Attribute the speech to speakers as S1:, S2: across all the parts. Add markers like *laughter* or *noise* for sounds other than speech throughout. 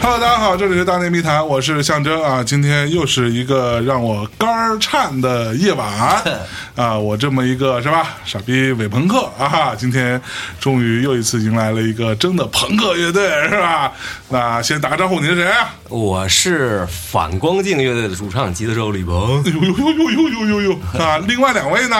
S1: Hello，大家好，这里是大内密谈，我是象征啊。今天又是一个让我肝儿颤的夜晚啊！我这么一个是吧，傻逼伪朋克啊，今天终于又一次迎来了一个真的朋克乐队是吧？那先打个招呼，你是谁啊？
S2: 我是反光镜乐队的主唱吉他手李鹏。
S1: 哎呦呦呦呦呦呦呦呦啊！另外两位呢？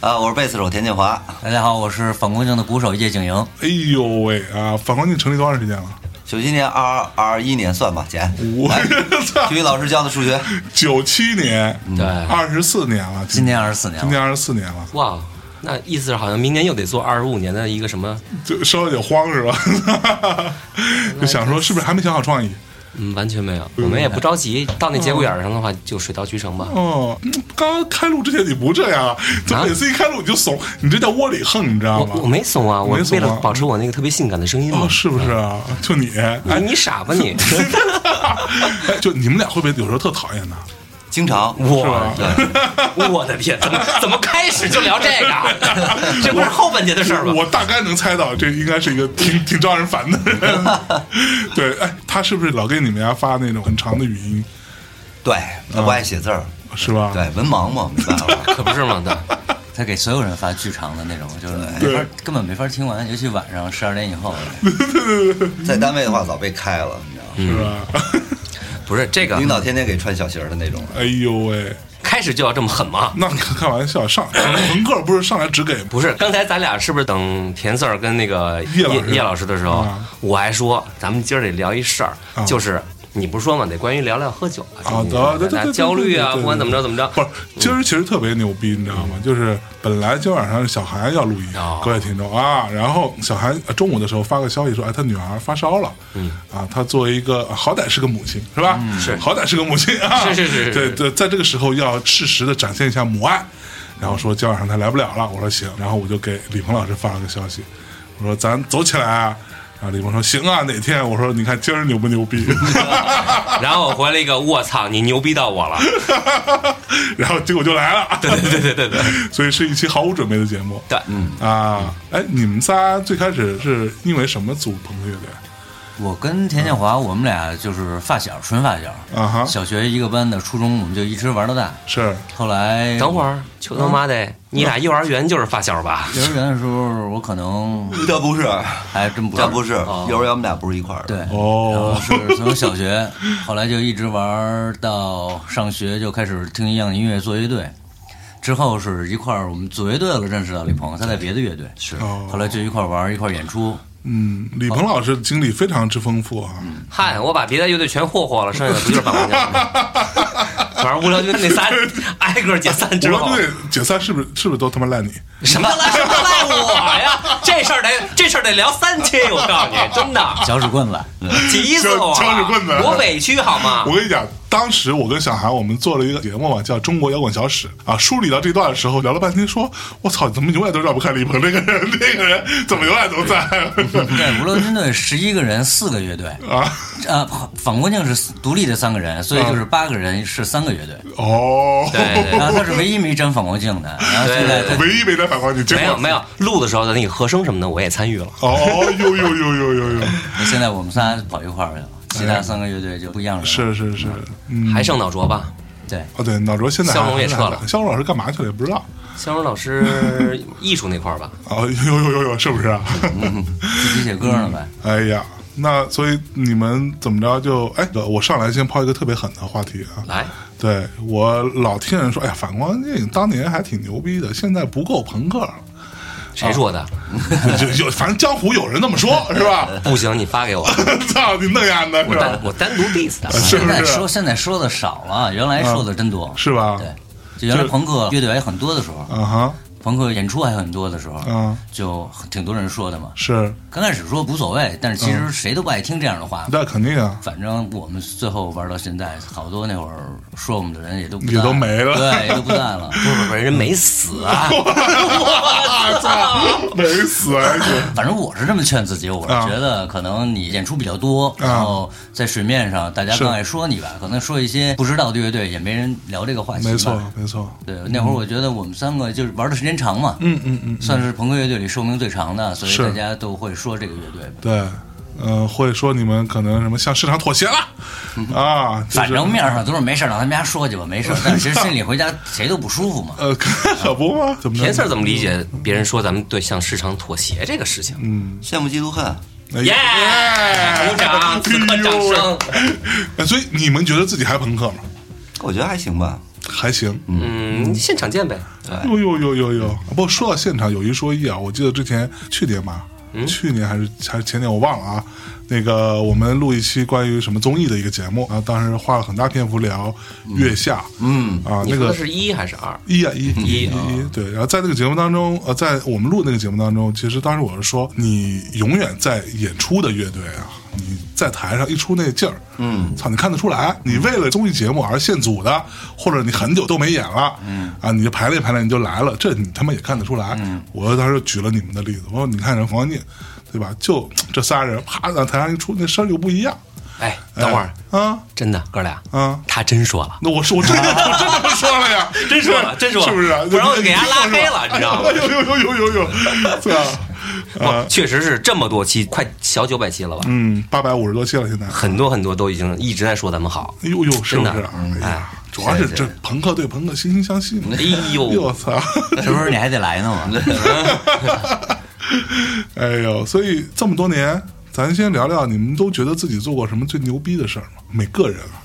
S3: 啊，我是贝斯手田建华，
S4: 大家好，我是反光镜的鼓手叶景莹。
S1: 哎呦喂啊！反光镜成立多长时间了？
S3: 九七年二二一年算吧，姐，
S1: 我操
S3: 体，育老师教的数学，
S1: 九七年，
S2: 对，
S1: 二十四年了，
S4: 今年二十四年
S1: 今
S4: 了，
S1: 年二十四年了，
S2: 哇，那意思是好像明年又得做二十五年的一个什么，
S1: 就稍微有点慌是吧？就想说是不是还没想好创意？
S2: 嗯，完全没有，我们也不着急。到那节骨眼儿上的话，就水到渠成吧。
S1: 哦，嗯刚刚开录之前你不这样啊？怎么
S2: 啊
S1: 每次一开录你就怂？你这叫窝里横，你知道
S2: 我
S1: 吗？
S2: 我嗯没怂啊，我
S1: 没怂
S2: 为
S1: 啊
S2: 了保持我那个特别性感的声音嘛
S1: 哦，。是不是啊？就你，哎，
S2: 你你傻吧你？
S1: *laughs* 哎就你们俩会不会有时候特讨厌呢？
S3: 经常
S2: 我的我的天，怎么怎么开始就聊这
S1: *laughs*
S2: 个？这不是后半截的事儿吗？
S1: 我大概能猜到，这应该是一个挺挺招人烦的
S2: *laughs*
S1: 人。对，哎，他是不是老给你们家发那种很长的语音，
S3: 对，他不爱写字儿，
S4: 嗯
S1: 是吧？
S3: 对，文盲嘛，没办法，
S2: 可不是嘛，对，
S4: *laughs* 他给所有人发巨长的那种，就是没法根本没法听完，尤其晚上十二点以后。
S3: *laughs* 在单位的话早被开了，你知道
S4: 嗯
S1: 是吧？ *laughs*
S2: 不是这
S3: 吗？
S2: 个
S3: 领导天天给穿小鞋儿的那种，
S1: 哎呦喂，
S2: 开始就要这么狠吗？
S1: 那开开玩笑，上 *coughs* 朋克不是上来只给
S2: 不是，刚才咱俩是不是等田四儿跟那个
S1: 叶老师
S2: 叶老师的时候，
S1: 啊
S2: 我还说咱们今儿得聊一事儿，
S1: 啊
S2: 就是你不是说嘛，得关于聊聊喝酒啊，
S1: 啊，得
S2: 这
S1: 对
S2: 个
S1: 对对
S2: 大
S1: 对
S2: 家焦虑啊，
S1: 对对对
S2: 不管怎么着怎么着，嗯
S1: 不是，今儿其实特别牛逼，你知道吗？就是本来今晚上小韩要录音
S2: 哦，
S1: 各位听众啊，然后小韩呃中午的时候发个消息说，哎，他女儿发烧了，嗯，啊，他作为一个好歹是个母亲是吧？是，好歹是个母亲啊，
S2: 嗯是是是是
S1: 对对，在这个时候要适时的展现一下母爱，然后说今晚上他来不了了，我说行，然后我就给李鹏老师发了个消息，我说咱走起来啊。然后李鹏说：“行啊，哪天？”我说：“你看今儿牛不牛逼？” *laughs*
S2: 然后我回来一个，我操，你牛逼到我
S1: *laughs*
S2: 了，
S1: 然后结果就来了。
S2: 对对对对对对，
S1: 所以是一期毫无准备的节目。
S2: 对，
S1: 啊，哎，你们仨最开始是因为什么组朋克乐队？
S4: 我跟田建华，我们俩就是发小，纯发小，
S1: 啊哈，
S4: 小学一个班的，初中我们就一直玩到大。
S1: 是
S4: 后来
S2: 等会儿，求他妈
S1: 嗯
S2: 的，你俩幼儿园就是发小吧？
S4: 幼儿园的时候，我可能
S3: 这不是，
S4: 还真不
S3: 这不是
S2: 哦，
S3: 幼儿园我们俩不是一块儿的，
S4: 对。然后
S1: 哦，
S4: 是从小学，后来就一直玩到上学，就开始听一样的音乐，做乐队。之后是一块儿我们组乐队了，认识到李鹏，他在别的乐队是
S1: 哦
S4: 后来就一块儿玩，一块儿演出。
S1: 嗯，李鹏老师的经历非常之丰富啊。
S2: 嗨，我把别的乐队全霍霍了，剩下的不就是板王家吗？
S1: *laughs*
S2: 反正无聊就那仨挨个解散
S1: 我 *laughs*
S2: 之后
S1: 说，对，解散是不是是不是都他妈赖你？
S2: 什么赖什么赖我呀？这事儿得这事儿得聊三期，我告诉 *laughs* 你，真的。
S4: 搅屎棍子，
S2: 急死我了！
S1: 敲敲着棍子
S2: 我委屈好吗
S1: 我？跟你讲，当时我跟小韩我们做了一个节目嘛，叫《中国摇滚小史》啊。梳理到这段的时候，聊了半天说，我操，怎么永远都绕不开李鹏这个人？ *laughs* 这个人怎么永远都在
S2: 嗯
S4: 对，无论军队十一个人，四个乐队，
S1: *laughs* 啊？
S4: 啊，反光镜是独立的三个人，所以就是八个人是三个乐队。
S1: 嗯哦，
S2: 对对对
S4: 然后他是唯一没沾反光镜的，然后现在他
S1: 唯一没在反光镜，结果
S2: 没有没有，录的时候的那个和声什么的，我也参与了。
S1: 哦，呦呦呦呦呦呦，
S4: 现在我们仨跑一块儿去了，其他三个乐队就不一样了。
S1: *laughs* 是是是，嗯，
S2: 还剩脑浊吧？
S4: 对，
S1: 哦，对，老卓现在
S2: 肖
S1: 还
S2: 龙也撤了
S1: 肖龙老师干嘛去了也不知道。
S2: 肖荣
S1: *laughs*
S2: 老师艺术那块儿吧，
S1: 哦，有有有有，是不是啊？ *laughs*
S4: 自己写歌呢呗。
S1: 哎呀，那所以你们怎么着就哎，我上来先抛一个特别狠的话题啊。
S2: 来，
S1: 对我老听人说，哎呀，反光镜当年还挺牛逼的，现在不够朋克了。 *laughs*
S2: 谁说的？
S1: 有有，反正江湖有人那么
S2: *laughs*
S1: 说，是吧？ *laughs*
S2: 不行，你发给我，
S1: 操你弄样的哦
S2: 我
S1: 是吧呃
S2: 单？我单独 diss 他。
S1: 是
S4: 现
S1: 不
S4: 在
S1: 是啊嗯
S4: 说？现在说的少了，啊原来说的真多。
S1: 是吧？
S4: 对，就原来朋克乐队还很多的时候，
S1: 啊哈，
S4: 朋克演出还很多的时候，
S1: 嗯，
S4: 就挺多人说的嘛。
S1: 是，
S4: 刚开始说无所谓，但是其
S1: 嗯
S4: 实谁都不爱听这样的话。
S1: 那肯定啊。
S4: 反正我们最后玩到现在，好多那会儿说我们的人也都不
S1: 也都
S4: 在
S1: 没了
S4: 对，也都不在
S1: *laughs*
S4: 了。
S2: 不是不是，人没死啊！我操！
S1: 没死
S2: 啊
S1: *laughs* 还行。
S4: 反正我是这么劝自己，我是
S1: 啊
S4: 觉得可能你演出比较多，然后在水面上大家
S1: 是
S4: 更爱说你吧，可能说一些不知道的乐队也没人聊这个话题吧。
S1: 没错，没错。
S4: 对，那会儿我觉得我们三个就是玩的时间长嘛，
S1: 嗯嗯嗯，
S4: 算是朋克乐队里寿命最长的，所以
S1: 是
S4: 大家都会说这个乐队吧。
S1: 对，呃，会说你们可能什么向市场妥协了、啊，就是
S4: 反正面上都是没事儿，让他们家说去吧，没事儿。但是其实心里回家谁都不舒
S1: *laughs*
S4: 服嘛。
S1: 呃，可可不吗？怎么着
S2: 田四儿怎么理解别人说咱们对向市场妥协这个事情？
S3: 羡慕嫉妒恨，
S1: 嗯哎
S2: 耶、
S1: 呀
S2: 鼓掌，此刻
S1: 哎呦
S2: 掌
S1: 喂
S2: 声。
S1: 哎所以你们觉得自己还朋克吗？
S3: 我觉得还行吧。
S1: 还行，哎
S2: 嗯，现场见呗。
S1: 呦呦呦呦呦！不过说到现场有一说一啊，我记得之前去年吧，去年还是还是前年我忘了啊。那个我们录一期关于什么综艺的一个节目啊，当时花了很大篇幅聊月下，嗯啊
S2: 你
S1: 那个
S2: 说的是一还是二？
S1: 一啊一
S2: 一哦
S1: 一一，对。然后在那个节目当中，呃，在我们录那个节目当中，其实当时我是说，你永远在演出的乐队啊，你在台上一出那劲儿，嗯，操，你看得出来，你为了综艺节目而现组的，或者你很久都没演了，嗯，啊，你就排练排练你就来了，这你他妈也看得出来。
S2: 嗯
S1: 我当时举了你们的例子，我说你看人黄金，对吧？就这仨人，啪，在台上一出，那声儿就不一样。
S2: 哎，等会儿，
S1: 哎啊，
S2: 真的哥俩，
S1: 嗯
S2: 他真说了。
S1: 那我说我
S2: *laughs*
S1: 真的我真这么说了呀，
S2: 真说
S1: *laughs*
S2: 了真说了
S1: 是不是啊？
S2: 不然我就给他拉黑了你知道吗
S1: *laughs* 哎呦呦呦呦呦呦，对啊，
S2: 哇确实是这么多期，快小九百期了吧？
S1: 嗯，八百五十多期了，现在，
S2: 很多很多都已经一直在说咱们好。
S1: 哎呦呦，是不是
S2: 真的
S1: 啊？哎呀，主要是
S3: 是
S1: 这朋克对朋克惺惺相惜嘛
S2: 哎。呦
S1: 我，操！
S4: 是不是你还得来呢
S1: *laughs*
S4: 嘛？
S1: 哎呦，所以这么多年，咱先聊聊你们都觉得自己做过什么最牛逼的事儿吗？每个人啊，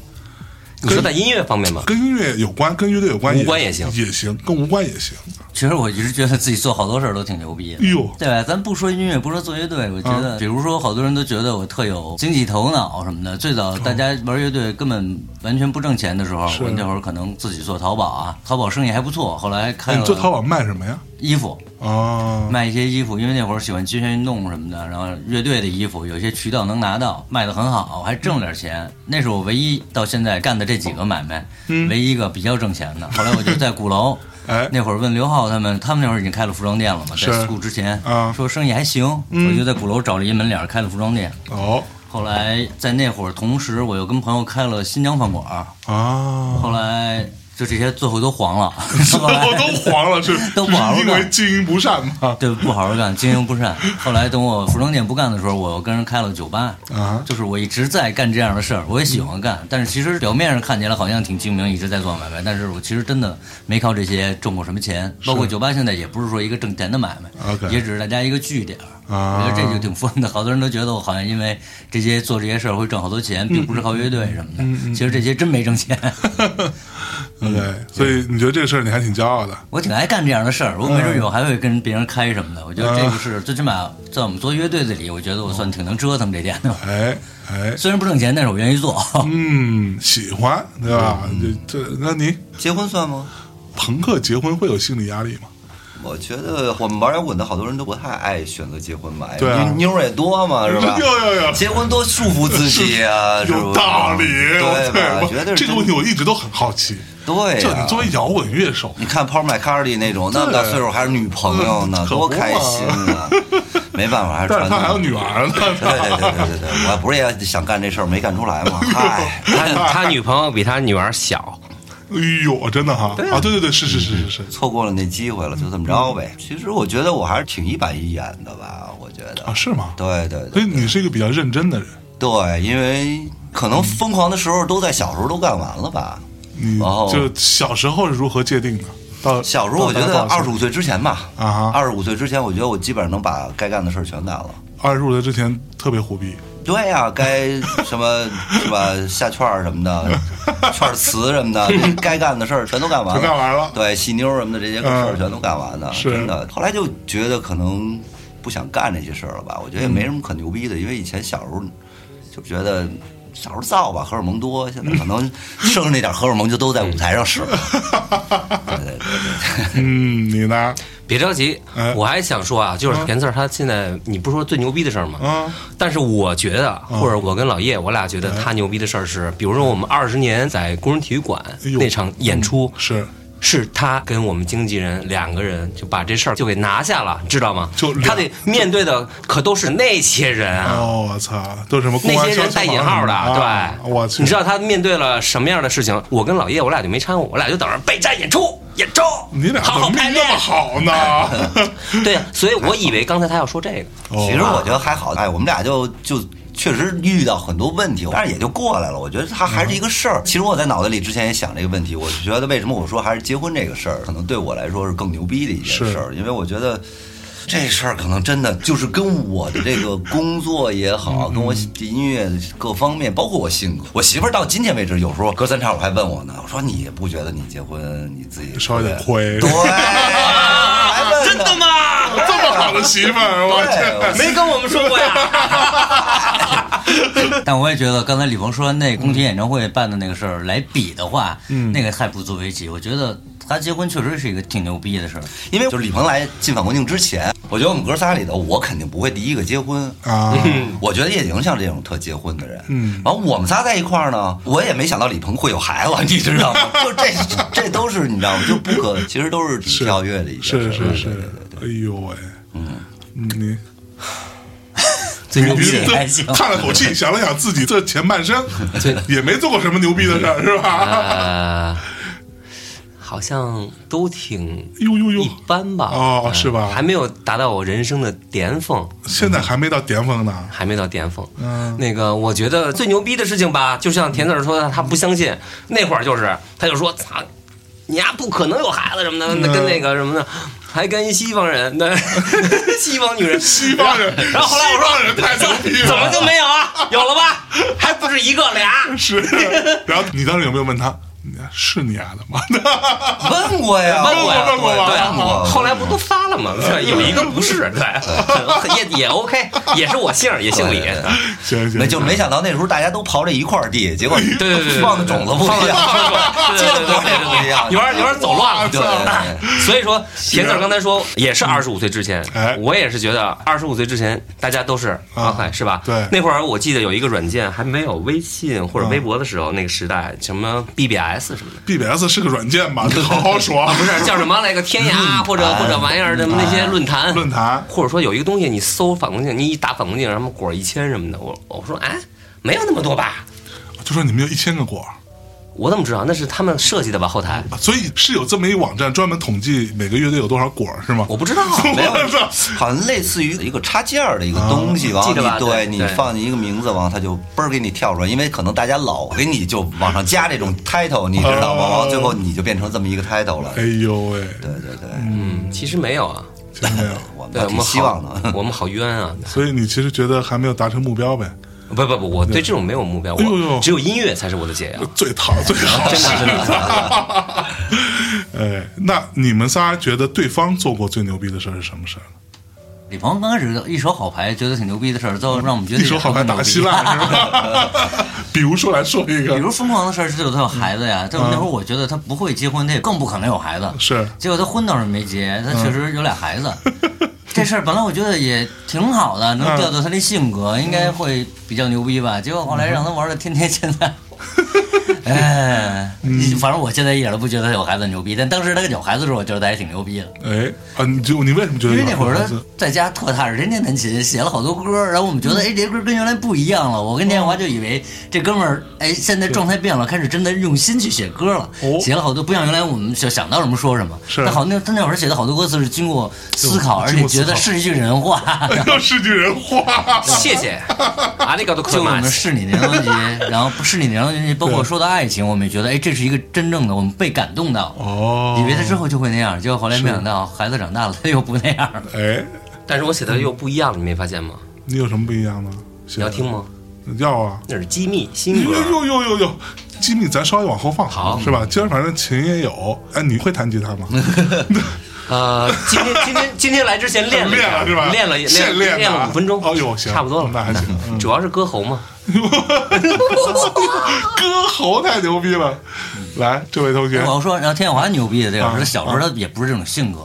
S2: 你说在音乐方面吗？
S1: 跟音乐有关，跟乐队有关，
S2: 无关也行
S1: 也行，跟无关也行。
S4: 其实我一直觉得自己做好多事儿都挺牛逼的
S1: 哎。呦，
S4: 对吧？咱不说音乐，不说做乐队，我觉
S1: 嗯
S4: 得，比如说，好多人都觉得我特有经济头脑什么的。最早大家
S1: 嗯
S4: 玩乐队根本完全不挣钱的时候，我那会儿可能自己做淘宝啊，淘宝生意还不错。后来开
S1: 哎你做淘
S4: 了
S1: 宝卖什么呀？
S4: 衣服，
S1: 啊，。
S4: 卖一些衣服，因为那会儿喜欢极限运动什么的，然后乐队的衣服有些渠道能拿到，卖的很好，我还挣了点钱。那是我唯一到现在干的这几个买卖，唯一一个比较挣钱的。后来我就在鼓楼
S1: 嗯 *laughs* 哎
S4: 那会儿问刘浩他们，他们那会儿已经开了服装店了嘛，
S1: 是
S4: 在 school 之前，
S1: 啊嗯
S4: 说生意还行，我就在鼓楼找了一门脸儿开了服装店。
S1: 哦
S4: 后来在那会儿，同时我又跟朋友开了新疆饭馆儿，
S1: 啊，
S4: 后来就这些最后都黄了，后来
S1: *laughs* 我都黄了，
S3: *laughs*
S1: 是
S4: 都不好好
S1: 是因为
S4: 干
S1: 经营不善
S4: *laughs*
S1: 吗？
S4: 对，不好好干，经营不善。后来等我服装店不干的时候，我跟人开了酒吧，
S1: 啊嗯
S4: 就是我一直在干这样的事儿，我也喜欢干，但是其实表面上看起来好像挺精明，一直在做买卖，但是我其实真的没靠这些挣过什么钱，包括酒吧现在也不是说一个挣钱的买卖
S1: OK
S4: 也只是大家一个据点儿。
S1: 啊
S4: 我觉得这就挺疯的，好多人都觉得我好像因为这些做这些事儿会挣好多钱，并
S1: 嗯
S4: 不是靠乐队什么的，其实这些真没挣钱。
S3: 嗯
S1: 对，所以你觉得这个事儿你还挺骄傲的？
S4: 我挺爱干这样的事儿，我没
S1: 嗯
S4: 准以后还会跟别人开什么的。我觉得这个是最起码在我们做乐队的里，我觉得我算挺能折腾这点的。
S1: 哎哎，
S4: *laughs* 虽然不挣钱，但是我愿意做。 *laughs*
S1: 嗯，喜欢对吧？
S3: 嗯
S1: 这这，那你
S3: 结婚算吗？
S1: 朋克结婚会有心理压力吗？
S3: 我觉得我们玩摇滚的好多人都不太爱选择结婚吧，哎
S1: 对啊
S3: 妞妞儿也多嘛，是吧？
S1: *laughs* 有有有
S3: 结婚多束缚自己
S1: *laughs*
S3: 啊，是不是
S1: 有道理，
S3: 对
S1: 我
S3: 吧？我觉得
S1: 这个问题我一直都很好奇。
S3: 对啊
S1: 就
S3: 呀
S1: 你作为摇滚乐手，
S3: 你看 Paul McCartney 那种那么大岁数还是女朋友呢
S1: 嗯，可不
S3: 多
S1: 嘛
S3: 开心
S1: *laughs*
S3: 啊！没办法，还是
S1: 但
S3: 传
S1: 是他
S3: 统
S1: 还有女儿
S3: 对
S1: 呢。
S3: 对对对对对，我不是也想干这事儿，没干出来
S1: *laughs*
S3: 嘛。嗨，
S2: 他他女朋友比他女儿小，
S1: 哎呦，真的哈啊！对对对，是是是是是
S3: 错过了那机会了，就这么着呗。其实我觉得我还是挺一板一眼的吧，我觉得。
S1: 啊，是吗？
S3: 对对
S1: 所以
S3: 对
S1: 你是一个比较认真的人，
S3: 对，因为可能疯狂的时候都在小时候都干完了吧。
S1: 你
S3: 然后
S1: 就小时候是如何界定的？到
S3: 哦小时候我觉得二十五岁之前吧，
S1: 啊哈
S3: 二十五岁之前，我觉得我基本上能把该干的事儿全干了。
S1: 二十五岁之前特别虎逼，
S3: 对呀、该
S1: *laughs*
S3: 什么是吧？下券儿什么的，券词什
S1: *laughs*
S3: 么的，该干的事儿全都干完了。
S1: 全干完了
S3: 对，戏妞什么的这些事儿
S1: 嗯
S3: 全都干完了，
S1: 是
S3: 真的。后来就觉得可能不想干这些事儿了吧？我觉得也没什么可牛逼的，因为以前小时候就觉得。小时候造吧，荷尔蒙多，现在可能剩下那点荷尔蒙就都在舞台上使了。对对对对，
S1: 嗯，你呢？
S2: 别着急
S1: 哎，
S2: 我还想说啊，就是田字儿他现在你不是说最牛逼的事儿吗？
S1: 嗯
S2: 但是我觉得，啊或者我跟老叶，我俩觉得他牛逼的事儿是，比如说我们二十年在工人体育馆
S1: 哎呦嗯
S2: 那场演出，
S1: 是
S2: 是他跟我们经纪人两个人就把这事儿就给拿下了，知道吗？
S1: 就两
S2: 他得面对的可都是那些人啊。
S1: 哦，我操，都是什么公
S2: 那
S1: 安
S2: 些人带引号的，
S1: 消防啊
S2: 对，
S1: 我去，
S2: 你知道他面对了什么样的事情？我跟老叶，我俩就没掺和，我俩就等着备战演出，演出，
S1: 你俩
S2: 好
S1: 怎
S2: 好
S1: 么
S2: 排
S1: 命
S2: 练
S1: 那。么好呢？
S2: *laughs* 对，所以我以为刚才他要说这个，
S1: 哦 *laughs*
S3: 其实我觉得还好。哎，我们俩就就确实遇到很多问题，但是也就过来了。我觉得它还是一个事儿。其实我在脑子里之前也想这个问题，我觉得为什么我说还是结婚这个事儿，可能对我来说是更牛逼的一件事儿，因为我觉得。这事儿可能真的就是跟我的这个工作也好，跟我音乐各方面，包括我性格。我媳妇儿到今天为止，有时候隔三差五还问我呢，我说你不觉得你结婚你自己
S1: 稍微有点亏
S3: 对，还问呢
S2: 真的？吗？
S1: 这么好的媳妇儿，我去，
S3: 对，
S2: 没跟我们说过呀。
S4: 但我也觉得刚才李鹏说那宫廷演唱会办的那个事儿来比的话，
S1: 嗯
S4: 那个太不足为奇。我觉得他结婚确实是一个挺牛逼的
S1: *laughs*
S4: 事儿。
S3: 因为就是李鹏来进反光镜之前，我觉得我们哥仨里头，我肯定不会第一个结婚
S1: 啊
S3: 我觉得叶莹像这种特结婚的人，
S1: 嗯
S3: 然后我们仨在一块儿呢，我也没想到李鹏会有孩子，你知道吗？ *laughs* 就这这都是你知道吗？就不可，其实都是挺跳跃的一件事
S1: 是
S3: 儿，
S1: 是
S3: 对
S1: 是，哎呦喂，嗯，你
S4: 最牛逼
S1: 您
S4: 的 *laughs* 还行
S1: 这，叹了口气，想了想自己这前半生也没做过什么牛逼的事儿，是吧？
S2: 呃，好像都挺
S1: 呦呦
S2: 一
S1: 呦，
S2: 般吧。
S1: 哦
S2: 嗯
S1: 是吧
S2: 还没有达到我人生的巅峰，
S1: 现在还没到巅峰呢。
S2: 还没到巅峰。
S1: 嗯
S2: 那个，我觉得最牛逼的事情吧，就像田字儿说的，他不相信。那会儿就是，他就说：“操，你丫不可能有孩子什么的，那
S1: 嗯
S2: 跟那个什么的，还跟一西方人，
S1: *laughs*
S2: 那西方女人，
S1: 西方人，
S2: 然后后来我说
S1: 西方人太牛逼了，
S2: 怎么就没有啊？有了吧？还不是一个俩。
S1: 嗯是？然后你当时有没有问他，你是你丫的吗？
S3: 问过呀，
S2: 问过呀，
S1: 问过嗯
S2: 对啊
S3: 问过
S2: 对，后来不都发了吗？对，有一个不是，对，也也 OK，也是我姓儿，也姓李，
S3: 对对
S1: 行行，
S3: 没就没想到那时候大家都刨这一块儿地，结果
S2: 对对对对对
S3: 放的种子
S1: *laughs*
S3: 不一样，
S2: 对
S3: 结
S2: 对对
S3: 果
S2: 对
S3: 也不一样
S2: 对，有，点有点走乱了。
S3: 对对对。
S2: 所以说，田字儿刚才说也是二十五岁之前
S1: 哎，
S2: 我也是觉得二十五岁之前大家都是
S1: 啊
S2: OK 是吧？
S1: 对啊
S2: 那会儿我记得有一个软件还没有微信或者微博的时候，那个时代什么 BBS 什么的。
S1: BBS 是个软件吧？好好说，啊
S4: *laughs*
S2: 不是叫什么那个天涯或者或者玩意儿的那些论坛
S1: 哎论坛
S2: 或者说有一个东西你搜反光镜，你一打反光镜什么果儿一千什么的，我我说哎没有那么多吧，
S1: 就说你们有一千个果，
S2: 我怎么知道那是他们设计的吧后台？
S1: 所以是有这么一网站专门统计每个乐队有多少果是吗？
S2: 我不知道，
S3: 没有
S1: 我操，
S3: *laughs* 好像类似于一个插件儿的一个东
S1: 啊
S3: 西，然后
S2: 记
S3: 你
S2: 得吧对
S3: 对你
S2: 对
S3: 放进一个名字，然后它就嘣儿给你跳出来，因为可能大家老给你就往上加这种 title，你知道吗？
S1: 哦
S3: 然后最后你就变成这么一个 title 了。
S1: 哎呦喂，
S3: 对对对，
S2: 嗯，其实没有啊，
S1: 真没有。
S3: 我们
S2: 对
S3: 还
S2: 我
S3: 挺
S2: 们
S3: 希望
S2: 好
S3: 的。
S2: 我们好冤啊！
S1: 所以你其实觉得还没有达成目标呗？
S2: 不不不，我对这种没有目标，
S1: 哎呦呦
S2: 我只有音乐才是我的解药。
S1: 最讨最好
S2: 真的真
S1: 的。 *laughs* 哎，那你们仨觉得对方做过最牛逼的事儿是什么事儿呢？
S4: 李鹏刚开始一手好牌，觉得挺牛逼的事儿，最后让我们觉得
S1: 一手好牌打稀烂是
S4: *laughs*
S1: 吧？比如说来说一
S4: 比
S1: 个，
S4: 如疯狂的事儿，就是他有孩子
S1: 嗯
S4: 呀。但我那会儿我觉得他不会结婚，他也更不可能有孩子。
S1: 是
S4: 结果他婚倒是没结，他确实有俩孩子。 *laughs* 这事儿本来我觉得也挺好的，能调调他那性格，应该会比较牛逼吧。结果后来让他玩的天天现在，哎，反正我现在一点都不觉得他有孩子牛逼，但当时他有孩子的时候，我觉得他还挺牛逼的。
S1: 哎啊，你就你为什么觉得
S4: 因
S1: 有
S4: 为那会儿
S1: 孩
S4: 他
S1: 子
S4: 在家特踏实，天天弹琴，写了好多歌，然后我们觉得，哎，这歌跟原来不一样了。我跟田华就以为这哥们儿，哎，现在状态变了，开始真的用心去写歌了
S1: 哦，
S4: 写了好多，不像原来我们想想到什么说什么。
S1: 是
S4: 但好那他那会儿写的好多歌词是经过思考，而
S1: 经
S4: 且
S1: 过思考
S4: 觉得是一句人话。
S1: *laughs* 又是句人话，
S2: 谢谢，
S1: *laughs*
S2: 阿里嘎多
S4: 就
S2: 克
S4: 我
S2: 马
S4: 们是你年专辑，然后不是你年专辑，包括说到爱情，我们也觉得，哎，这是一个真正的，我们被感动到。
S1: 哦
S4: *laughs* 以为他之后就会那样，结果后来没想到，孩子长大了他又不那样了。
S1: 哎，
S2: 但是我写的又不一样，你没发现吗？
S1: 你有什么不一样呢？你
S2: 你要听？吗？
S1: 要啊！
S2: 那是机密新歌啊
S1: 哎呦。呦呦呦呦，机密咱稍微往后放，
S2: 好
S1: 是吧？今儿反正琴也有，哎，你会弹吉他吗？
S2: 呃，今天今
S1: *laughs*
S2: 天今天来之前 *laughs* 练了一
S1: 练
S2: 下
S1: 了是吧？
S2: 练了也
S1: 现
S2: 练
S1: 练的啊
S2: 了五分钟，
S1: 哦呦，行，
S2: 差不多了，
S1: 那还
S2: *laughs*
S1: 行。嗯
S2: 主要是歌喉嘛。
S1: 歌喉太牛逼了，
S2: 嗯
S1: 来，这位同学
S4: 我，要说，然后田晓华牛逼的这个，
S3: 啊
S4: 说小时候他也不是这种性格。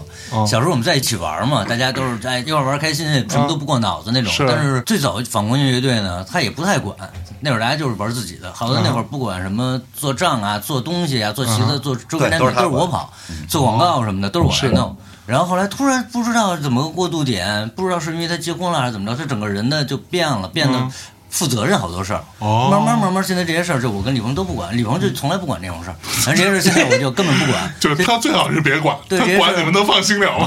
S4: 小时候我们在一起玩嘛，大家都是在一块玩开心，
S3: 啊
S4: 什么都不过脑子那种
S1: 是。
S4: 但是最早反光镜乐队呢，他也不太管。那会儿大家就是玩自己的，好
S3: 啊
S4: 多那会儿不管什么做账啊、做东西啊、做旗子、做周边
S3: 对
S4: 产品
S3: 都是他
S4: 都是我跑，做广告什么的都是我来弄。然后后来突然不知道怎么个过渡点，不知道是因为他结婚了还是怎么着，他整个人呢就变了，变得负责任好多事儿。
S1: 哦。
S4: 慢慢慢慢，现在这些事儿就我跟李鹏都不管，李鹏就从来不管这种事儿，反正这些事儿现在我就根本不管
S1: 就是他最好是别管，
S4: 对
S1: 他
S4: 这些
S1: 管
S4: 事
S1: 你们能放心了吗？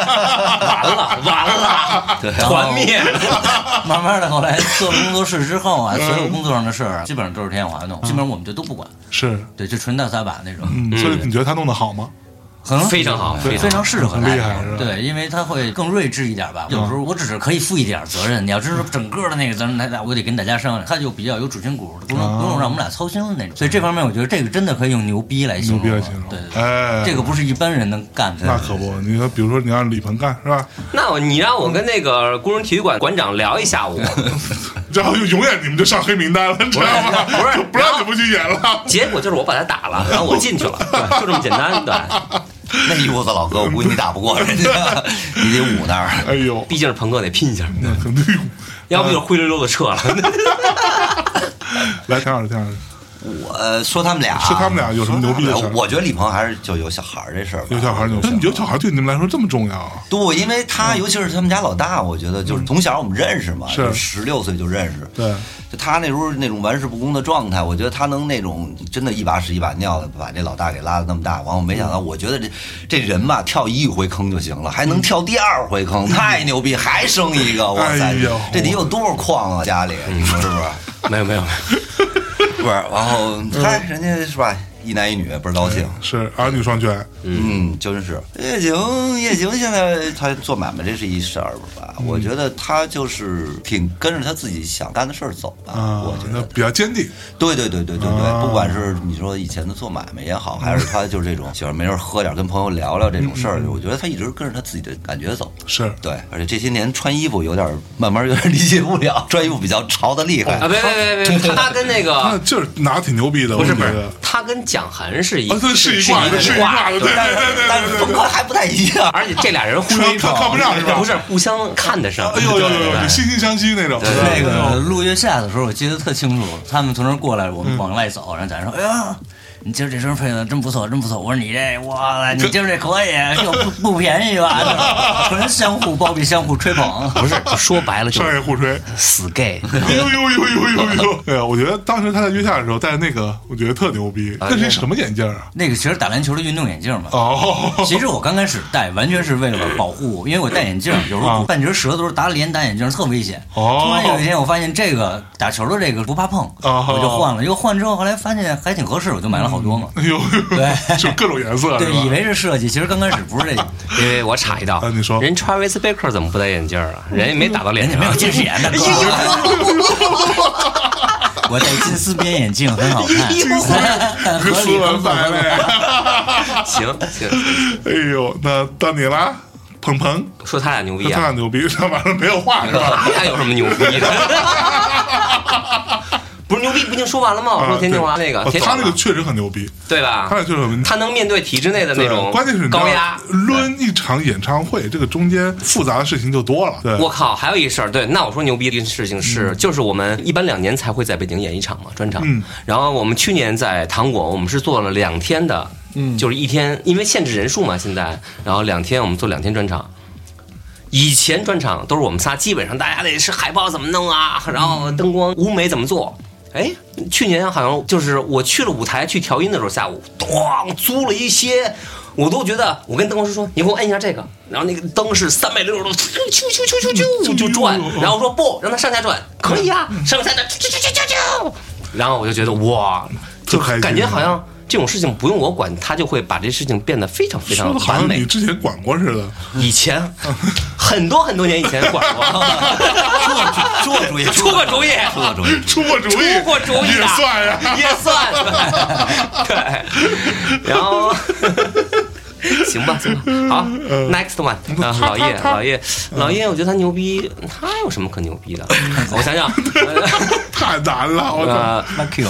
S1: *laughs*
S2: 完了完
S1: 哦
S2: 了，
S3: 对，
S4: 然后
S2: 团灭了。
S4: *laughs* 慢慢的，后来做了工作室之后啊，所有工作上的事儿啊基本上都是田小华弄，基本上我们就都不管，
S1: 是，嗯
S4: 对，就纯大撒把那种，
S2: 嗯
S1: 所以你觉得他弄得好吗？
S4: 很
S2: 非常好
S4: 对
S2: 非常好
S4: 非常适合
S1: 很
S4: 他
S1: 厉害是吧
S4: 对，因为他会更睿智一点吧。有时
S2: 嗯
S4: 候我只是可以负一点责任，你要真是整个的那个责任，那我得跟大家商量。他就比较有主心骨，不
S1: 啊
S4: 用不用让我们俩操心的那种。所以这方面，我觉得这个真的可以用牛逼来
S1: 牛
S4: 形
S1: 逼
S4: 容
S1: 了，
S4: 了。
S1: 形容，
S4: 对对对，
S1: 哎，
S4: 这个不是一般人能干的。
S1: 那可不，你说，比如说你让李鹏干是吧？
S2: 那我你让我跟那个工人体育馆馆长聊一
S1: *laughs*
S2: 下午，
S1: 然后就永远你们就上黑名单了，你知道吗？
S2: 不是
S1: 就不让你们去演了。
S2: 结果就是我把他打了，然后我进去
S1: *laughs*
S2: 了，对就这么简单。对，
S3: *laughs* 那一屋子老哥，我估计你打不过人家，你得捂那儿。
S1: 哎呦，
S2: 毕竟是朋克得拼一下，
S1: *laughs* 那肯定。
S2: 要不就灰溜溜
S1: *laughs*
S2: 的撤了。
S1: 来，田老师，田老师，
S3: 我呃说他们俩，啊
S1: 说他们俩有什么牛逼的事儿
S3: 我觉得李鹏还是就有小孩儿这事儿吧，
S1: 有小孩儿牛
S3: *laughs*
S1: 逼，那你觉得小孩儿对你们来说这么重要啊？
S3: 对，因为他尤其是他们家老大，我觉得就是从小我们认识嘛，
S1: 嗯是
S3: 就十六岁就认识。
S1: 对，
S3: 就他那时候那种玩世不恭的状态，我觉得他能那种真的一把屎一把尿的把这老大给拉的那么大。完，我没想到，
S1: 嗯
S3: 我觉得这这人吧，跳一回坑就行了，还能跳第二回
S1: *laughs*
S3: 坑，太牛逼，还生一个，哇
S1: 哎
S3: 塞
S1: 呦，嗯
S3: 这得有多少矿啊？家里你说是不是？
S2: 没有没有没有，
S3: 是 *laughs* 不是？然后
S1: 嗯
S3: 嗨，人家是吧？一男一女倍儿高兴，
S1: 是儿女双全，
S3: 嗯，真是夜景，夜景现在他做买卖这是一事儿吧？
S1: 嗯
S3: 我觉得他就是挺跟着他自己想干的事儿走吧。
S1: 啊
S3: 我觉，
S1: 那
S3: 得，
S1: 比较坚定，
S3: 对对对对对对，
S1: 啊
S3: 不管是你说以前的做买卖也好，还是他就是这种喜欢没事儿喝点儿跟朋友聊聊这种事儿，
S1: 嗯
S3: 我觉得他一直跟着他自己的感觉走。
S1: 是
S3: 对，而且这些年穿衣服有点儿慢慢有点儿理解不了，穿衣服比较潮的厉害
S2: 啊，。别别别别，他跟那
S1: 那
S2: 个
S1: 就是拿挺牛逼的，
S2: 不是
S1: 我
S2: 不
S1: 觉
S2: 是
S1: 得。，
S2: 他跟蒋涵是一
S1: 啊，对，是一
S2: 是
S1: 挂的，是一挂
S2: 挂
S1: 的，对对
S3: 但是
S1: 对对
S3: 但是
S1: 对
S3: 风
S1: 对
S3: 格。还不太一
S1: *laughs*
S3: 样。
S2: 而且这俩人互
S1: 看
S2: 相
S1: 看看不上是吧
S2: 不是互相看得上。
S1: 哎呦呦呦
S2: 对
S1: 呦，就惺惺相惜那种。
S4: 那个录月下的时候，我记得特清楚，他们从那儿过来，我们往外走，然后咱说，哎呀。你今儿这声配的真不错，真不错。我说你这，哇，你今儿这可以，就不不便
S1: *laughs*
S4: 宜吧？纯相互包庇，相互吹捧。
S2: 不是说白了就
S1: 商业
S2: 是
S1: 互吹，
S2: 死
S1: *laughs*
S2: gay。
S1: 哎呦呦呦呦呦呦！对，我觉得当时他在约下的时候戴的那个，我觉得特牛逼。那是一什么眼镜啊？
S4: 那个其实打篮球的运动眼镜嘛，
S1: 哦，
S4: 其实我刚开始戴完全是为了保护我，因为我戴眼镜，有时候半截舌头打脸打眼镜特危险。
S1: 啊哦
S4: 突然有一天我发现这个打球的这个不怕碰，
S1: 哦
S4: 我就换了。又换之后，后来发现还挺合适，我就买了好多嘛。
S1: 哎呦，
S4: 对
S1: *laughs* 就各种颜色，
S4: 对
S1: 是吧，
S4: 以为是设计，其实刚开始不是这个，
S2: 因为我插一道
S1: 啊，你说
S2: 人 Travis Baker 怎么不戴眼镜啊？人家没打到脸
S4: 人家
S2: 上，
S4: 没有近视眼的
S1: 哎
S4: 哥。 *laughs* 我戴金丝边眼镜很好
S1: 哎
S4: 看，
S1: *laughs*
S4: 很合
S1: 斯
S4: 理，
S1: 文
S4: 很
S1: 败类。
S2: *laughs* 行行，
S1: 哎呦，那到你啦，鹏鹏，
S2: 说他俩牛逼
S1: 他俩
S2: 啊，
S1: 牛逼，他晚上没有话是吧？
S2: 他俩有什么牛逼的？不是牛逼，不已经说完了吗？我
S1: 啊
S2: 说田静华那个
S1: 对，哦
S2: 田静
S1: 他
S2: 华
S1: 那个确实很牛逼，
S2: 对吧
S1: 他？那确实很牛逼。
S2: 啊他能面对体制内的那种
S1: 对关键是你知道
S2: 高压。
S1: 抡一场演唱会，这个中间复杂的事情就多了。对，
S2: 我靠，还有一事儿，对，那我说牛逼的事情是，就是我们一般两年才会在北京演一场嘛，专场。
S1: 嗯
S2: 然后我们去年在糖果，我们是做了两天的，嗯，就是一天，因为限制人数嘛，现在，然后两天我们做两天专场。以前专场都是我们仨，基本上大家得是海报怎么弄啊，然后灯光、舞美怎么做。哎，去年好像就是我去了舞台去调音的时候，下午咣租了一些，我都觉得我跟灯光师说你给我摁一下这个，然后那个灯是三百六十度，啾啾啾啾啾啾就转，然后说不让它上下转，可以啊，上下转啾啾啾啾啾，然后我就觉得哇，就
S1: 特开心
S2: 感觉好像这种事情不用我管，他就会把这事情变得非常非
S1: 说
S2: 常
S1: 的好
S2: 完
S1: 像
S2: 美
S1: 你。之前管过似的，
S2: 以前很多很多年以前管过，
S3: 出过
S2: *laughs*
S3: 主意，
S2: 出过主意，
S3: 出过主意，
S1: 出过主意，
S2: *laughs* 出过主意的
S1: 也算呀。 *laughs*
S2: 也算，对，然后。 *laughs* 行吧，行吧，好，next one，啊，
S1: 他
S2: 老叶，
S1: 他
S2: 老叶，老叶，我觉得他牛逼，他有什么可牛逼的？我想想，
S1: 太难了，我操！
S2: 呃，
S4: lucky
S1: *laughs*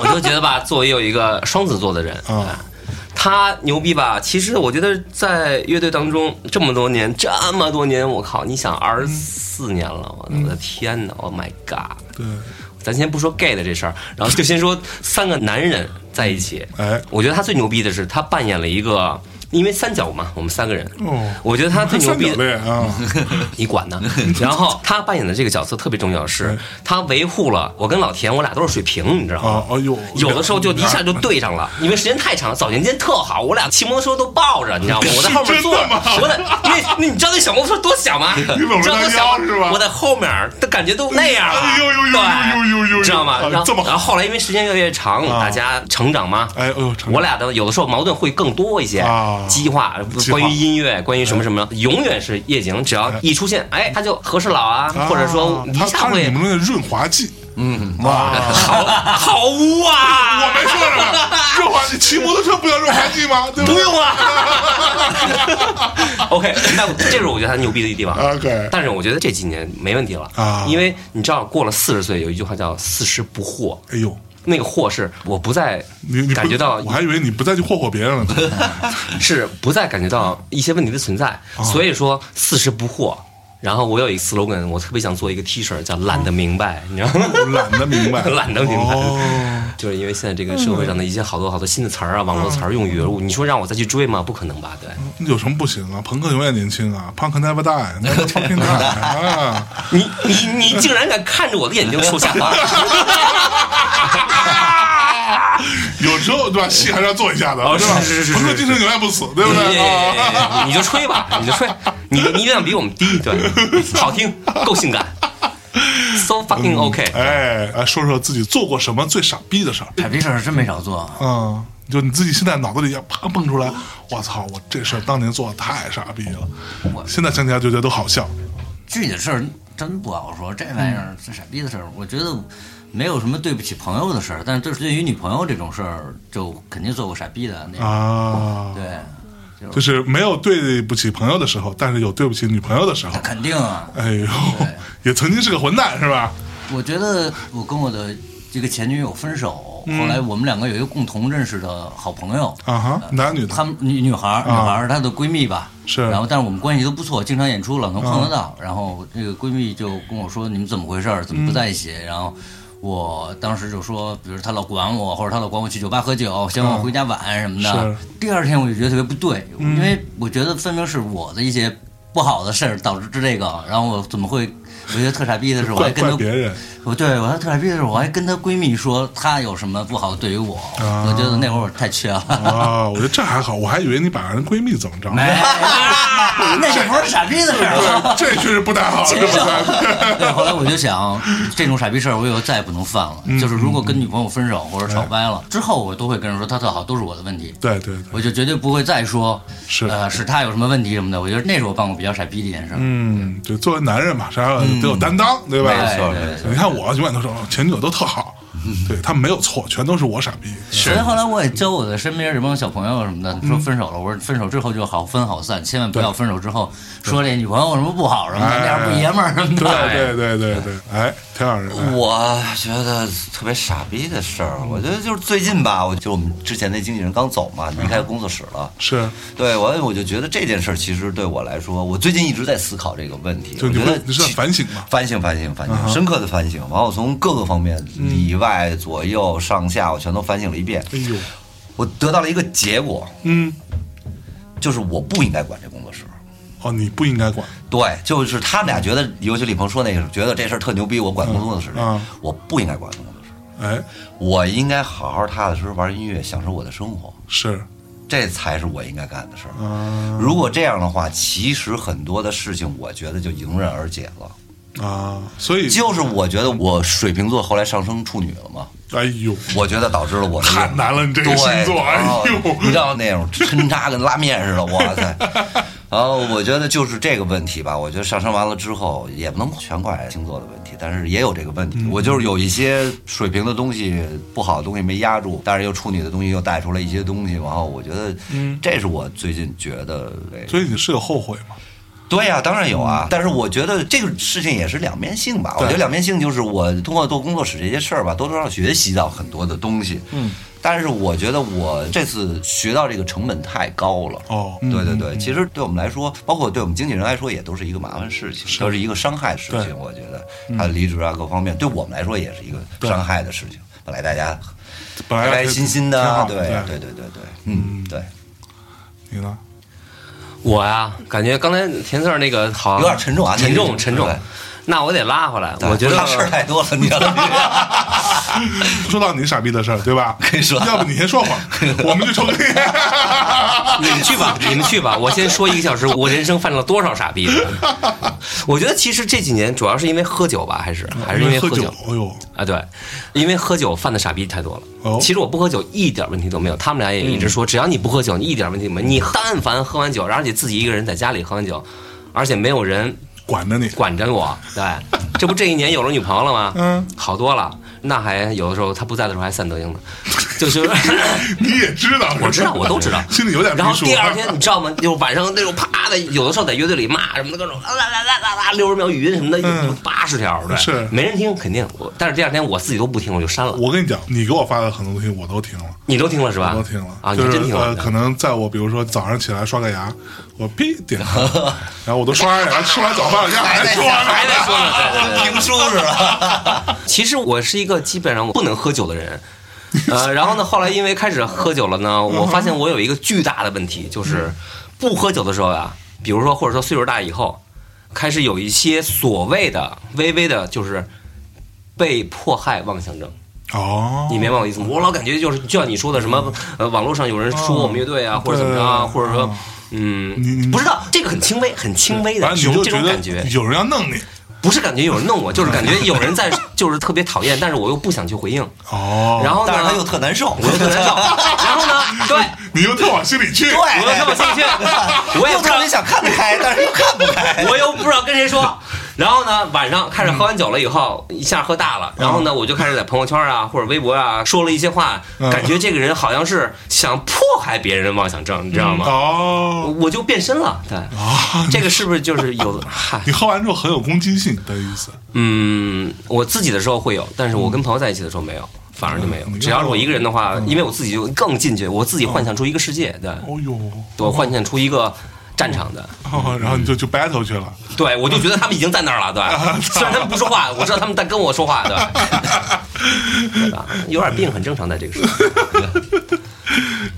S2: 我就觉得吧，作为有一个双子座的人，
S1: 啊
S2: 他牛逼吧？其实我觉得在乐队当中这么多年，这么多年，我靠，你想二十四年了，我的我的天哪，Oh my god！
S1: 对，
S2: 咱先不说 gay 的这事儿，然后就先说三个男人在一起。
S1: 哎，
S2: 我觉得他最牛逼的是，他扮演了一个因为三角嘛，我们三个人，
S1: 哦
S2: 我觉得他最牛
S1: 三
S2: 逼
S1: 角
S2: 的，嗯
S1: 恋啊，
S2: *laughs* 你
S1: *laughs*
S2: 管呢？然后他扮演的这个角色特别重要的
S1: 嗯
S2: 是，他维护了我跟老田，我俩都是水平，你知道吗？
S1: 哦哦呦
S2: 有的时候就一下就对上了，因为时间太长了。早年间特好，我俩骑摩托车都抱着，你知道吗？我在后面坐，
S1: 真的吗
S2: 我在那那你知道那小摩托车多小吗？你
S1: 搂着
S2: 知道多小
S1: 她腰是吧
S2: 我在后面，都感觉都那样了，
S1: 哎呦呦呦呦呦呦呦呦
S2: 对，知道吗？
S1: 啊
S2: 然后
S1: 这么好
S2: 然后后来因为时间越来越长，
S1: 啊
S2: 大家成长嘛，
S1: 哎哎呦成长
S2: 我俩的有的时候矛盾会更多一些
S1: 啊，
S2: 激化
S1: 激化
S2: 关于音
S1: 哎
S2: 乐，关于什么什么，永远是夜景，只要一出现，哎，他就和事佬啊，或者说
S1: 啊
S2: 一
S1: 他
S2: 下
S1: 他是
S2: 会
S1: 你们的润滑
S2: *laughs*
S1: 剂，
S2: 好好污啊！
S1: 我没说什么，润滑剂骑摩托车不要润滑剂吗？对不
S2: 不
S1: 对？
S2: 用啊。OK，那这是我觉得他牛逼的地方。
S1: OK
S2: 但是我觉得这几年没问题了
S1: 啊
S2: 因为你知道，过了四十岁，有一句话叫“四十不惑
S1: 哎呦，”，
S2: 那个惑是我不再
S1: 你你不
S2: 感觉到
S1: 我还以为你不再去霍霍别人了呢。
S2: *laughs* 是不再感觉到一些问题的存在，
S1: 哦
S2: 所以说四十不惑。然后我有一个 slogan，我特别想做一个 T 恤，叫“懒得明白”，你知道吗？，
S1: 我懒得明白
S2: *laughs* 懒得明白
S1: 哦，
S2: 就是因为现在这个社会上的一些好多好多新的词儿啊，网络词儿、用语，
S1: 嗯
S2: 你说让我再去追吗？不可能吧？对，
S1: 有什么不行啊？朋克永远年轻啊，Punk never die，never fucking die 啊！
S2: 你你你竟然敢看着我的眼睛说瞎话！
S1: 有时候对吧，戏还是要做一下的，
S2: 哦
S1: 对吧？
S2: 是是是是
S1: 朋克精神永远不死， *laughs* 对不
S2: 你
S1: 对？啊
S2: 你就吹吧，你就吹，你你音量比我们低，对，
S1: *laughs*
S2: 好听，够性感，so fucking OK。
S1: 哎，哎，说说自己做过什么最傻逼的事儿？
S4: 傻哎逼事儿真没少做。啊
S1: 嗯，就你自己现在脑子里啪蹦出来，我操，我这事儿当年做的太傻逼了，现在想起来就觉得都好笑。
S4: 具体的事儿真不好说，这玩意儿是傻逼的事儿。我觉得没有什么对不起朋友的事儿，但是对对于女朋友这种事儿，就肯定做过傻逼的那种。
S1: 啊，
S4: 对，
S1: 就是没有对不起朋友的时候，但是有对不起女朋友的时候
S4: 那。肯定啊。
S1: 哎呦，也曾经是个混蛋是吧？
S4: 我觉得我跟我的这个前女友分手，后来我们两个有一个共同认识的好朋友，
S1: 啊哈，男女
S4: 她
S1: 的，啊
S4: 们女女孩儿，女孩儿是她的闺蜜吧，
S1: 是啊
S4: 然后，但是我们关系都不错，经常演出，老能碰得到。然后这个闺蜜就跟我说：“你们怎么回事儿？
S1: 嗯
S4: 怎么不在一起？”然后我当时就说：“比如她老管我，或者她老管我去酒吧喝酒，嫌我回家晚什么的。
S1: 啊是嗯
S4: 第二天我就觉得特别不对，因为我觉得分明是我的一些不好的事儿导致这个，然后我怎么会？我觉得特傻逼的是，我
S1: 怪
S4: 还跟
S1: 怪
S4: 她
S1: 别人
S4: 我对我还特傻逼的是，我还跟她闺蜜说她有什么不好对于我。
S1: 啊
S4: 我觉得那会儿我太缺了。
S1: 啊！我觉得这还好，我还以为你把人闺蜜怎么着，
S4: *laughs* 没，那就不是傻逼的事儿啊了。
S1: *laughs* 对，这确实不太好，这不太好。
S4: *laughs* 对，后来我就想，这种傻逼事儿我以后再也不能犯了。
S1: 嗯
S4: 就是如果跟女朋友分手或者吵掰了之后，我都会跟人说她特好，都是我的问题。
S1: *laughs* 对对对，
S4: 我就绝对不会再说，
S1: 是
S4: 呃，是她有什么问题什么的。我觉得那是我办过比较傻逼的一件事儿。
S1: 嗯，就作为男人嘛，啥都有担当，对吧？
S4: 没错没错
S1: 你看我永远都说前女友都特好，对他们没有错，全都是嗯我傻逼。
S4: 所以后来我也教我的身边这帮小朋友什么的，说分手了，我说分手之后就好分好散，千万不要分手之后说这女朋友有什么不好什么的，那样不爷们儿什么的。
S1: 哎对对对对对，哎，田老师，哎
S3: 我觉得特别傻逼的事儿，我觉得就是最近吧，我就我们之前那经纪人刚走嘛，离开工作室了。
S1: 是，哎
S3: 对，我我就觉得这件事儿其实对我来说，我最近一直在思考这个问题。
S1: 就
S3: 我
S1: 你
S3: 觉
S1: 会
S3: 得
S1: 你是在
S3: 其
S1: 反省吗？啊
S3: 反省反省反省，深刻的反省。完，我从各个方面，里外左右上下，我全都反省了一遍。
S1: 嗯哎呦，
S3: 我得到了一个结果，
S1: 嗯，
S3: 就是我不应该管这工作室。
S1: 哦，你不应该管，
S3: 对，就是他们俩觉得，尤其李鹏说那个，觉得这事儿特牛逼，我管工作室
S1: 嗯嗯，
S3: 我不应该管工作室，
S1: 哎，
S3: 我应该好好踏踏实实玩音乐，享受我的生活，
S1: 是
S3: 这才是我应该干的事儿。
S1: 啊
S3: 如果这样的话，其实很多的事情，我觉得就迎刃而解了。
S1: 啊，所以，
S3: 就是我觉得我水瓶座后来上升处女了嘛，
S1: 哎呦，
S3: 我觉得导致了我的
S1: 太难了你这个
S3: 对
S1: 星座哎呦
S3: 然后你知道那种抻扎跟拉面似的，哇
S1: *laughs*
S3: 塞！然后我觉得就是这个问题吧，我觉得上升完了之后也不能全怪星座的问题，但是也有这个问
S1: 嗯
S3: 题。我就是有一些水平的东西、不好的东西没压住，但是又处女的东西又带出来一些东西，然后我觉得
S1: 嗯
S3: 这是我最近觉得哎
S1: 所以你是有后悔吗？
S3: 对呀、当然有啊，但是我觉得这个事情也是两面性吧。我
S1: 嗯对
S3: 觉得两面性就是我通过做工作室这些事儿吧，多多少少学习到很多的东西。嗯，但是我觉得我这次学到这个成本太高了。
S1: 哦
S3: 对对对，其实对我们来说，包括对我们经纪人来说，也都是一个麻烦事情，都是一个伤害事
S1: 对嗯
S3: 情。我觉得他的离职啊，各方面对我们来说也是一个伤害的事情。本来大家
S1: 本来
S3: 开开心心的
S1: 挺
S3: 啊，
S1: 好
S3: 对
S1: 的嗯
S3: 对对对对，嗯，对。
S1: 你呢？
S2: 我呀，感觉刚才田四儿那个好像
S3: 有点沉重啊
S2: 沉
S3: 那
S2: 重
S3: 个
S2: 沉重
S3: 对。
S2: 那我得拉回来，
S3: 对
S2: 我觉
S3: 不是他事儿
S2: 得
S3: 太多了，你知道
S1: *laughs*
S3: 吗？
S1: 说到你傻逼的事儿，对
S2: *laughs*
S1: 吧？
S3: 可以说
S1: 要不你先说谎，我们就抽根烟。
S2: 你们去吧，你们去吧。我先说一个小时，我人生犯了多少傻逼？
S3: *laughs*
S2: 我觉得其实这几年主要是因为喝酒吧，还是 *laughs*
S3: 哦
S2: 还是因为
S1: 喝
S2: 喝
S1: 酒
S2: 酒？
S1: 哎呦，
S2: 啊，对，因为喝酒犯的傻逼太多了。
S1: 哦
S2: 其实我不喝酒一点问题都没有，他们俩也一直
S3: 嗯
S2: 说，只要你不喝酒，你一点问题没有。你但凡喝完酒，而且自己一个人在家里喝完酒，而且没有人
S1: 管着你，
S2: 管着我，对，这不这一年有了女朋友了吗？
S1: 嗯，
S2: 好多了。那还有的时候他不在的时候还散德英呢， *laughs* 就是。
S1: 你也知道，，
S2: 我知道，我都知道
S1: 心里有点
S2: 然后
S1: 逼数啊
S2: 第二天你知道吗？就是晚上那种啪的，有的时候在乐队里骂什么的各种啦啦啦啦啦啦，六十秒语音什么的，
S1: 嗯
S2: 八十条对，
S1: 是
S2: 没人听肯定。我但是第二天我自己都不听，我就删了。
S1: *laughs* 我跟你讲，你给我发的很多东西我都听了，
S2: 你都听了是吧？
S1: 我都听了
S2: 啊，你
S1: 就
S2: 还真
S1: 是
S2: 听
S1: 呃，
S2: 了。
S1: 可能在我比如说早上起来刷个牙，我屁点
S2: *laughs*
S1: 开，然后我都刷完牙，吃完早饭，人家还说呢，
S2: 哎还
S1: *laughs*
S2: 在说呢对对对
S3: 评书是吧？
S2: 其实我是一个基本上我不能喝酒的人，呃，然后呢，后来因为开始喝酒了呢，
S1: 嗯
S2: 我发现我有一个巨大的问题，就是不喝酒的时候呀、比如说或者说岁数大以后，开始有一些所谓的微微的，就是被迫害妄想症。
S1: 哦，嗯
S2: 你明白我意思吗？我老感觉就是，就像你说的什么，呃，网络上有人说我们乐队啊，或者怎么着啊，
S1: 哦对
S2: 或者说
S1: 嗯，你你
S2: 嗯，不知道这个很轻微、很轻微的
S1: 反
S2: 这
S1: 正你
S2: 种
S1: 就
S2: 这种感觉
S1: 得，有人要弄你，
S2: 不是感觉有人弄我，
S3: *laughs*
S2: 就是感觉有人在， *laughs* 就是特别讨厌，但是我又不想去回应。
S1: 哦，
S2: 然后呢，
S3: 但是他又特难受，
S2: 我又特难
S3: *laughs*
S2: 受。然后呢，对，
S1: 你又特往心里去，
S3: 对，
S2: 我又特别兴
S3: 哎 *laughs*
S2: 奋我也
S3: 又
S2: 不知道
S3: 特别想看得开，但是又看不开。
S2: 我又不知道跟谁说。然后呢，晚上开始喝完酒了以后，一下喝大了。然后
S3: 嗯
S2: 呢，我就开始在朋友圈啊或者微博啊说了一些话，
S1: 嗯
S2: 感觉这个人好像是想迫害别人的妄想症，你知道吗？
S1: 哦
S3: 嗯
S2: 我就变身了。对，
S3: 哦
S1: 啊，
S2: 这个是不是就是有？ *laughs* 嗨，
S1: 你喝完之后很有攻击性的意思，
S2: 嗯，我自己的时候会有，但是我跟朋友在一起的时候没有，反而就没有
S1: 嗯。
S2: 只要是我一个人的话，因为我自己就更进去，我自己幻想出一个世界，对，
S1: 哦呦， *laughs*
S2: 我幻想出一个战场的。
S1: 哦，然后你就去 battle 去了，
S2: 对，我就觉得他们已经在那儿了，对，虽然他们不说话，我知道他们在跟我说话，对，对吧？有点病很正常，在这个时候，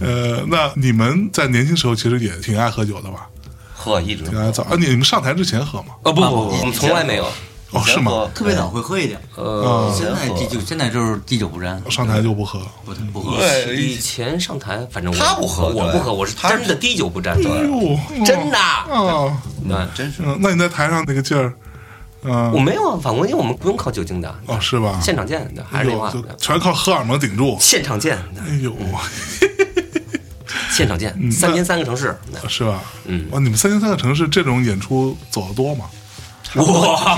S1: 呃，那你们在年轻时候其实也挺爱喝酒的吧？
S3: 喝一直
S1: 挺爱早啊，你你们上台之前喝吗？
S2: 呃，不不不，我们从来没有，
S1: 哦，是吗？？嗯
S4: 特别早会喝一点，
S2: 呃，
S4: 现在滴酒现在就是滴酒不沾，
S1: 上台就不喝，
S4: 不不喝。
S3: 对，
S2: 以前上台，反正我
S3: 他不喝
S2: 我不
S3: 对
S2: 喝，我是
S3: 他是
S2: 真的滴酒不沾，
S1: 哎
S2: 对，
S1: 呦，
S2: 真的，
S1: 哦，
S2: 对，
S3: 真是
S1: 嗯，那你在台上那个劲儿，嗯
S2: 我，没有啊，反光镜我们不用靠酒精的，
S1: 哦，是吧？
S2: 现场见，对还
S1: 哎
S2: 是那
S1: 呦，
S2: 话，
S1: 就
S2: 对
S1: 全靠荷尔蒙顶住，
S2: 现场见，对
S1: 哎呦，
S2: 现场见，
S1: 嗯
S2: 三天三个城市，对
S1: 是吧？哦
S2: 嗯
S1: 哇，你们三天三个城市这种演出走的多吗？
S4: 好
S2: 哇，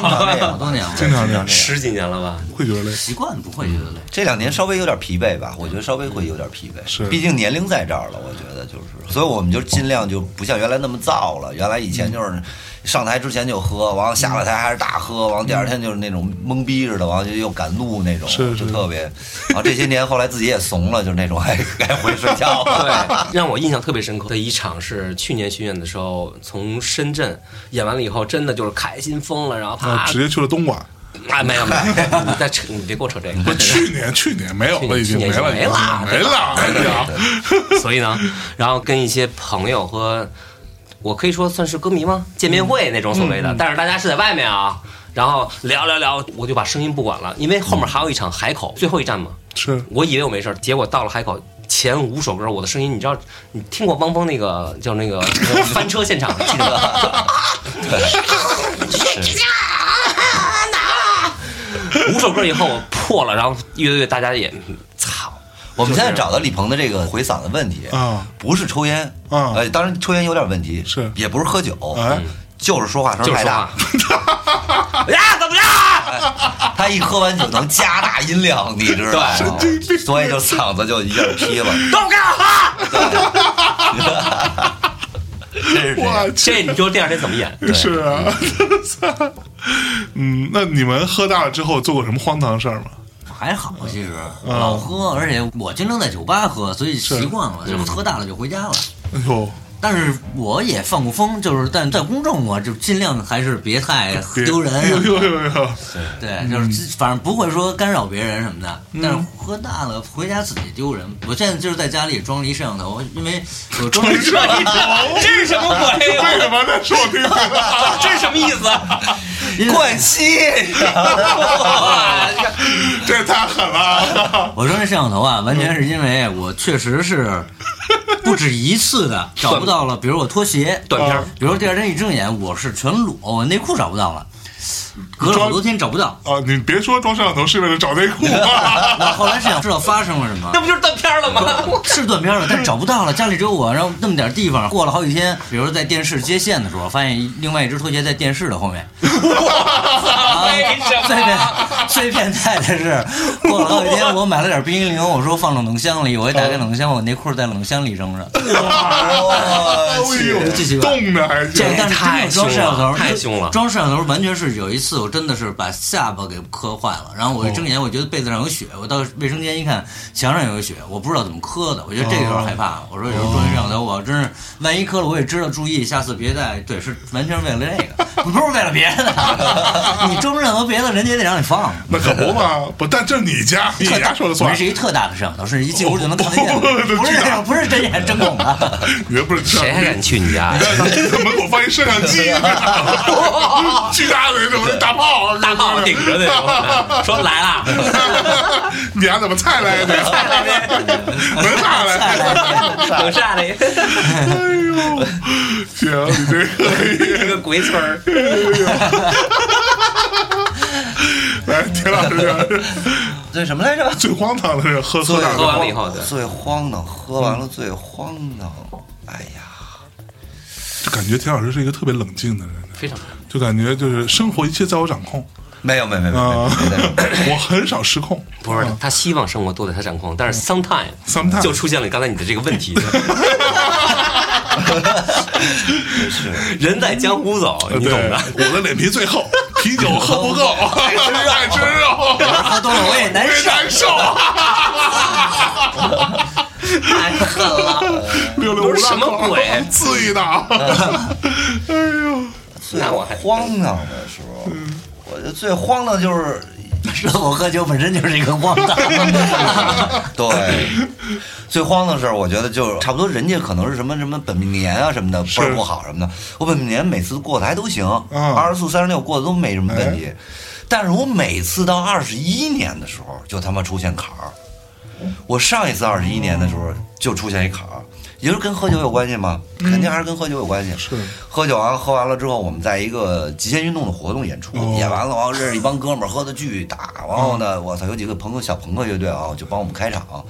S4: 多年了，
S1: 经常这样，
S2: 十几年了吧？
S1: 会觉得累。
S4: 习惯不会觉得累。
S3: 这两年稍微有点疲惫吧，我觉得稍微会有点疲惫，
S1: 是
S3: 毕竟年龄在这儿了，我觉得就是，所以我们就尽量就不像原来那么燥了。原来以前就是上台之前就喝，完了下了台还是大喝，完了第二天就是那种懵逼似的，完了就又赶路那种，
S1: 是是
S3: 就特别。然后这些年后来自己也怂了，就是那种还该回睡觉了。
S2: 对，让我印象特别深刻的一场是去年巡演的时候，从深圳演完了以后，真的就是开心疯了，然后
S1: 啊，
S2: 啪，
S1: 直接去了东莞。
S2: 啊，没
S1: *laughs*
S2: 有没有，你再扯，你别给我扯这
S1: 不，
S2: 个。
S1: 去年去年没有了，已经
S2: 去
S1: 没
S2: 年
S1: 了，
S2: 没了，
S1: 没了。哎呀，
S2: *laughs* 所以呢，然后跟一些朋友和我可以说算是歌迷吗？见面会那种所谓的，但是大家是在外面啊，然后聊聊聊，我就把声音不管了，因为后面还有一场海口，最后一站嘛，
S1: 是
S2: 我以为我没事儿，结果到了海口前五首歌，我的声音你知道，你听过汪峰那个叫那个翻车现场，记得吧？五首歌以后我破了，然后乐队大家也操，
S3: 我们现在找到李鹏的这个回嗓的问题
S1: 啊，
S3: 不是抽烟
S1: 啊
S3: 呃当然抽烟有点问题，
S1: 是
S3: 也不是喝酒，
S1: 哎，
S3: 就是说话声
S2: 就是
S3: 太
S2: 说
S3: 大 *laughs*
S2: 话。，呀怎么样？
S3: 他一喝完酒能加大音量，你知道吗？所以就嗓子就一下劈了。
S2: 都干哈？
S3: 真是这样
S1: 我
S2: 这
S1: 去，
S2: 你说第二天怎么 *laughs* 演？
S1: 是啊， *laughs* 嗯，那你们喝大了之后做过什么荒唐事儿吗？
S4: 还好，其实嗯老喝，而且我经常在酒吧喝，所以习惯了，就喝大了就回家了。
S1: 哎呦，
S4: 但是我也放过风，就是但在公众我就尽量还是别太 *laughs* 丢人嗯什
S1: 哎呦
S4: 么
S1: 呦
S4: 的，
S1: 呦哎呦，
S4: 对，就是反正不会说干扰别人什么的。但是喝大了回家自己丢人，我现在就是在家里装了一摄像头，因为我装了一摄像 *laughs* 头，
S2: *laughs* 这是什么鬼
S1: 为什么呢？是我听懂了。
S2: 啊？这是什么意思？*laughs*
S3: 冠希，
S1: 这太狠了！
S4: 我说那摄像头啊，完全是因为我确实是不止一
S2: *laughs*
S4: 次的找不到了，比如我拖鞋
S2: 短片儿
S4: 比如第二天一睁眼我是全裸，我内裤找不到了，隔了好多天找
S2: *laughs*
S4: 不到。
S1: 啊，你别说装摄像头是为了找内裤啊！
S4: 我后来是想知道发生了什么
S2: 那。不就是断片了吗？
S4: *laughs* 是断片了，但是找不到了。家里只有我，然后那么点地方，过了好几天，比如说在电视接线的时候，发现另外一只拖鞋在电视的
S2: *laughs*
S4: 后面。啊
S2: 为什
S4: 最变
S2: 么？
S4: 最变态的是，过了好几天，我买了点冰激凌，我说放冷冻箱里，我一打开冷冻箱，我内裤在冷冻箱里扔着。
S3: 我
S1: 哎
S3: 去
S1: 呦，
S4: 这几个
S1: 冻的还
S4: 这
S1: 行。
S4: 但是真的装摄像头，
S2: 太凶了太凶了
S4: 装摄像头完全是有一次，我真的是把下巴给磕坏了。然后我一睁眼，我觉得被子上有血，我到卫生间一看，墙上有个血，我不知道怎么磕的。我觉得这个时候害怕了。我说有时候装摄像头，我真是万一磕了，我也知道注意，下次别再对，是完全是为了这个，不是为了别的。 *laughs* 你装摄像头别的，人家也得让你放。
S1: 那可不嘛，不，但这你家，你家说了算
S4: 我这，是一特大的摄像头，是一进屋就能看得见的，不是那种，不是睁眼睁孔的。
S1: 你这不是
S2: 谁还敢去啊你家呀？
S1: 你在 *laughs* 门口放一摄像机，啊
S2: *laughs*
S1: 巨大的怎么大炮？啊
S2: 大炮顶着那
S1: *laughs*
S2: 种，说来了，
S1: 你俩怎么菜来的？
S2: *laughs*
S1: 门下来。
S2: 等下来
S1: 哎呦，行，你这可以。
S2: 一个鬼村儿，
S1: 来，田老师，
S3: 这什么来着？
S1: 最荒唐的是喝喝大
S2: 喝
S1: 的
S2: 完了以后的，
S3: 最荒唐，喝完了最荒唐。哎呀，
S1: 就感觉田老师是一个特别冷静的人，
S2: 非常
S1: 就感觉就是生活一切在我掌控
S3: 没有没有没有没
S1: 啊
S3: 有，没有，
S1: 我很少失控。
S2: 不是他希望生活都在他掌控，但是 sometime
S1: Sometime
S2: 就出现了刚才你的这个问 *laughs* 题。人在江湖走，你懂的。
S1: 对我的脸皮最厚，啤酒喝不够，爱吃肉，爱吃肉，
S4: 喝多了我也难
S1: 我也
S4: 受，
S1: 难受。啊
S4: 太狠了。
S1: 六六
S2: 都
S1: 无
S2: 是什么
S1: 浪口
S2: 鬼
S1: 刺一刀。哎呦，
S2: *laughs*
S3: 最
S2: 那我还
S3: 荒唐的时候，
S1: 嗯
S3: 我觉得最荒唐就是 *laughs*
S4: 说我喝酒本身就是一个荒唐，
S3: 对， *laughs* 最荒唐的事儿，我觉得就差不多，人家可能是什么什么本命年啊什么的，倍儿不好什么的。我本命年每次过得还都行，
S1: 嗯
S3: 二十四、三十六过得都没什么问题。但是我每次到二十一年的时候，就他妈出现坎儿。我上一次二十一年的时候就出现一坎儿，也就是跟喝酒有关系嘛，肯定还是跟喝酒有关系。
S1: 嗯是
S3: 喝酒完喝完了之后，我们在一个极限运动的活动演出，
S1: 哦嗯
S3: 演完了，然后认识一帮哥们儿，喝的巨大。然后呢，我操，有几个朋克小朋克乐队啊，就帮我们开场。啊，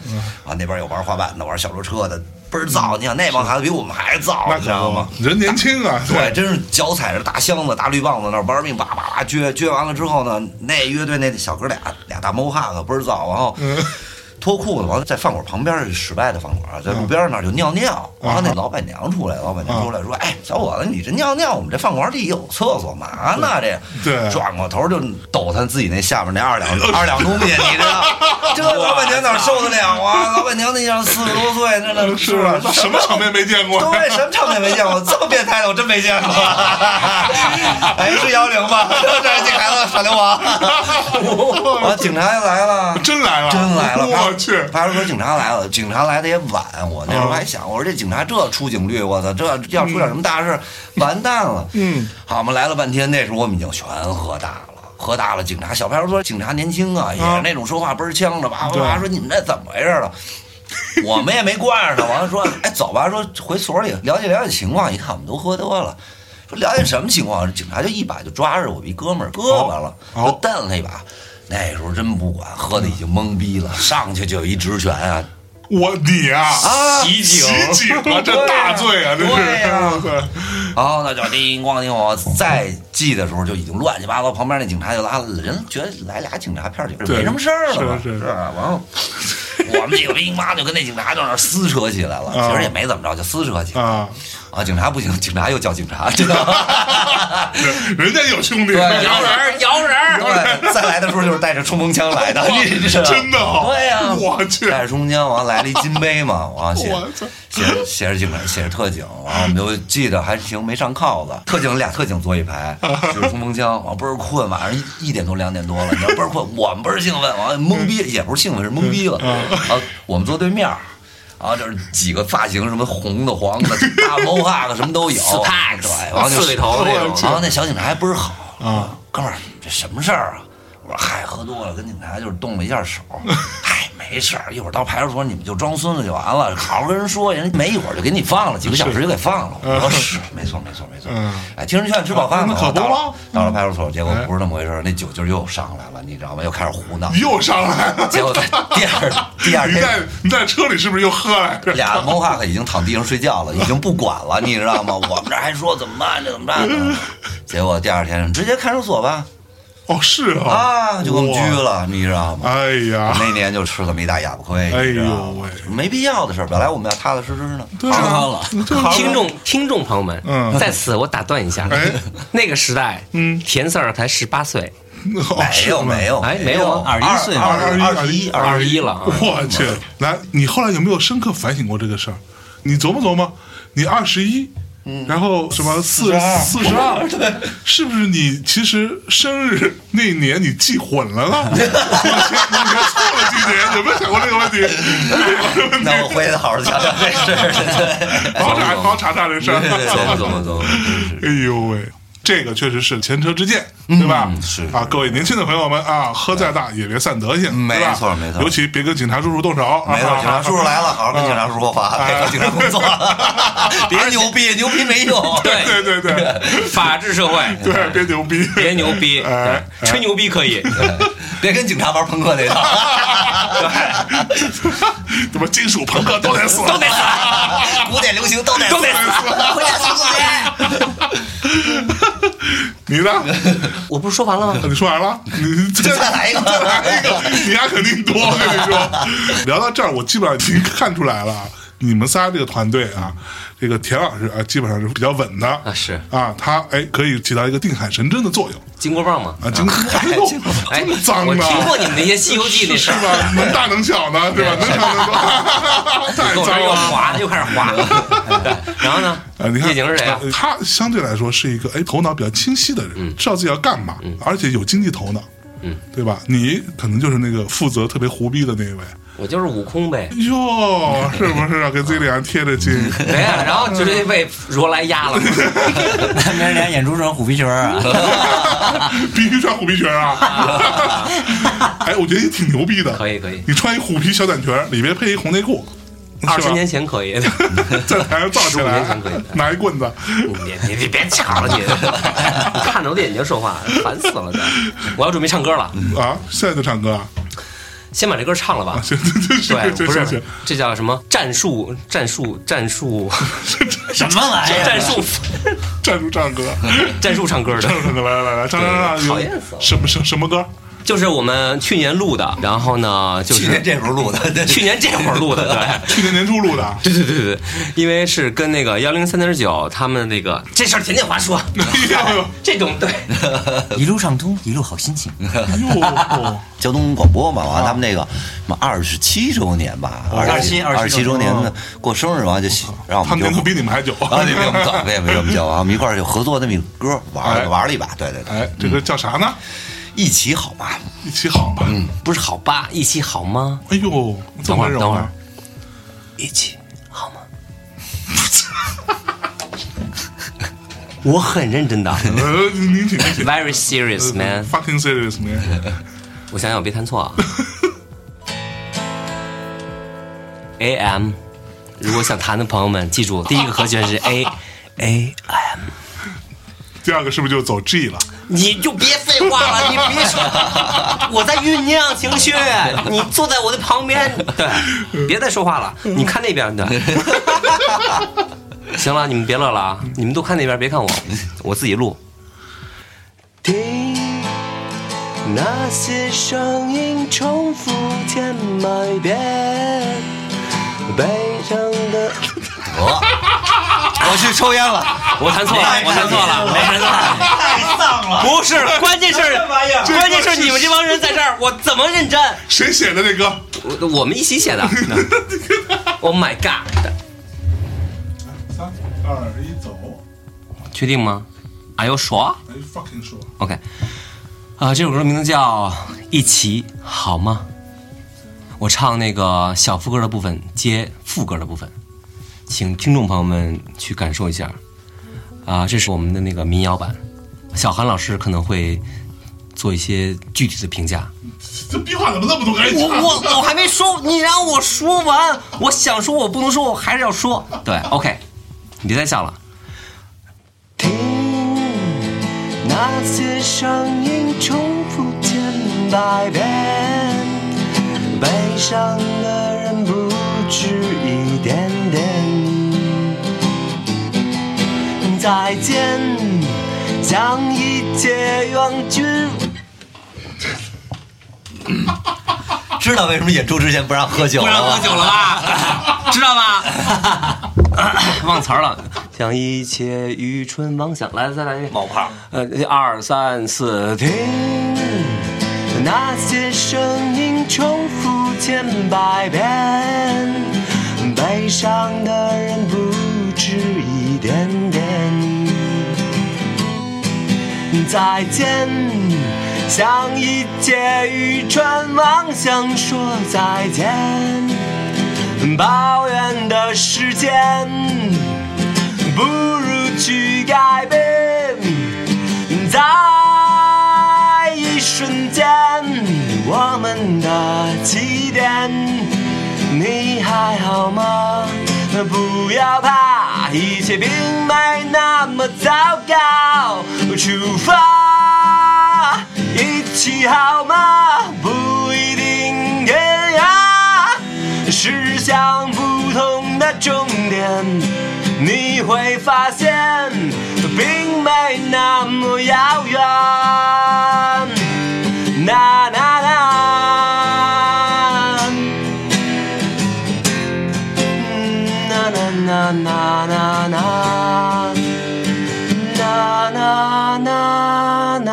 S3: 那边有玩滑板的，玩小楼车的，倍儿燥。你想那帮孩子比我们还燥，
S1: 嗯那
S3: 你
S1: 可
S3: 知道
S1: 不
S3: 吗
S1: 嘛？，人年轻啊，
S3: 对，，真是脚踩着大箱子、大绿棒子那儿玩命叭叭叭撅撅完了之后呢，那乐队那小哥俩俩大猫哈子倍儿燥，然后
S1: 嗯
S3: 脱裤子，完了在饭馆旁边是室外的饭馆，
S1: 嗯
S3: 在路边那儿就尿尿，
S1: 啊
S3: 完了那老板娘出来，老板娘出来说：“哎，小伙子，你这尿尿，我们这饭馆里有厕所嘛呢？这
S1: 对哎
S3: 转过头就抖他自己那下面那二两二两东西，你知
S1: *laughs*
S3: 道这老板娘哪受得了啊？老板娘那样四十多岁，那那
S1: 是
S3: 吧？
S1: 吧？什么场面没见过？
S3: 对，什么唱片没见过？这么变态的我真没见过。哎，是幺零吧？这这孩子耍流氓。啊，警察就来了。
S1: 真来了，
S3: 真来了！
S1: 我去，
S3: 派出所警察来了，警察来的也晚。我那时候还想，我说这警察这出警率，我操，这要出点什么大事，完蛋了。
S1: 嗯，
S3: 好我们来了半天，那时候我们已经全喝大了。喝大了，警察小派出所警察年轻啊，也是那种说话倍儿呛的，哇哇哇
S1: 对
S3: 说你们这怎么回
S1: *laughs*
S3: 事了？我们也没惯着他，完了说，哎，走吧，说回所里了解了解情况。一看我们都喝多了，说了解什么情况？警察就一把就抓着我一哥们儿胳膊了，
S1: 哦
S3: 就蹬了他一把。那时候真不管，喝的已经懵逼
S1: 嗯
S3: 了，上去就有一直拳啊，
S1: 我你啊，
S3: 啊
S1: 袭警，袭警 *laughs* 啊，这大罪啊，这
S3: 对
S1: *laughs*
S3: 呀
S1: 是，对，
S3: *laughs* 然后那就叮咣叮咣，再记的时候就已经乱七八糟，旁边那警察就拉了，人觉得来俩警察片儿警
S1: 对
S3: 没什么事儿了嘛，
S1: 是是是
S3: 吧？完后我们几个兵妈就跟那警察就那儿撕扯起来了，
S1: 啊
S3: 其实也没怎么着，就撕扯起来。
S1: 啊，
S3: 啊，警察不行，警察又叫警察，知道吗？
S1: *laughs* 人家有兄弟，
S3: 对
S2: 摇人儿摇人儿，
S3: 对，再来的时候就是带着冲锋枪来的， *laughs* 你知道吗
S1: 真的啊，
S3: 对呀、
S1: 我去，
S3: 带着冲锋枪，完来了一金杯嘛，完写
S1: 我操
S3: 写着写着警察，写着特警，完我们就记得还行，没上铐子。特警俩特警坐一排，就是冲锋枪，完倍儿困，晚上一一点多两点多了，你知道倍儿困，我们倍儿兴奋，完懵逼也不是兴奋是懵逼了，
S1: 嗯
S3: 啊，我们坐对面儿。然后就是几个发型，什么红的、黄的、大毛发的，什么都有。
S2: 死派
S3: 对，然后就
S2: 刺猬头那种
S3: 然后那小警察还倍儿好
S1: 啊，
S3: 哥们儿，这什么事儿啊？我说嗨，喝多了，跟警察就是动了一
S1: *laughs*
S3: 下手。嗨，没事儿，一会儿到派出所你们就装孙子就完了，好好跟人说，人家没一会儿就给你放了，几个小时就给放了。我说是，没错，没错，没错
S1: 嗯。
S3: 哎，听人劝，吃饱饭吧。
S1: 那可不
S3: 到
S1: 吗哎
S3: 了到了派出所，结果不是那么回事儿，那酒劲儿又上来了，你知道吗？又开始胡闹。
S1: 又上来了。
S3: 结果在
S1: *laughs*
S3: 第二第二
S1: 你
S3: 天
S1: 在你在车里是不是又喝来着？
S3: 俩猫哈克已经躺地上睡觉了，已经不管了，你知道吗？我们这还说怎么办，这怎么办呢？结果第二天直接看守所吧，
S1: *laughs* 哦，是啊，
S3: 啊，就给我们拘
S1: 哇。
S3: 了，你知道吗？
S1: 哎呀，
S3: 那年就吃这么一大哑巴亏，
S1: 哎
S3: 你知道
S1: 呦
S3: 吗
S1: 喂，
S3: 没必要的事儿。本来我们要踏踏实实呢，
S1: 对啊
S4: 吃喝了
S1: 就是
S2: 听众听众朋友们，
S1: 嗯
S2: 在此我打断一下
S1: 哎，
S2: 那个时代，
S1: 嗯
S2: 田四儿才十八岁，
S1: 哦
S3: 没
S1: 是
S3: 有
S1: 吗
S3: 没有，
S2: 哎没
S3: 没
S2: 有吗
S3: 二
S4: 21岁
S3: 二
S1: 二
S3: 二十一
S1: 一
S2: 二十一了啊
S1: 我去，来，你后来有没有深刻反省过这个事儿？你琢磨琢磨，你二十一。然后什么四四十二，是不是你其实生日那年你记混了了？我去，你错了几年？有没有想过这个问题？有没有想过
S3: *laughs*
S1: 这个问题
S3: 那我回去好好想想这事儿。
S1: 好好查，好好查查这事儿。
S3: 走走走走，真是。
S1: 哎呦喂，这个确实是前车之鉴，对吧？
S3: 嗯是
S1: 啊，各位年轻的朋友们啊，喝再大也别散德性，
S3: 嗯
S1: 对吧
S3: 没错没错
S1: 尤其别跟警察叔叔动手，啊
S3: 没错，警察叔叔来了，好好跟警察叔叔说话，配合警察工作，别牛逼，牛逼没用。
S1: *laughs*
S2: 对
S1: 对对
S3: *laughs*
S1: 对
S2: 法治社会，
S1: 对，别牛逼，
S2: 别牛逼，
S1: 哎
S2: 对吹牛逼可以，
S3: 别跟警察玩朋克那
S1: *laughs*
S3: 套，
S1: 怎么金属朋克都得死，
S2: 都得死。
S3: 古典流行都得
S2: 都得
S1: *laughs*
S3: 死，回家送作业。
S1: 你呢？ *laughs*
S2: 我不是说完了吗？
S1: 你说完了？ *laughs* 你再
S3: 再来一个
S1: 再来一个，你丫肯定多。我跟你 *laughs* 说，聊到这儿，我基本上已经看出来了。你们仨这个团队啊，这个田老师啊，基本上是比较稳的啊
S2: 是
S1: 啊，他哎可以起到一个定海神针的作用
S2: 金箍棒吗？
S1: 啊，经过
S2: 哎，
S1: *laughs* 这么脏啊
S2: 我
S1: 的，
S2: 听过你们那些《西游记》那事
S1: 是
S2: 儿，
S1: *laughs* 吧？能大能小呢，对吧？能长能短，太 *laughs*
S2: 跟我这
S1: 脏
S2: 儿又
S1: 了。
S2: 滑又开始
S1: *laughs*
S2: 滑，对然后呢
S1: 啊，你？看
S2: 夜景是谁啊？
S1: 他相对来说是一个哎头脑比较清晰的人，知道自己要干嘛，而且有经济头脑，
S2: 嗯，
S1: 对吧？你可能就是那个负责特别胡逼的那一位，
S2: 我就是悟空呗。
S1: 哟，是不是啊？给自己脸上贴着金，
S2: 对呀，然后就这被如来
S1: *laughs*
S2: 压了嘛，
S4: 明儿俩演出成虎皮裙儿啊！
S1: 必须穿虎皮裙
S2: *laughs*
S1: 啊！哎，我觉得也挺牛逼的，
S2: 可以可以，
S1: 你穿一虎皮小短裙，里边配一红内裤，是吧
S2: 二十年前可以。
S1: 在台上造起
S2: 15年
S1: 来
S2: 前可以，的
S1: 拿一棍子，
S2: 你你你别抢了你，看着我的眼睛说话，烦死了！这我要准备唱歌了，
S1: 啊，现在就唱歌啊！
S2: 先把这歌唱了吧。
S1: 行行行
S2: 对，
S1: 行
S2: 不
S1: 行行
S2: *laughs* 是，这叫什么战术？战术？战 *laughs* 术？
S4: *laughs* 什么玩意儿？
S2: 战术？
S1: 站住唱
S2: *laughs*
S1: 歌，
S2: 战术唱歌的， *laughs*
S1: 唱唱歌，来来来，唱唱唱，
S2: 对
S1: 有
S2: 讨厌死了
S1: 什么什么什么歌？
S2: 就是我们去年录的，然后呢，就
S3: 去年
S2: 是
S3: 这时候 *laughs* 录的，
S2: 去年这会儿录的，对。 *laughs*
S1: 去年年初录的。
S2: 对对对对，对因为是跟那个幺零三点九他们那个这事儿，田建华 *laughs* 说，
S1: 哎呦
S2: 这种对，
S4: 一路畅通，一路好心情。
S1: 哎呦，
S3: 交通广播嘛，完了他们那个什么二十七周年吧，
S4: 27
S3: 二十七
S4: 27
S3: 周
S4: 周
S3: 年
S4: 年
S3: 的过生日，完了就让我
S1: 他
S3: 们
S1: 们年头
S3: 就
S1: 比你们还久
S3: 啊，你别我们早，别别这么叫啊，我们一块儿就合作那么一歌玩
S1: 哎
S3: 了玩了一把，对对
S1: *laughs*
S3: 对，
S1: 哎，这个叫啥呢？
S3: 一起好吧，
S1: 一起好吧。
S2: 不是好吧？一起好吗？
S1: 哎呦，这
S2: 等
S1: 么温
S2: 会儿，
S1: 柔
S2: 等会
S1: 啊
S2: 儿！，一起好吗？ *laughs* 我很认真的嗯
S1: 呃，你请你请。呃
S2: ，very serious man。
S1: Fucking serious man，
S2: 我想想，我别弹错啊。AM，如果想弹的朋友们，记住第一个和弦是 A A M。
S1: 第二个是不是就走 G 了？
S2: 你就别废话了，你别 *laughs* 说，我在酝酿情 *laughs* 绪，你坐在我的旁 *laughs* 边，对，别再说话了，你看那边，对。 *laughs* 行了，你们别乐了啊！你们都看那边，别看我，我自己录。听那些声音重复千百遍，悲伤的
S3: 得，
S2: 我去抽烟了，我弹错了，我弹错了，我弹错了。
S3: 太丧
S2: *laughs*
S3: 了。
S2: 不是，关键是关键是你们这帮人在这儿，我怎么认真？
S1: 谁写的这歌？
S2: 我我们一
S1: *laughs*
S2: 起写的。Oh my god！
S1: 三二一，走
S2: 确定吗？Are you sure？
S1: ！Are you fucking sure？
S2: OK，啊，这首歌的名字叫《一起好吗》。我唱那个小副歌的部分接副歌的部分，请听众朋友们去感受一下。啊，这是我们的那个民谣版，小韩老师可能会做一些具体的评价。
S1: 这逼话怎么那么多？哎赶紧
S2: 我
S1: 唱
S2: 我我还没说，你让我说完，我想说，我不能说，我还是要说。对，OK，你别再笑了。听那些声音重复千百遍，悲伤的人不止一点点。再见，将一切远去。
S3: 知道为什么演出之前不让喝酒
S2: 不
S3: 了
S2: 让喝
S3: 吧？
S2: 酒了吧？ *laughs* 知道吧？忘词儿了，将一切愚蠢妄想，来再来一遍。
S3: 冒泡，
S2: 呃，二三四，听那些声音重复千百遍，悲伤的人不止一点点。再见，向一切愚蠢妄想说再见，抱怨的时间。不如去改变，在一瞬间，我们的起点。你还好吗？不要怕，一切并没那么糟糕。出发，一起好吗？不一定天涯，驶向不同的终点。你会发现，并没那么遥远。啦啦啦，啦啦啦啦啦啦，啦啦啦啦，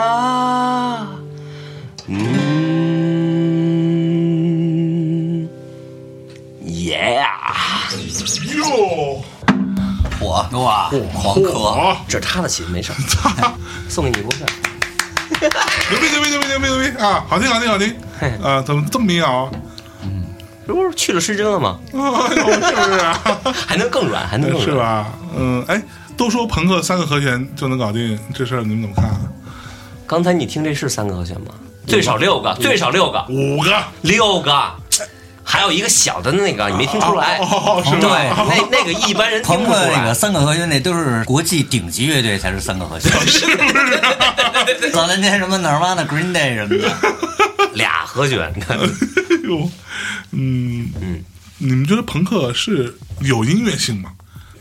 S2: 嗯，yeah。
S1: 哟，
S3: 火
S4: 哇，
S3: 狂咳，
S1: 好，
S2: 这是他的琴，
S1: *laughs*
S2: 没事儿。送给你不是？
S1: 牛逼牛逼牛逼牛逼牛逼啊！好听好听好听
S2: 嘿
S1: 啊！怎么这么民谣啊？
S2: 这不是去了失真了吗？
S1: 哎呦是不是啊？
S2: 还能更软，还能更
S1: 哎是
S2: 软。
S1: 吧？嗯，哎，都说朋克三个和弦就能搞定，这事儿你们怎么看啊？
S2: 刚才你听这是三个和弦吗？最少六
S1: 嗯
S2: 个，最少六个，
S1: 五个，
S2: 六个，还有一个小的那个你没听出来。
S1: 哦，是
S2: 对，
S1: 吧？
S2: 那那个一般人听
S4: 朋
S2: 不出
S4: 克那
S2: 来
S4: 个。三个和弦那都是国际顶级乐队才是三
S3: *laughs*
S4: 个和弦，是不是？早年间什么哪儿嘛的 Green Day 什么的，
S2: 俩
S1: *laughs*
S2: 和弦，
S1: 哎呦，嗯嗯，你们觉得朋克是有音乐性吗？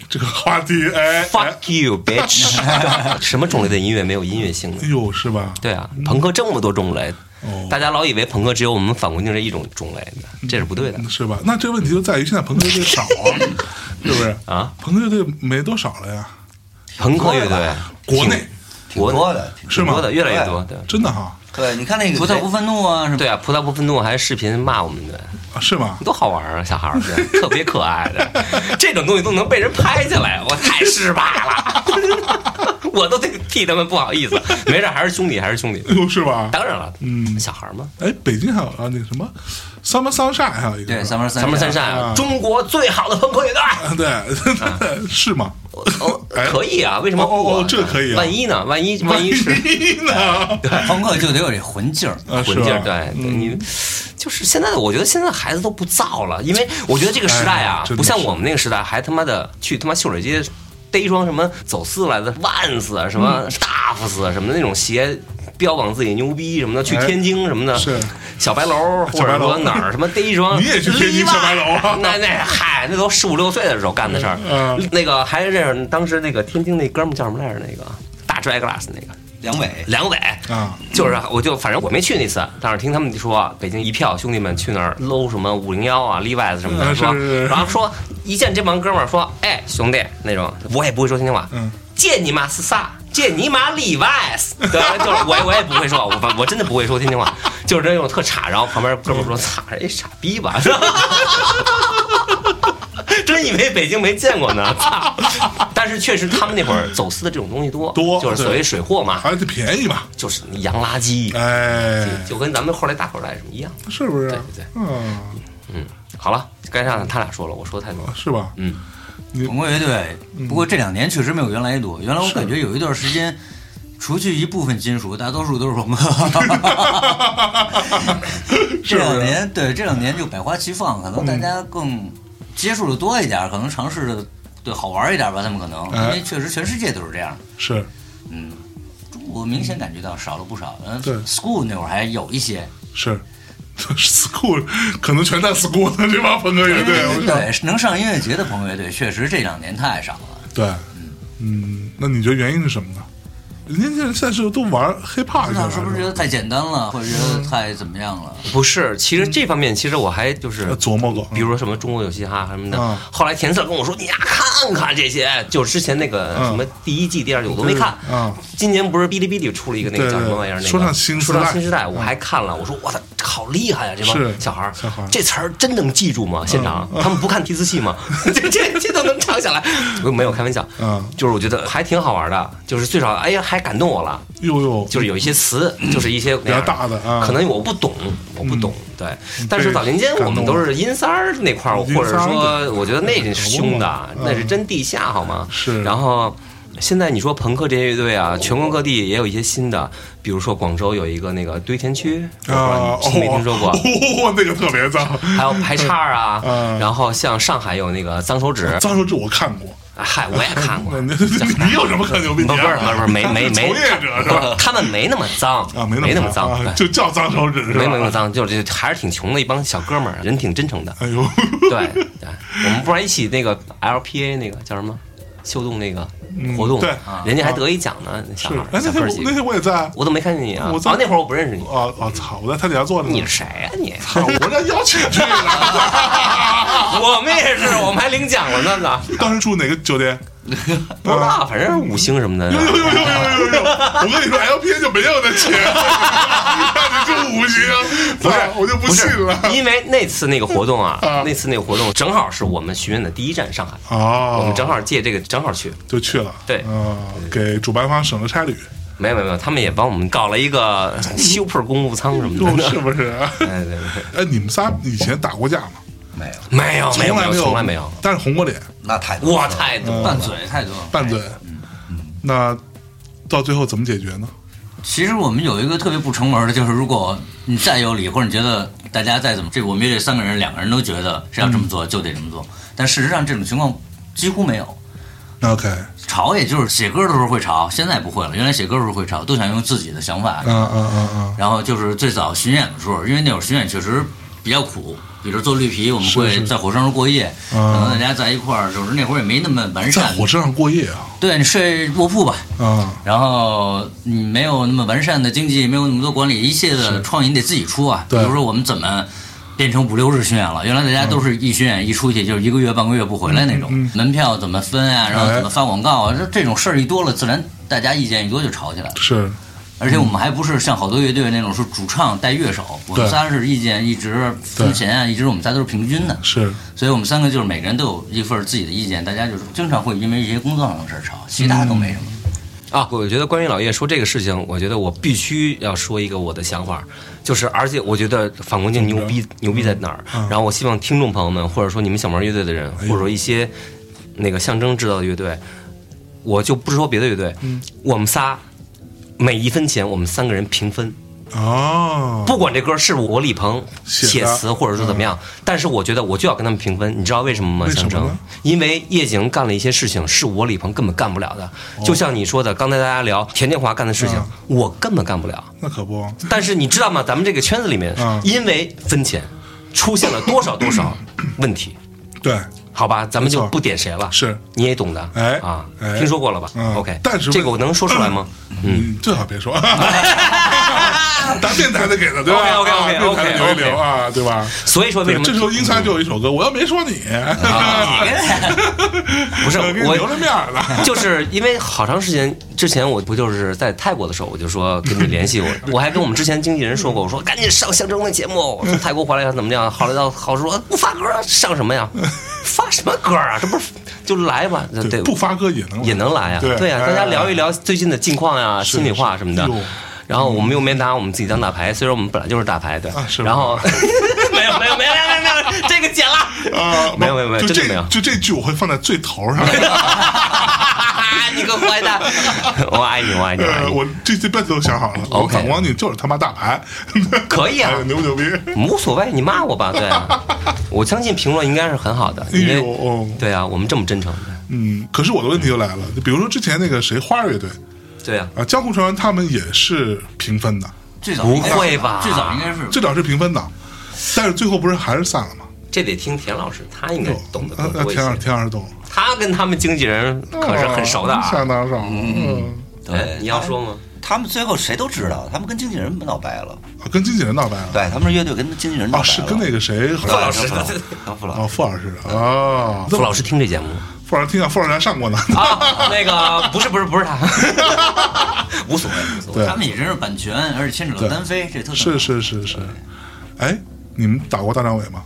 S1: 这个话题，哎，哎
S2: Fuck
S1: *laughs*
S2: you, bitch！什么种类的音乐没有音乐性呢
S1: 哎？呦，是吧？
S2: 对啊，朋克这么多种类
S1: 哦，嗯
S2: 大家老以为朋克只有我们反光镜这一种种类，这是不对的。
S1: 是吧？那这问题就在于现在朋克乐队少
S2: *laughs*
S1: 啊，是不是
S2: 啊？
S1: 朋克乐队没多少了呀，
S2: 朋克乐队，
S1: 国内
S3: 挺多的，挺
S1: 是吗
S2: 挺多的越来越多，对
S1: 真的哈
S3: 对，你看那个
S4: 葡萄不愤怒啊什么的。
S2: 对啊，葡萄不愤怒还视频骂我们的，
S1: 啊是吗？
S2: 多好玩啊，
S1: *laughs*
S2: 小孩儿对特别可爱的，这种东西都能被人拍下来，我太失败了， *laughs* 我都得替他们不好意思。没事，还是兄弟，还是兄弟。
S1: 哎呦，是吧？
S2: 当然了，
S1: 嗯
S2: 小孩儿嘛，
S1: 哎，北京还有啊，那个什么 Summer Sunshine 还有一个
S4: 对，
S1: 是
S4: 三
S1: 吧
S4: 门
S2: 咱
S4: 三
S2: 们三
S4: 扇，
S2: 善，
S1: 啊
S2: 中国最好的朋克乐队。 *laughs*
S1: 啊
S2: 啊
S1: 对， *laughs* 是吗？
S2: 哦，
S1: 哎
S2: 可以啊，为什么
S1: 哦哦哦
S2: 不啊
S1: 这可以啊
S2: 万一呢？万一万一是
S1: 呢？
S4: 朋克就得有这魂劲儿。
S1: 啊，
S2: 混
S1: 是吧嗯
S2: 劲儿，对，对你就是现在的，我觉得现在孩子都不造了，因为我觉得这个时代
S1: 哎
S2: 啊，
S1: 真的
S2: 不像
S1: 是
S2: 我们那个时代，还他妈的去他妈秀水街逮一双什么走私来的万斯啊什么
S1: 嗯
S2: 大夫斯啊什么的那种鞋。标榜自己牛逼什么的，去
S1: 哎
S2: 天津什么的，
S1: 是
S2: 小白楼或
S1: 小白
S2: 者
S1: 楼
S2: 说哪儿什么逮一
S1: *laughs* ，
S2: 双
S1: 你也去天津小白楼啊
S2: 那那嗨，那都十五六岁的时候干的事儿
S1: 嗯嗯。
S2: 那个还认识当时那个天津那哥们儿叫什么来着？那个大 Draglass 那个
S3: 梁伟，
S2: 梁伟
S1: 啊，
S2: 就是我就反正我没去那次，但是听他们说北京一票兄弟们去那儿搂什么五零幺啊、Levi's 什么
S1: 啊
S2: 的，
S1: 是
S2: 说
S1: 是是
S2: 然后说一见这帮哥们儿说，哎，兄弟那种，我也不会说天津话，
S1: 嗯，
S2: 见你妈是啥？见你妈例外，对，就是我也我也不会说，我反我真的不会说天津话，就是那种特差。然后旁边哥们儿
S1: 嗯
S2: 说：“操，这傻逼吧？” *laughs* 真以为北京没见过呢，操！但是确实他们那会儿走私的这种东西多，
S1: 多
S2: 就是所谓水货嘛，
S1: 还得便宜嘛，
S2: 就是洋垃圾，
S1: 哎，
S2: 就跟咱们后来大口袋什么一样。
S1: 是不是？
S2: 对对
S1: 嗯，
S2: 嗯，好了，该让他俩说了，我说太多了。
S1: 是吧？
S2: 嗯，
S4: 滚过乐队，不
S1: 嗯
S4: 过这两年确实没有原来多。原来我感觉有一段时间，除去一部分金属，大多数都
S1: *laughs*
S4: 是朋克。这两年，对这两年就百花齐放，可能大家更接触的多一点，可能尝试的对好玩一点吧。他们可能
S1: 嗯哎
S4: 因为确实全世界都是这样。
S1: 是，
S4: 嗯，我明显感觉到少了不少。嗯
S1: 对
S4: ，school 那会儿还有一些，
S1: 是 *laughs* school 可能全在 school 呢，这帮朋克乐队，我想
S4: 对，是能上音乐节的朋友乐队确实这两年太少了。
S1: 对，嗯，那你觉得原因是什么呢？人家现在是都玩 hiphop
S4: 不
S1: 去
S4: 知道
S1: 了，
S4: 是不是觉得太简单了，或者觉
S1: 嗯
S4: 得太怎么样了？
S2: 不是，其实这方面其实我还就是
S1: 呃琢磨过，
S2: 比如说什么中国有嘻哈什么的。
S1: 嗯
S2: 后来田四跟我说：“你呀，看看这些，就是之前那个
S1: 嗯
S2: 什么第一季、第二季我都没看。
S1: 嗯
S2: 今年不是哔哩哔哩出了一个那个
S1: 对
S2: 叫什么
S1: 对
S2: 玩意儿？那个
S1: 说唱新时
S2: 说
S1: 代
S2: 唱新时代，
S1: 嗯
S2: 我还看了。我说我操，好厉害呀、啊这
S1: 是
S2: 帮小孩儿
S1: 小孩儿嗯
S2: 这词儿真能记住吗？现场、他们不看提词器吗？ *laughs* 这这这都能唱下来？ *laughs* 我没有开玩笑，
S1: 嗯
S2: 就是我觉得还挺好玩的，就是最少哎呀还感动我了。”
S1: 呦呦，
S2: 就是有一些词，就是一些
S1: 嗯
S2: 比
S1: 比较大的啊嗯
S2: 可能我不懂，我不懂。对，但是早年间
S1: 感动
S2: 我们都是阴三儿那块儿，
S1: 阴
S2: 或者
S1: 三儿
S2: 说，我觉得那是凶
S1: 搞
S2: 的
S1: 不，懂
S2: 那是真地下好吗？
S1: 是
S2: 然后。现在你说朋克这些乐队啊，全国各地也有一些新的，比如说广州有一个那个堆填区，我
S1: 啊，
S2: 不知道你没听说过
S1: 哦，哦那个特别脏，
S2: *laughs* 还有排叉
S1: *laughs*
S2: 儿啊
S1: 嗯，
S2: 然后像上海有那个脏手指，
S1: *laughs*
S2: 哎
S1: 脏手指我看过，
S2: 嗨，我也看
S1: *laughs*
S2: 过，
S1: 那你
S2: *laughs*
S1: 你有什么可牛逼
S2: 不
S1: 的
S2: 是不是不是没没没
S1: 从业者 *laughs* 是吧？
S2: 他们没那么脏
S1: *laughs* 啊，
S2: 没
S1: 那
S2: 么脏，对
S1: 啊就叫脏手指是吧？。
S2: 没没那么脏，就是这还是挺穷的一帮小哥们儿，人挺真诚的
S1: *laughs*
S2: *laughs*
S1: 哎呦，
S2: 对对，我们不然一起那个 LPA 那个叫什么秀动那个活动，
S1: 嗯
S2: 啊
S1: 对
S2: 人家还得一奖呢，那小
S1: 是
S2: 孩
S1: 哎
S2: 儿，
S1: 那
S2: 小哥儿
S1: 天
S2: 几
S1: 那
S2: 个，
S1: 天我也在啊，
S2: 我都没看见你啊！
S1: 我在
S2: 啊，那会儿我不认识你，
S1: 啊啊操，我在他底下坐着呢，
S2: 你是谁啊你？
S1: *laughs* 操我这邀请去了，
S2: *laughs* 我们也是，我们还领奖了呢呢，
S1: 当时住哪个酒店？
S2: 不知道，反正是五星什么的
S1: 呦。呦呦呦呦呦呦！我跟你说，LP 就没有那钱， *laughs* 那你就五星，操，
S2: 不是
S1: 哎我就不信了。
S2: 因为那次那个活动啊
S1: *laughs* 啊，
S2: 那次那个活动正好是我们学院的第一站上海，
S1: 哦，
S2: 我们正好借这个正好去，
S1: 就去了，
S2: 对
S1: 啊，给主办方省了差旅，
S2: 没有没有没有，他们也帮我们搞了一
S1: *laughs*
S2: 个修破公务舱什么
S1: 哟，
S2: 的。
S1: 哦是不是？
S2: 哎，对对，
S1: 哎，你们仨以前打过架吗？
S4: 没有，
S2: 没有没有
S1: 从来
S2: 有
S1: 有，嗯
S2: 从来没有，，
S1: 但是红过脸，
S3: 那太多
S2: 哇，
S3: 了
S2: 太多了
S4: 拌。嘴太多了。
S1: 拌嘴。
S2: 哎
S1: 那到最后怎么解决呢？
S4: 其实我们有一个特别不成文的，就是如果你再有理，或者你觉得大家再怎么，这我们乐队三个人，两个人都觉得是要这么做就得这么做，但事实上这种情况几乎没有。
S1: 那 OK，啊
S4: 吵也就是写歌的时候会吵，现在不会了。原来写歌的时候会吵，都想用自己的想法。
S1: 啊啊啊啊，
S4: 然后就是最早巡演的时候，因为那会儿巡演确实比较苦，比如做绿皮，我们会在火车上过夜，
S1: 啊
S4: 可能大家在一块儿，就是那会儿也没那么完
S1: 在
S4: 善。
S1: 火车上过夜啊
S4: 对你睡卧铺吧，
S1: 啊，
S4: 然后你没有那么完善的经济，没有那么多管理，一切的创意你得自己出啊。比
S1: 对
S4: 如说我们怎么变成五六日巡演了？原来大家都是一巡演一出去就是一个月半个月不回来那种，
S1: 嗯
S4: 门票怎么分
S1: 哎
S4: 啊？然后怎么发广告啊？这这种事儿一多了，自然大家意见一多就吵起来了。
S1: 是
S4: 而且我们还不是像好多乐队那种是主唱带乐手，我们
S1: 对
S4: 仨是意见一直分钱啊，一直我们仨都是平均的，
S1: 是，
S4: 所以我们三个就是每个人都有一份自己的意见，大家就是经常会因为一些工作上的事儿吵，其他都没什么。
S2: 啊，我觉得关于老叶说这个事情，我觉得我必须要说一个我的想法，就是而且我觉得反光镜牛
S1: 嗯
S2: 逼牛逼在哪儿？然后我希望听众朋友们，或者说你们想玩乐队的人，或者说一些那个象征知道的乐队，我就不说别的乐队，
S1: 嗯
S2: 我们仨每一分钱我们三个人平分，
S1: 哦，
S2: 不管这歌是我李鹏
S1: 写
S2: 写
S1: 的嗯
S2: 词或者说怎么样，但是我觉得我就要跟他们平分，你知道为什么吗？
S1: 为什么
S2: 象
S1: 呢
S2: 征，因为叶景干了一些事情是我李鹏根本干不了的，就像你说的，刚才大家聊田建华干的事情
S1: 哦嗯，
S2: 我根本干不了。
S1: 那可不，
S2: 但是你知道吗？咱们这个圈子里面
S1: 嗯，
S2: 因为分钱出现了多少多少问题。
S1: 对，
S2: 好吧，咱们就
S1: 嗯没错
S2: 不点谁了，
S1: 是
S2: 你也懂的，
S1: 哎
S2: 啊
S1: 哎，
S2: 听说过了吧
S1: 嗯
S2: ？OK，
S1: 但是嗯
S2: 嗯 *laughs* 这个我能说出来吗？
S1: 嗯，最好别说，咱电台的给的，对吧
S2: OK，OK，OK，OK，OK
S1: 啊电台的留一留啊，对吧？
S2: 所以说为什
S1: 对，
S2: 么
S1: 这时候英才就有一首歌，我又没说你，
S2: 啊 *laughs* 不是
S1: 我给你
S2: 我
S1: 留着面儿了。
S2: *laughs* 就是因为好长时间之前，我不就是在泰国的时候，我
S1: *laughs*
S2: 就说跟你联系我，我还跟我们之前经纪人说过，我说 *laughs* 赶紧上象征的节目，我说泰 *laughs* 国回来要怎么样？后来到好说不发歌上什
S1: *laughs*
S2: 么呀？发什么歌啊？这不是 *laughs* 就来吧？
S1: *laughs*
S2: 对，
S1: 不发歌也能
S2: 也能来呀、
S1: 对
S2: 呀、
S1: 哎
S2: 大家聊一聊最近的近况呀、
S1: 是
S2: 心里话什么的
S1: 是哎呦。
S2: 然后我们又没拿我们自己当大牌，虽然我们本来就是大牌，对。
S1: 啊是吗
S2: 然后 *laughs* 没有没有没有没有没有，这个剪了。
S1: 啊，
S2: 没有没有没有
S1: 就
S2: 真的
S1: 这
S2: 没有
S1: 就这句我会放在最头上。
S2: *laughs* 你个坏蛋！我爱你，我爱你，我爱
S1: *laughs* 呃，
S2: 你。
S1: 我这这辈子都想好了，我
S2: OK
S1: 反光镜就是他妈大牌， *laughs*
S2: 可以啊
S1: 哎牛不牛逼？
S2: 无所谓，你骂我吧，对、
S1: *laughs*
S2: 啊，我相信评论应该是很好的，
S1: 哎
S2: 因为
S1: 呦哦，
S2: 对啊，我们这么真诚，
S1: 嗯，可是我的问题就来了，比如说之前那个谁花儿乐队
S2: 对啊，
S1: 啊，江湖传闻他们也是平分的，
S4: 最早应该是
S2: 不会吧
S4: 最早应该是
S1: 最早是平分的，但是最后不是还是散了吗？
S2: 这得听田老师，他应该懂得
S1: 啊
S2: 更
S1: 啊
S2: 多一
S1: 田老
S2: 些
S1: 师，，田老师懂了，
S2: 他跟他们经纪人可是很熟的
S1: 啊
S2: 啊
S1: 相。当熟。嗯，
S3: 对，
S2: 你要说吗？
S3: 他们最后谁都知道，他们跟经纪人闹掰了，
S1: 啊跟经纪人闹掰了，
S3: 对他们是乐队跟经纪人闹
S1: 啊，
S3: 掰了，
S1: 是跟那个谁，好
S3: 对
S1: 像
S2: 老师
S3: 跟跟傅老
S1: 啊
S3: 师，
S1: 傅老师啊，
S2: 傅老师听这节目
S1: 傅老师听啊，傅老师还上过呢。
S2: 啊？那个不是不是不是他，
S1: *laughs*
S2: 无所谓无所谓。
S1: 对
S4: 他们也真是版权，而且牵扯到单飞，这特
S1: 是是是是，哎，你们打过大张伟吗？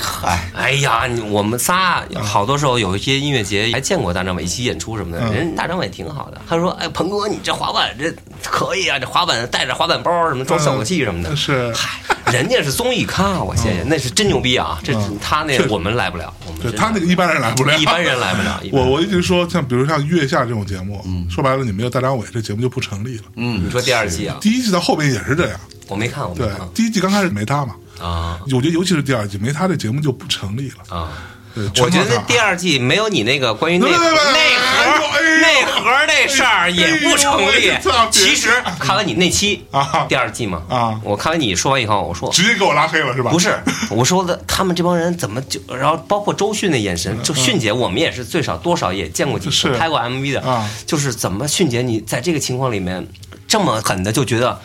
S3: 嗨，
S2: 哎呀，你我们仨好多时候有一些音乐节还见过大张伟一起演出什么的，
S1: 嗯
S2: 人大张伟挺好的。他说：“哎，鹏哥，你这滑板这可以啊，这滑板带着滑板包什么装效果器什么的。
S1: 嗯是
S2: 嗨，人家是综艺咖，我谢谢，那是真牛逼啊！这
S1: 嗯
S2: 他那
S1: 确实
S2: 我们来不了，我们
S1: 对
S2: 真
S1: 他那个一般人来不了，
S2: 一般人来不了。一般
S1: 我
S2: 人
S1: 我一直说，像比如像月下这种节目，
S2: 嗯
S1: 说白了，你没有大张伟，这节目就不成立了。
S3: 嗯
S2: 你，说第二季啊，
S1: 第一季到后面也是这样，
S2: 我没看，我没
S1: 对，
S2: 看
S1: 第一季刚开始没他嘛，
S2: 啊
S1: 我觉得尤其是第二季没他，这节目就不成立了。
S2: 啊。
S1: 对，
S2: 我觉
S1: 全靠
S2: 得
S1: 他
S2: 第二季没有你那个关于内
S1: 对
S2: 核
S1: 对对对
S2: 内
S1: 哎
S2: 核
S1: 呦哎呦哎
S2: 内核那事儿也不成立
S1: 哎呦我的操。别
S2: 其实看完你那期
S1: 啊
S2: 第二季嘛
S1: 啊
S2: 我看完你说完以后，我说
S1: 直接给我拉黑了是吧？
S2: 不是，我说的他们这帮人怎么就，然后包括周迅的眼神，就迅姐，我们也是最少多少也见过几次
S1: 嗯是
S2: 拍过 MV 的，
S1: 啊
S2: 就是怎么迅姐你在这个情况里面这么狠的就觉得。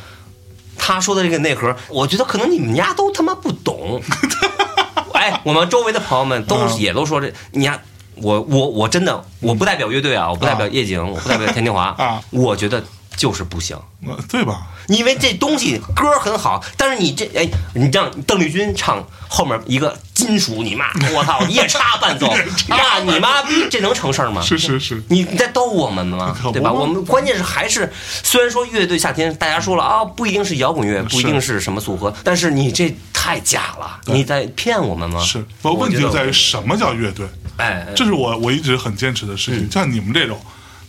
S2: 他说的这个内核，我觉得可能你们家都他妈不懂。 *laughs* 哎，我们周围的朋友们都、
S1: 嗯
S2: 也都说这，你呀，我我我真的我不代表乐队啊，我不代表夜景，我不代表田天华
S1: 嗯啊
S2: 我觉得就是不行。
S1: 呃，对吧？
S2: 因为这东西歌很好，但是你这哎，你让邓丽君唱后面一个金属，你妈，我操，夜叉
S1: *laughs*
S2: 伴奏，那你妈逼这能成事儿吗？
S1: 是是是，
S2: 你你在逗我们吗
S1: 可？不
S2: 对吧？
S1: 嘛
S2: 我们关键是还是，虽然说乐队夏天大家说了啊，不一定是摇滚乐，不一定是什么组合，但是你这太假了，你在骗我们吗？
S1: 是，我问题
S2: 啊觉
S1: 就
S2: 得
S1: 在于什么叫乐队？
S2: 哎，哎嗯
S1: 这是我我一直很坚持的事情。像你们这种，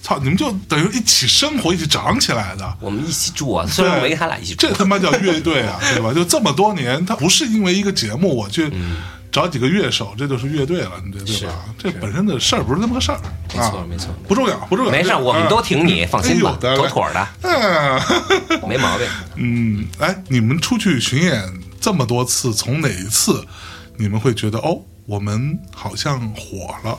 S1: 操，你们就等于一起生活、一起长起来的。
S2: 我们一起住啊，虽然我没跟他俩一起住
S1: 这，他妈叫乐队啊，对吧？就这么多年，他不是因为一个节目我去
S2: 嗯
S1: 找几个乐手，这就是乐队了，你这对吧？这本身的事儿不是那么个事儿，没
S2: 没错没错，
S1: 不重要不重要，
S2: 没事，
S1: 这
S2: 我们都挺你，放心吧，
S1: 啊哎呦
S2: 妥妥的，
S1: 嗯，
S2: 没毛病。
S1: 嗯，哎，你们出去巡演这么多次，从哪一次你们会觉得哦，我们好像火了？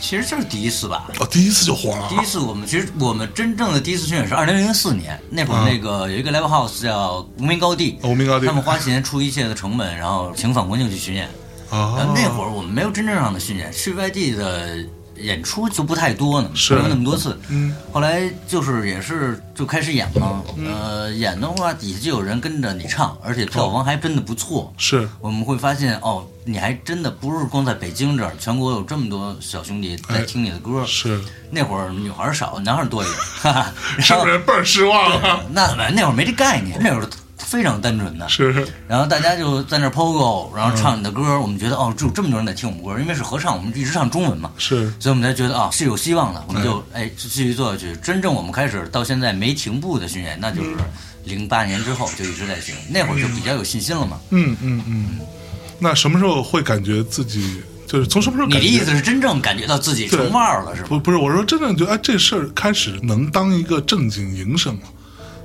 S4: 其实就是第一次吧。
S1: 哦，第一次就火了
S4: 第一次我们其实我们真正的第一次巡演是二零零四年，那会儿那个有一个 live house 叫无名高地，
S1: 嗯哦无名高地
S4: 他们花钱出一切的成本，然后请反光镜去巡演。
S1: 啊！
S4: 然后那会儿我们没有真正上的巡演，去外地的演出就不太多呢，
S1: 是
S4: 没有那么多次。
S1: 嗯，
S4: 后来就是也是就开始演了，呃，演的话底下就有人跟着你唱，而且票房还真的不错。
S1: 是
S4: 我们会发现哦，你还真的不是光在北京这儿，全国有这么多小兄弟在听你的歌。
S1: 哎 *laughs* 是，
S4: 那会儿女孩儿少，男孩儿多一
S1: *laughs*
S4: 点，哈哈。
S1: 是
S4: 然后
S1: 不是倍儿失望啊？
S4: *laughs* 那怎么那会儿没这概念，那会儿非常单纯的。
S1: 是嗯
S4: 然后大家就在那儿 POGO，然后唱你的歌，我们觉得哦，只有这么多人在听我们歌，因为是合唱，我们一直唱中文嘛，
S1: 是
S4: 所以我们才觉得啊、是有希望的，我们就哎继续做下去。真正我们开始到现在没停步的巡演，那就是
S1: 嗯
S4: 零八年之后就一直在巡，那会儿就比较有信心了嘛。
S1: 嗯嗯嗯，那什么时候会感觉自己就是从什么时候
S4: *laughs* 你
S1: 感
S4: 的
S1: 觉？
S4: 意思是真正感觉到自己成腕儿了是吧？
S1: 不不是，我说真的，觉得哎，这事儿开始能当一个正经营生了，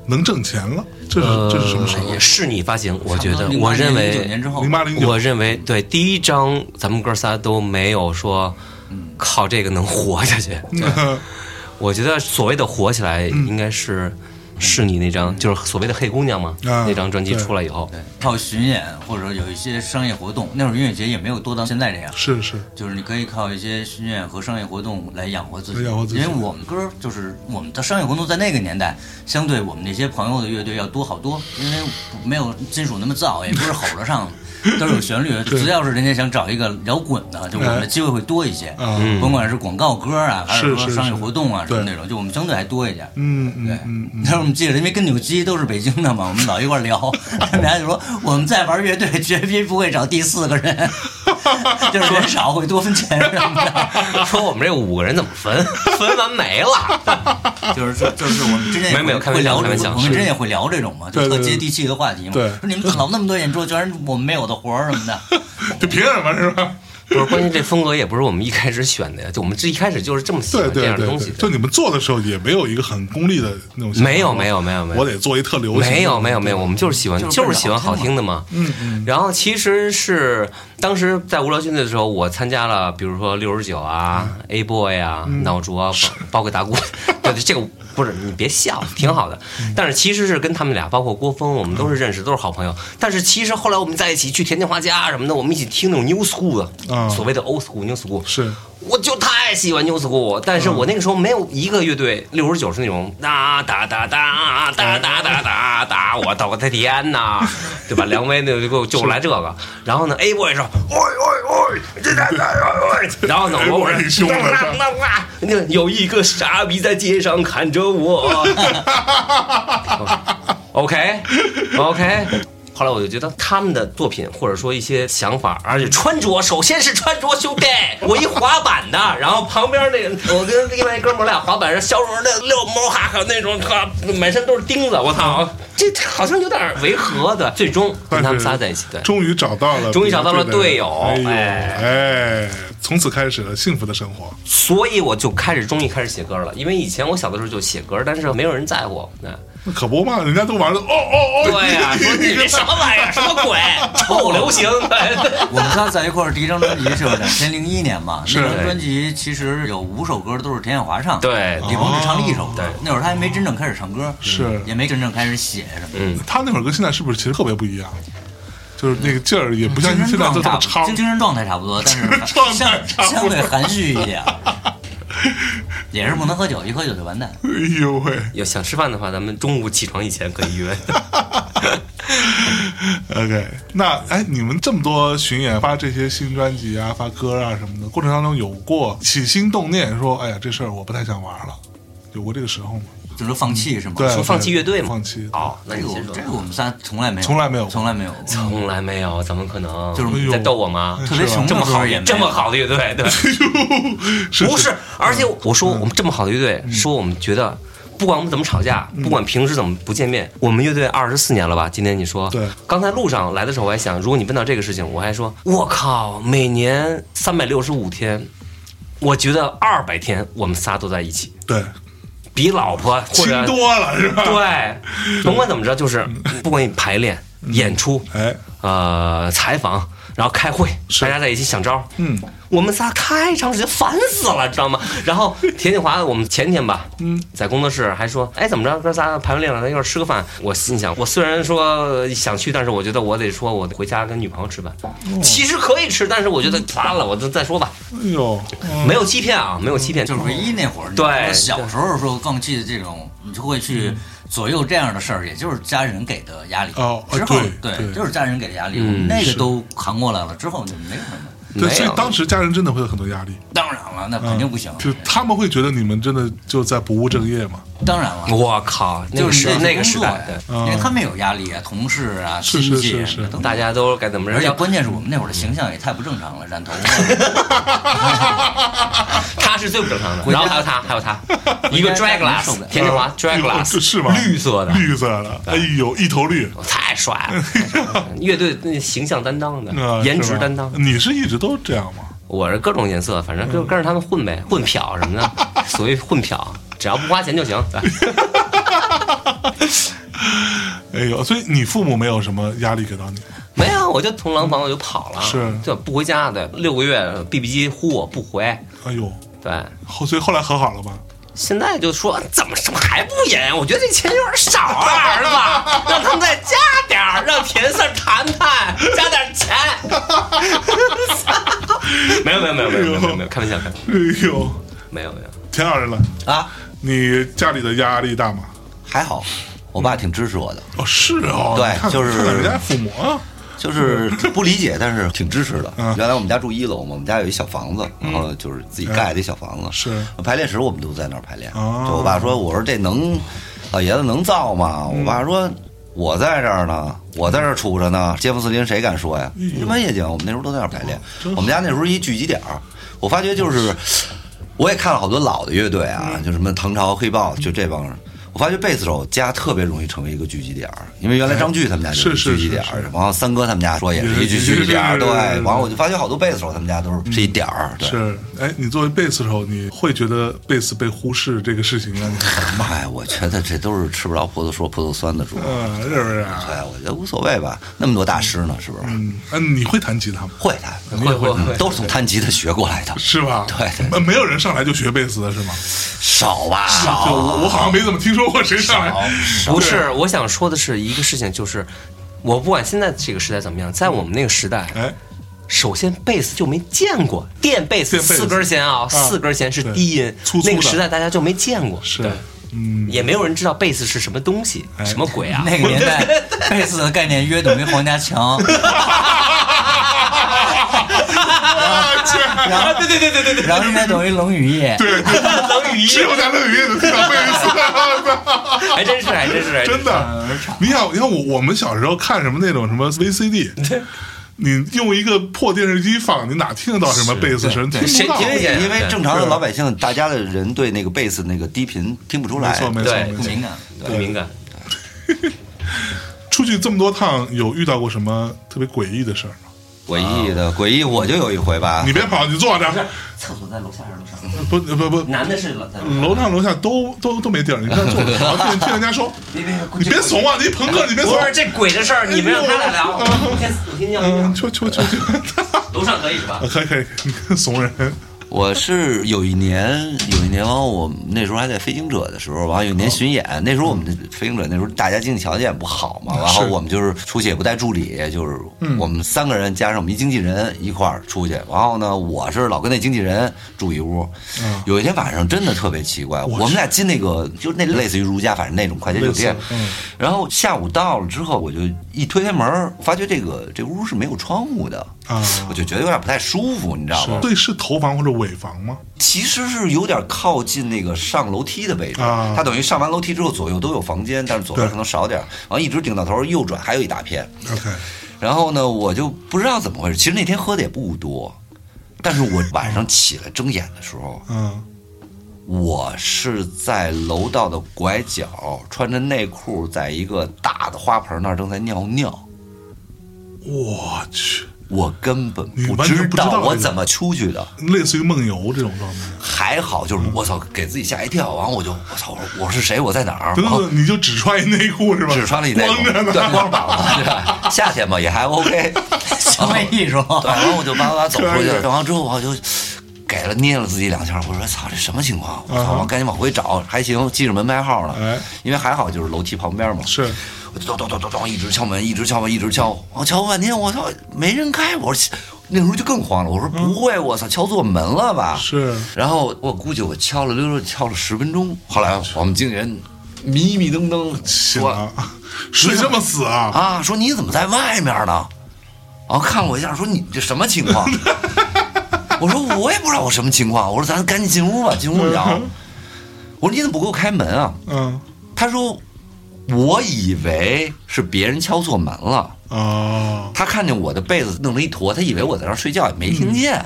S1: 能挣钱了，这是、这是什么时候
S2: 呃？是你发行，我觉
S4: 差
S2: 得
S4: 不，多
S2: 我
S4: 08
S2: 认
S4: 09年
S2: 为
S4: 之，后
S1: 零，八零九
S2: 我认为对第一张咱们哥仨都没有说
S4: 嗯
S1: 嗯
S2: 靠这个能活下去。我觉得所谓的火起来，应该是是你那张，就是所谓的黑姑娘嘛，
S1: 啊
S2: 那张专辑
S1: 对
S2: 出来以后，
S4: 嗯对，靠巡演或者说有一些商业活动，那会儿音乐节也没有多到现在这样，
S1: *laughs* 是是，
S4: 就是你可以靠一些巡演和商业活动来养活自己，
S1: 来养活自己
S4: 因为我们歌儿就是我们的商业活动在那个年代，相对我们那些朋友的乐队要多好多，因为没有金属那么燥，也不是吼着唱，都是有旋律的。
S1: 对哎
S4: 只要是人家想找一个摇滚的，就我们的机会会多一些，
S1: 啊
S4: 甭管是广告歌啊，还
S1: 是
S4: 说
S1: 是
S4: 商业
S1: 是
S4: 活动啊什
S1: 对
S4: 么那种，就我们相对还多一点。
S1: 嗯
S4: 对
S1: 嗯嗯，，
S4: 但是我们记着，因为跟扭机都是北京的嘛，
S1: *laughs*
S4: 我们老一块儿聊， *laughs* 大家就说我们在玩乐队，绝逼不会找第四个人， *laughs* 就是人少会多分钱什么
S2: 说我们这五个人怎么分， *laughs* 分完没了，
S4: 的， *laughs* 就是说就是我们之间也
S2: 没有没有
S4: 会
S2: 开
S4: 会
S2: 玩笑
S4: 聊
S2: 开
S4: 这
S2: 玩
S4: 种，
S2: 笑
S4: 我们之间也会聊这种嘛，就
S1: 对
S4: 特
S1: 对
S4: 接地气的话题嘛。
S1: 对
S4: 说你们老那么多演出，全是我们没有的活儿什
S1: *laughs*
S4: 么的，
S1: 就凭什么是吧？
S2: 不是，关键这风格也不是我们一开始选的呀，就我们这一开始就是这么喜
S1: 对
S2: 欢这
S1: 对
S2: 样的
S1: 对
S2: 东
S1: 对
S2: 西，
S1: 就
S2: 的，
S1: 你们做的时候也没有一个很功利的那种想法，
S2: 没有没有没有没有
S1: 我得做一特流行，
S2: 没有没有没有，我们就是喜欢
S4: 就是
S2: 就是喜欢好
S4: 好听
S2: 听的嘛，嗯嗯。然后其实是当时在无聊军队的时候，我参加了，比如说六十九啊、A boy 啊、脑竹啊，包包括打鼓， *laughs* 对对，这个不是你别笑，挺好的。但是其实是跟他们俩，包括郭峰，我们都是认识，都是好朋友。但是其实后来我们在一起去田间花家什么的，我们一起听那种 new school
S1: 啊
S2: 的，所谓的 old school、new school
S1: 是
S2: 我就太喜欢 New School，但是我那个时候没有一个乐队六十九是那种哒哒哒哒哒哒哒哒哒，我的我的天呐，对吧？梁威那就给我就来这个，然后呢，A boy 说，喂喂喂，这这这这，然后呢，我我说，那那哇，那有一个傻逼在街上看着我，OK *laughs* OK。后来我就觉得他们的作品或者说一些想法，而且穿着，首先是穿着，兄弟，我一滑板的，然后旁边那个我跟另外一哥们儿俩滑板上，小手那遛猫哈哈那种，哈，满身都是钉子，我操，这好像有点违和的。最终跟他们仨在一起，对，
S1: 终于找到了，
S2: 终于找到了队友
S1: 哎呦
S2: 哎
S1: 哎，从此开始了幸福的生活。
S2: 所以我就开始终于开始写歌了，因为以前我小的时候就写歌，但是没有人在乎。哎
S1: 那可不嘛，人家都玩的哦哦哦，
S2: 对呀、说你 *laughs* 这什么玩意儿，什么鬼，臭流行。对对
S4: 我们仨在一块儿第一张专辑是两千零一年嘛，那
S2: 对
S4: 张专辑其实有五首歌都是田野华唱，
S2: 对
S4: 李鹏只唱了一首歌
S2: 对，
S4: 那会儿他还没真正开始唱歌，
S1: 是
S4: 也没真正开始写什么的。
S1: 他那会儿跟现在是不是其实特别不一样？就是那个劲儿也不像
S4: 精神
S2: 嗯
S1: 现在
S4: 状
S1: 都
S4: 态
S1: 这么猖
S4: 差不，精神状态差不多，但是
S1: 状态差
S4: 相
S1: 不多
S4: 相对含蓄一
S1: *laughs*
S4: 点，也是不能喝酒，一喝酒就完蛋。
S2: 嗯
S1: 哎呦喂！
S2: 要想吃饭的话，咱们中午起床以前可以约。
S1: OK，那哎，你们这么多巡演、发这些新专辑啊、发歌啊什么的，过程当中有过起心动念说，哎呀，这事儿我不太想玩了，有过这个时候吗？
S4: 就是放弃是吗？
S1: 对，
S2: 说放弃乐队吗
S1: 放弃，
S2: 哦，那
S4: 这
S2: 你
S4: 个我
S2: 先
S4: 们
S2: 说
S4: 哎这。个我们仨从来没有，
S1: 从来没有过
S4: 从来没
S1: *laughs*
S4: 有过，
S2: 从来没有，怎么可能？
S4: 就是
S1: 哎呦
S2: 你在逗我吗？
S4: 特别
S1: 是吧
S4: 穷
S2: 这么
S4: 的时候
S2: 好
S4: 也没有
S2: 这么。好的乐队，对，
S1: 是
S2: 不是？而且我说我们这么好的乐队，说我们觉得。不管我们怎么吵架，不管平时怎么不见面，我们乐队二十四年了吧？今天你说，
S1: 对
S2: 刚才路上来的时候，我还想，如果你问到这个事情，我还说，我靠，每年三百六十五天，我觉得二百天我们仨都在一起，
S1: 对，
S2: 比老婆或
S1: 亲
S2: 者
S1: 多了
S2: *laughs*
S1: 是吧？
S2: 对， *laughs* 甭管怎么着，就是不管你排练、演出，
S1: 哎，
S2: 呃，采访，然后开会，大家在一起想招儿。
S1: 嗯，
S2: 我们仨太长时间烦死了，知道吗？然后田锦华，我们前天吧，嗯，在工作室还说，哎，怎么着，哥仨排完练了，咱一块儿吃个饭。我心想，我虽然说想去，但是我觉得我得说，我回家跟女朋友吃饭。其实可以吃，但是我觉得算了，我就再说吧。
S1: 哎呦，
S2: 没有欺骗啊，没有欺骗，
S4: 就是唯一那会儿，
S2: 对嗯
S4: 你说小时候说放弃的这种，你就会去左右这样的事儿，也就是家人给的压力。
S1: 哦啊
S4: 之后
S1: 对对
S4: 就是家人给的压力，
S2: 嗯
S4: 那个
S1: 是
S4: 都扛过来了之后就没什么。
S1: 对，
S2: 没
S1: 所以
S2: 有
S1: 当时家人真的会有很多压力，
S4: 当然了，那肯定不行。
S1: 嗯就他们会觉得你们真的就在不务正业嘛？
S4: 当然了，
S2: 我靠，那
S4: 就
S2: 个
S4: 是
S2: 时
S4: 你
S2: 那个
S4: 工
S2: 时
S4: 作
S2: 代
S4: 呀，
S2: 对。
S1: 嗯
S4: 因为他们有压力啊，同事啊、
S1: 是
S4: 亲
S1: 是
S4: 戚
S1: 是是
S4: 等等
S2: 大。家都该怎么着？
S4: 而且
S2: 要
S4: 关键是我们那会儿的形象也太不正常了，染头发，
S2: 他是最不正常的。
S4: 回
S2: 然
S4: 家
S2: 后还有他，还有他，一个
S4: 回家啊
S2: drag
S4: 受不
S2: glass，
S4: 了
S2: 田振华嗯 drag
S1: 哎呦
S2: glass，
S1: 是吗？
S2: 绿色的，
S1: 绿色的，哎呦，一头绿。
S2: 太帅了，太帅
S1: *laughs*
S2: 了乐队那形象担当
S1: 啊
S2: 的，嗯颜
S1: 是
S2: 值
S1: 吧
S2: 担当。
S1: 你是一直都这样吗？
S2: 我是各种颜色，反正就跟着他们混呗，混漂什
S1: *laughs*
S2: 么的，所谓混漂，只要不花钱就行。
S1: 哎呦，所以你父母没有什么压力给到你？
S2: 没有，我就从廊坊我就跑了，
S1: 是
S2: 就不回家的，六个月 BB 机呼我不回，
S1: 哎呦，
S2: 对，
S1: 后所以后来和好了吧？
S2: 现在就说怎么什么还不演？我觉得这钱有点少啊，儿子，让他们再加点儿，让田四儿谈谈，加点钱。没有没有没有没有没有没有没有，开玩笑，开玩笑，
S1: 哎呦，
S2: 没有没有。
S1: 田老师了，
S3: 啊，
S1: 你家里的压力大吗？
S3: 还好，我爸挺支持我的，
S1: 哦，是哦，
S3: 对
S1: 你看
S3: 就是
S1: 看看人家父母啊，
S3: 就是不理解，但是挺支持的
S1: 嗯。
S3: 原来我们家住一楼嘛，我们家有一小房子，然后就是自己盖的一小房子。
S1: 是
S3: 排练时我们都在那儿排练。
S1: 哦
S3: 就我爸说，我说这能，老爷子能造吗？
S1: 嗯
S3: 我爸说。我在这儿呢，我在这儿杵着呢，街坊四邻谁敢说
S1: 哎
S3: 呀？一般夜景，我们那时候都在那儿排
S1: 哦
S3: 练。我们家那时候一聚集点儿，我发觉就是，我也看了好多老的乐队
S1: 嗯
S3: 啊，就什么唐朝、黑豹，就这帮人。我发觉贝斯手家特别容易成为一个聚集点儿，因为原来
S1: 哎
S3: 张炬他们家啊就是
S1: 是
S3: 聚集点
S1: 是
S3: 儿，然后三哥他们家说也是一聚集点儿，对。完了我就发觉好多贝斯手他们家都是是一点儿，对。 *laughs*
S1: 是，哎，你作为贝斯手，你会觉得贝斯被忽视这个事情啊让你很烦吗？
S3: 妈哎呀，我觉得这都是吃不着葡萄说葡萄酸的主。
S1: 嗯，是不是啊？
S3: 哎，我觉得无所谓吧，那么多大师呢，是不是？
S1: 嗯，哎，你会弹吉他吗？
S3: 会弹，
S1: 你也会
S2: 会
S1: 弹
S2: 会，
S3: 都是从弹吉他学过来的，
S1: *laughs* 是吧？嗯
S3: 对对
S1: 没有人上来就学贝斯的是吗？啊
S3: 少吧？
S1: 就我我好像没怎么听说过谁上来。
S2: 不是，我想说的是一个事情，就是我不管现在这个时代怎么样，在我们那个时代，
S1: 哎，
S2: 首先贝斯就没见过电贝斯，
S1: 电贝斯
S2: 四根弦
S1: 啊
S2: 啊，四根弦是低音
S1: 对粗，粗的
S2: 那个时代大家就没见过，
S1: 是
S2: 对，
S1: 嗯，
S2: 也没有人知道贝斯是什么东西，
S1: 哎
S2: 什么鬼啊？
S4: 那个年代，贝斯的概念约等于黄家强，
S1: 啊，切
S2: 对对对对对对，
S4: 然后应该等于冷雨夜。
S1: 对，
S2: 冷雨
S1: 只
S2: 夜，
S1: 有在乐园能听到贝斯。
S2: *laughs* 还真是，还真是，
S1: *laughs*
S2: 还
S1: 真的，你想，你看我我们小时候看什么那种什么 VCD，你用一个破电视机放，你哪听得到什么贝斯声？听
S2: 对谁
S1: 不到
S2: 听。
S3: 因为因为正常的
S1: 对
S3: 老百姓，大家的人对那个贝斯那个低频听不出来
S1: 没，错，没错，
S2: 哎对
S1: 没
S4: 不
S1: 错
S4: 敏。感，
S2: 很敏感。
S1: 出去这么多趟，有遇到过什么特别诡异的事儿吗？
S3: 诡异的诡异，我就有一回吧
S1: 你，别跑，你坐着。
S4: 厕所在楼下还是楼上？
S1: 不不不，
S4: 男的是楼在楼上
S1: 楼上楼下都都都没地儿，你看坐着，然后听听人家 *laughs* 说，
S4: 别别别
S1: 你别怂啊，你朋克，你别怂
S2: 不。是这鬼的事儿，你们让他来
S1: 哎
S2: 聊，我先我先尿
S1: 嗯，
S2: 尿，
S1: 求求求求，
S2: 楼上可以是吧？
S1: 可以可以，你怂啊人，
S3: 我是有一年，有一年完，我们那时候还在飞行者的时候，完了有一
S1: 哦
S3: 年巡演，那时候我们的飞行者那时候大家经济条件不好嘛，然后我们就是出去也不带助理，就是
S1: 嗯
S3: 我们三个人加上我们一经纪人一块儿出去，然后呢，我是老跟那经纪人住一屋，
S1: 嗯
S3: 有一天晚上真的特别奇怪，我们俩进那个就那类似于如家，反正那种快捷酒店
S1: 类似，嗯
S3: 然后下午到了之后，我就一推开门儿，发觉这个这屋是没有窗户的
S1: 啊
S3: 我就觉得有点不太舒服，你知道吗？
S1: 对，是头房或者尾房吗？
S3: 其实是有点靠近那个上楼梯的位置，
S1: 啊
S3: 它等于上完楼梯之后左右都有房间，但是左边可能少点儿，然后一直顶到头，右转还有一大片。
S1: OK，
S3: 然后呢，我就不知道怎么回事。其实那天喝的也不多，但是我晚上起来睁眼的时候，
S1: 嗯，
S3: 我是在楼道的拐角，穿着内裤，在一个大的花盆那儿正在尿尿。
S1: 我去，
S3: 我根本
S1: 你
S3: 不
S1: 完全
S3: 知
S1: 不知道
S3: 道我
S1: 这个
S3: 怎么出去的，
S1: 类似于梦游这种状态。
S3: 还好就是我操，给自己吓一跳，然后我就我操，我我是谁？我在哪儿？
S1: 等
S3: 然后
S1: 等，你就只穿一内裤是吧？
S3: 只穿了一内
S1: 光着
S3: 裤，
S1: 呢，
S3: 对，光膀子，对吧？夏天嘛也还 OK，
S4: 行为艺术。
S3: *laughs* 对，然后我就叭叭叭走出去，
S1: 可以
S3: 走完之后我就给了捏了自己两下，我说哎操，这什么情况？我
S1: 嗯
S3: 操，
S1: 哼
S3: 我赶紧往回找，还行，记着门牌号
S1: 哎
S3: 了，因为还好就是楼梯旁边嘛，
S1: 是
S3: 我就咚咚咚咚咚一直敲门，一直敲门，一直敲，我敲半天，我操，没人开，我说那时候就更慌了，我说不会，我操，敲错门了吧？
S1: 是
S3: 然后我估计我敲了溜溜敲了十分钟，后来我们经纪人迷迷瞪瞪
S1: 醒
S3: 说
S1: 了，啊睡这么死啊？
S3: 啊，说你怎么在外面呢？然后看了我一下，说你这什么情
S1: *laughs*
S3: 况？我说我也不知道我什么情况，我说咱赶紧进屋吧，进屋聊。我说你怎么不给我开门啊？
S1: 嗯
S3: 他说我以为是别人敲错门了，
S1: 哦，
S3: 他看见我的被子弄了一坨，他以为我在那儿睡觉，也没
S1: 嗯
S3: 听见。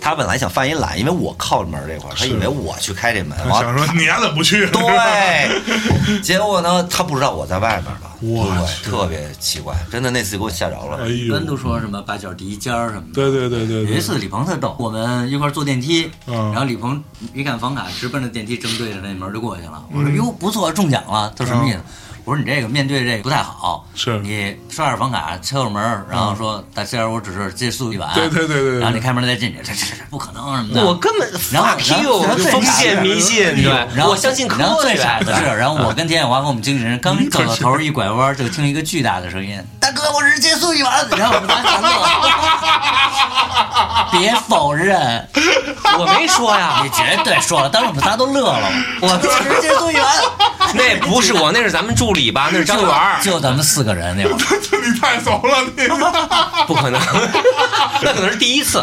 S3: 他本来想犯一懒，因为我靠着门这块儿，他以为我去开这门，
S1: 他
S3: 然后
S1: 想说你丫怎么不去？ *laughs* 哎
S3: 对，结果呢，他不知道我在外面了，
S1: 我
S3: 对，
S1: 去
S3: 特别奇怪，真的那次给我吓着
S1: 哎
S3: 了。
S1: 呦
S4: 跟，都说什么八角第一尖儿什么的。
S1: 对对对对
S4: 有一
S1: 对，
S4: 次李鹏特逗，我们一块儿坐电梯，
S1: 嗯
S4: 然后李鹏
S1: 嗯
S4: 一看房卡，直奔着电梯正对着那门就过去了。我说哟不错，中奖了。他说什么意思？我我说你这个面对这个不太好，
S1: 是嗯
S4: 你刷点房卡，敲敲门儿，然后说大仙儿，我只是借宿一晚，
S1: 对对对对对
S4: 然后你开门再进去，这这这不可能什么的。
S2: 我根本
S4: 然后
S2: fuck
S4: 然后
S2: you，
S4: 然后最
S2: 封
S4: 傻
S2: 建
S4: 的
S2: 迷信，
S4: 哎然
S2: 对，
S4: 后
S2: 我相信科
S4: 然后最
S2: 学。啊
S4: 傻的是，然后我跟田野华和我们经纪人刚走到头儿一拐弯，就听一个巨大的声音：“大哥，我只是借宿一晚。”然后我们仨全乐。别否认，
S2: 我没说呀
S4: 你，绝对说了，当时我们仨都乐了。
S2: 我
S4: 我只是借宿一晚，
S2: *laughs* 那不是我，那是咱们助理吧？那是张元儿，
S4: 就咱们四个人那会儿。
S1: 你太怂了，你
S2: 不可能， *laughs* 那可能是第一次，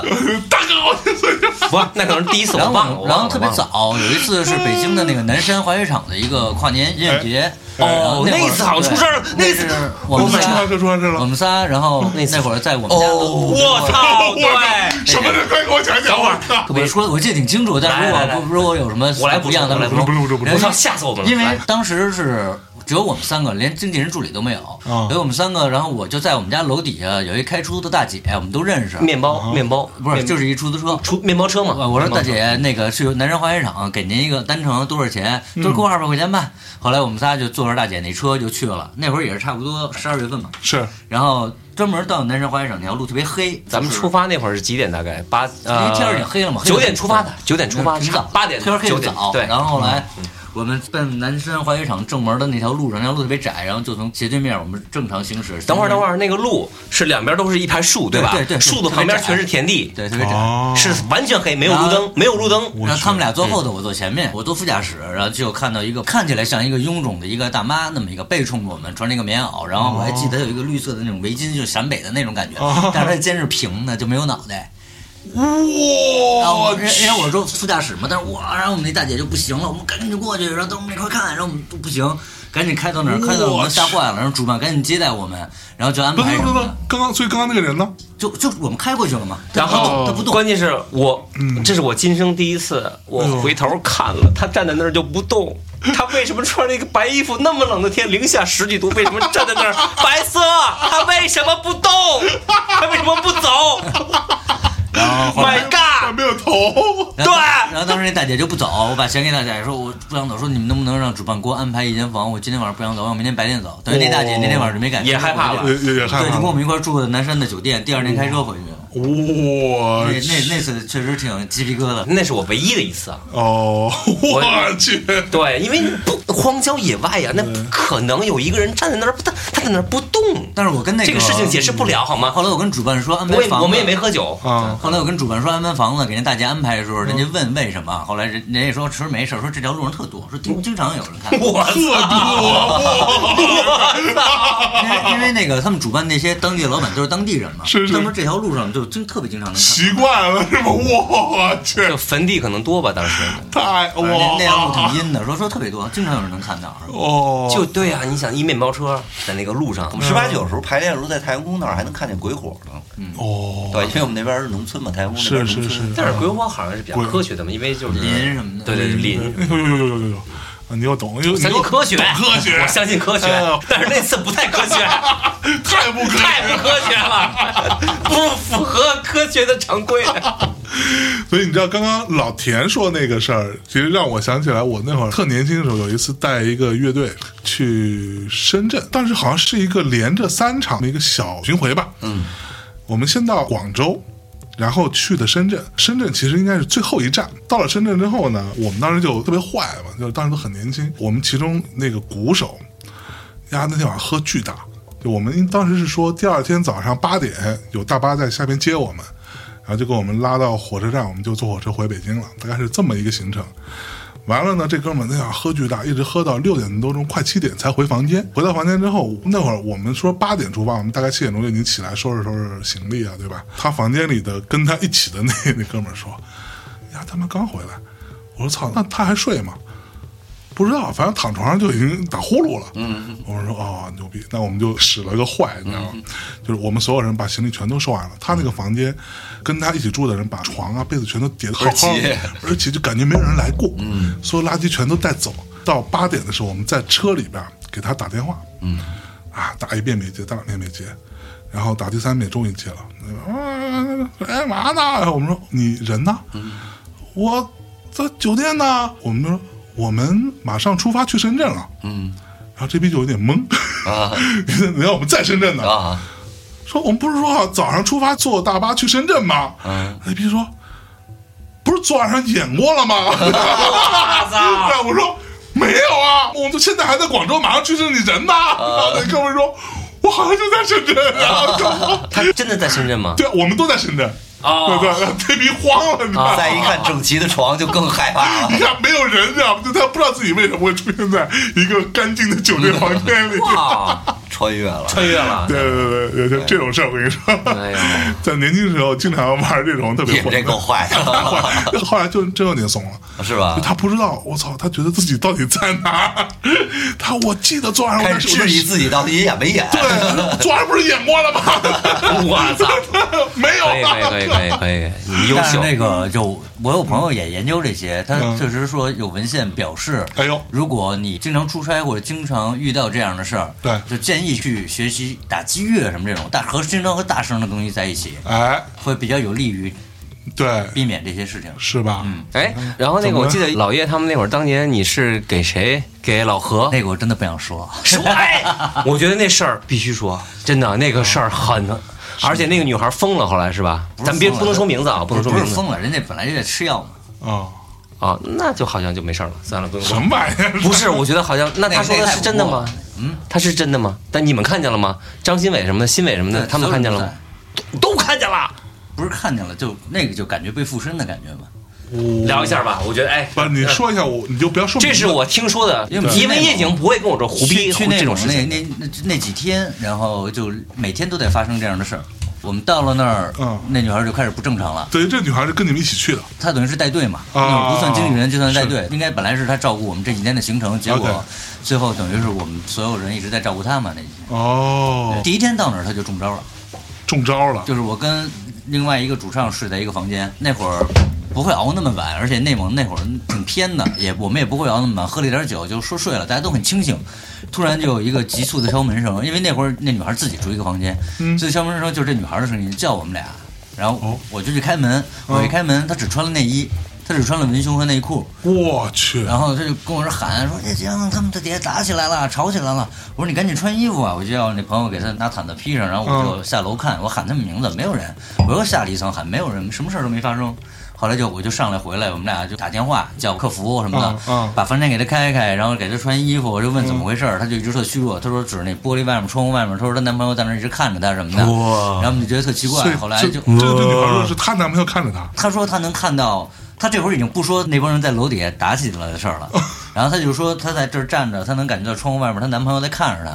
S1: 大哥，我这岁数
S2: 不是，那可能是第一次，
S4: 然
S2: 我
S4: 后
S2: 忘了，我
S4: 然
S2: 忘
S4: 后
S2: 了
S4: 特别。早，有一次是北京的那个南山滑雪场的一个跨年音乐节。哦
S2: 那一次好像出事儿了那
S4: 那
S2: 次
S4: 是我
S1: 我
S4: 们
S1: 们出来
S4: 仨，
S1: 就出来这
S4: 我
S1: 了。
S4: 们仨，然后那会儿在我们家
S2: 哦我
S4: 楼。
S2: 我操，对，
S1: 什么人？快给我讲讲！我操！
S4: 我说我记得挺清楚，但是如
S2: 来来来
S4: 果不如果有什么
S2: 我来补
S4: 不一样，
S2: 充
S4: 咱
S2: 我来
S4: 们
S1: 充
S2: 补
S1: 不录不录
S2: 我操，吓死我们了！
S4: 因为
S2: 来
S4: 当时是只有我们三个，连经纪人助理都没有，
S1: 嗯
S4: 所以我们三个，然后我就在我们家楼底下有一开出租的大姐，我们都认识，
S2: 面包，面包
S4: 啊不是
S2: 面
S4: 就是一出租车。
S2: 出面包车嘛？
S4: 我我说
S2: 面包
S4: 大
S2: 车，
S4: 姐，那个是由南山滑雪场给您一个单程多少钱？就
S2: 嗯
S4: 给我二百块钱吧。后来我们仨就坐着大姐那车就去了，那会儿也是差不多十二月份嘛。
S1: 是
S4: 然后专门到南山滑雪场那条路特别黑，
S2: 咱们
S4: 就是
S2: 出发那会儿是几点？大概八
S4: 因
S2: 呃，
S4: 为天儿已经黑了嘛，黑
S2: 九
S4: 了
S2: 点出发的，九点出发，
S4: 挺
S2: 差
S4: 早，
S2: 八点
S4: 嗯天儿黑
S2: 九
S4: 得
S2: 点
S4: 早。
S2: 对，嗯
S4: 然后后来我们奔南山滑雪场正门的那条路上，那条路特别窄，然后就从斜对面我们正常行驶。
S2: 等会儿，等会儿，那个路是两边都是一排树，吧？
S4: 嗯对对对
S2: 树的旁边全是田地，
S4: 对，特别窄。
S1: 哦，
S2: 是完全黑，没有路灯，没有路灯。
S1: 我
S4: 然后他们
S1: 去
S4: 俩坐后头，我坐前面，我坐副驾驶，然后就看到一个看起来像一个臃肿的一个大妈，那么一个背冲着我们，穿着一个棉袄，然后我还记得她有一个绿色的那种围巾，就是陕北的那种感觉，
S1: 哦
S4: 但是她的肩是平的，就没有脑
S1: *laughs*
S4: 袋。然后
S1: 哇
S4: 我，因为因为我说副驾驶嘛，但是我然后我们那大姐就不行了，我们赶紧就过去，然后等我们一块看，然后我们都不行，赶紧开到哪儿，开到我
S1: 我
S4: 们
S1: 去
S4: 吓坏了，然后主办赶紧接待我们，然后就安
S1: 不
S4: 排
S1: 不
S4: 什
S1: 不
S4: 么
S1: 不
S4: 的，，
S1: 刚刚所以刚刚那个人呢？
S4: 就就我们开过去了嘛，
S2: 然后
S4: 他不动，
S2: 关键是我，
S4: 嗯
S2: 这是我今生第一次，我回头看了，他站在那儿就不动。他为什么穿了一个白衣服？那么冷的天，零下十几度，为什么站在那儿？白色，他为什么不动？他为什么不走
S4: 然后后
S2: ？My
S4: 来
S1: 还
S2: God！
S1: 没有头。
S4: 然后当
S2: 对
S4: 然后当时那大姐就不走，我把钱给大姐说，我不想走，说你们能不能让主办给我安排一间房？我今天晚上不想走，我明天白天走。等于那大姐那天晚上就没
S2: 哦
S4: 敢
S2: 也害怕了
S1: 也也也害怕
S4: 对，
S1: 了哦
S4: 就跟我们一块儿住的南山的酒店，第二天开车回去。
S1: 我呃
S4: 那那那次确实挺鸡皮疙瘩。
S2: 那是我唯一的一次啊！
S1: 哦，我去，
S2: 对，因为你不荒郊野外呀、那不
S4: 嗯
S2: 可能有一个人站在那儿，他他在那儿不动。
S4: 但是我跟那
S2: 这个事情解释不了好吗？
S4: 后来我跟主办说安排
S2: 我也
S4: 房子，
S2: 我们也没喝酒，
S1: 啊，
S4: 后来我跟主办说安排房子，给人大姐安排的时候，
S1: 嗯
S4: 人家问为什么，后来人人家说其实没事，说这条路上特多，说
S2: 嗯
S4: 经经常有人看，
S2: 我操！我
S4: 因为因为那个他们主办那些当地的老板都是当地人嘛，
S1: 是是
S4: 他们说这条路上就真特别经常能看。
S1: 习惯了是吧？我去，
S2: 操！坟地可能多吧，当时
S1: 太
S4: 反正那那条路
S1: 哇
S4: 挺阴的，说说特别多，经常有人能看到。
S1: 哦，
S2: *laughs* 就对啊，你想一面包车在那个路上
S3: 我，们十八九的时候排练的时候，在太阳宫那儿还能看见鬼火呢。
S1: 哦，
S3: 对，因为我们那边是农村嘛，太阳宫那
S1: 是
S3: 边农
S1: 是
S3: 村
S1: 是，
S2: 但是鬼火好像是比较科学的嘛，因为就是
S4: 林什么的
S2: 对对对林。
S1: 哎呦呦呦呦呦呦呦，啊你又懂，又
S2: 我相信科学，
S1: 科学
S2: 我相信科学
S1: 哎呦，
S2: 但是那次不太科学，
S1: 太不科
S2: *laughs* 太
S1: 学
S2: 不。科学了，不符合科学的常规。
S1: *laughs* 所以你知道，刚刚老田说那个事儿，其实让我想起来，我那会儿特年轻的时候，有一次带一个乐队去深圳，当时好像是一个连着三场的一个小巡回吧。嗯，我们先到广州。然后去的深圳，深圳其实应该是最后一站。到了深圳之后呢，我们当时就特别坏嘛，就是当时都很年轻。我们其中那个鼓手，呀，那天晚上喝巨大。就我们当时是说，第二天早上八点有大巴在下边接我们，然后就给我们拉到火车站，我们就坐火车回北京了，大概是这么一个行程。完了呢，这哥们儿那想喝巨大，一直喝到六点多钟，快七点才回房间。回到房间之后，那会儿我们说八点出发，我们大概七点钟就已经起来收拾收拾行李啊，对吧？他房间里的跟他一起的那那哥们儿说：“呀，他妈刚回来。”我说：“操，那他还睡吗？”不知道，反正躺床上就已经打呼噜了。嗯，我们说哦，牛逼，那我们就使了个坏，你知道吗？就是我们所有人把行李全都收完了，他那个房间，跟他一起住的人把床啊、被子全都叠得好好的，而且就感觉没有人来过，嗯，所有垃圾全都带走。到八点的时候，我们在车里边给他打电话，嗯，啊，打一遍没接，打两遍没接，然后打第三遍终于接了，啊，哎嘛呢？然后我们说你人呢？我在酒店呢。我们就说我们马上出发去深圳了。嗯，然后这逼就有点懵， *laughs*
S3: 啊
S1: 你看我们在深圳呢，
S3: 啊，
S1: 说我们不是说好早上出发坐大巴去深圳吗？
S3: 嗯，
S1: 那逼说不是昨晚上演过
S3: *laughs*
S1: 了吗？然后我说没有啊，我们就现在还在广州，马上去深圳人呢。
S3: 嗯
S1: 然后那哥们说，我好像就在深圳。啊然
S3: *laughs*
S1: 后就
S2: 他真的在深圳吗？
S1: 对，我们都在深圳。*laughs*
S2: 哦
S1: 对对，这逼慌了，你知道吗？
S3: 啊再一看整齐的床就更害怕了
S1: *laughs*
S3: *laughs*
S1: 你。看没有人，知道吗？就他不知道自己为什么会出现在一个干净的酒店房间
S3: 嗯
S1: 里。
S2: 哇，
S3: 穿越了，
S2: 穿越了，
S1: 对对对对，这种事儿我跟你说，
S2: 哎呦
S1: *laughs* 在年轻时候经常玩这种特别
S3: 你们这够坏的，
S1: *laughs*
S2: 啊
S1: 坏，后来就真有点怂了。
S3: 是吧
S1: 就？他不知道，我操，他觉得自己到底在哪儿？他我记得昨晚上我
S3: 开
S1: 在
S3: 始
S1: 我在
S3: 质疑自己到底演没演。
S1: 对，昨晚不是演过了吗？
S2: *laughs* 我操！
S1: 没有
S2: 可以
S1: 啊，
S2: 可以可以可以可以，你优
S4: 但是
S2: 秀，
S4: 那个就我有朋友也研究这些，他
S1: 嗯
S4: 确实说有文献表示，
S1: 哎呦
S4: 如果你经常出差或者经常遇到这样的事儿，
S1: 对
S4: 就建议去学习打击乐什么这种大和经常和大声的东西在一起，
S1: 哎，
S4: 会比较有利于
S1: 对，
S4: 避免这些事情。
S1: 是吧？
S2: 哎，然后那个我记得老叶他们那会儿，当年你是给谁？给老何。
S4: 那个我真的不想说，
S2: 说，
S4: *laughs*
S2: 哎，我觉得那事儿必须说，真的那个事儿很，而且那个女孩疯了，后来是吧？
S4: 不是
S2: 咱别
S4: 疯
S2: 不
S4: 了
S2: 能说名字啊，不能说
S4: 不是
S2: 名字
S4: 疯了，人家本来就在吃药嘛。
S1: 啊，
S2: 啊，那就好像就没事儿了，算了，不用
S1: 什
S2: 说。
S1: 么玩意儿？
S2: 不是，我觉得好像那
S4: 那
S2: 他说的
S4: 那太
S2: 是真的吗
S4: 恐怖？
S2: 嗯，他是真的吗？但你们看见了吗？张新伟什么的，新伟什么的，
S4: 对
S2: 他们看见了吗？都都看见了，
S4: 不是看见了，就那个就感觉被附身的感觉嘛。
S2: 聊一下吧。我觉得，哎，
S1: 不，你说一下我，你就不要说名字。
S2: 这是我听说的，
S4: 因为
S2: 因为叶景不会跟我说胡
S4: 去
S2: 逼
S4: 去那
S2: 这种事
S4: 种那
S2: 情。
S4: 那那那几天，然后就每天都在发生这样的事儿。我们到了那儿，
S1: 嗯
S4: 那女孩就开始不正常了。
S1: 对，这女孩是跟你们一起去的，
S4: 她等于是带队嘛，
S1: 啊
S4: 那会儿不算经纪人，就算带队。应该本来是她照顾我们这几天的行程，结
S1: OK
S4: 果最后等于是我们所有人一直在照顾她嘛。那几天，
S1: 哦，
S4: 第一天到那儿她就中招了，
S1: 中招了，
S4: 就是我跟另外一个主唱睡在一个房间，那会儿不会熬那么晚，而且内蒙那会儿挺偏
S1: *laughs*
S4: 的，也我们也不会熬那么晚，喝了一点酒就说睡了，大家都很清醒。突然就有一个急促的敲门声，因为那会儿那女孩自己住一个房间，
S1: 嗯
S4: 所以敲门声就是这女孩的声音叫我们俩，然
S1: 哦
S4: 后我就去开门，我一开门，她只穿了内衣，她只穿了文胸和内裤，
S1: 我去，
S4: 然后他就跟我这喊说：“哎，行，他们在底下打起来了，吵起来了。”我说：“你赶紧穿衣服啊！”我就要那朋友给他拿毯子披上，然后我就
S1: 嗯
S4: 下楼看，我喊他们名字，没有人。我又下了一层喊，没有人，什么事儿都没发生。后来就我就上来回来，我们俩就打电话叫客服什么的，
S1: 嗯嗯
S4: 把房间给他开开，然后给他穿衣服。我就问怎么回事儿，他就一直特虚弱，他说指着那玻璃外面、窗户外面，他说她男朋友在那儿一直看着她什么的。然后我们就觉得特奇
S1: 所以
S4: 怪，后来
S1: 这
S4: 就
S1: 这这女孩
S2: 嗯
S1: 说是她男朋友看着她，
S4: 她说她能看到，她这会儿已经不说那帮人在楼底下打起来的事儿
S1: *laughs*
S4: 了，然后她就说她在这儿站着，她能感觉到窗户外面她男朋友在看着她。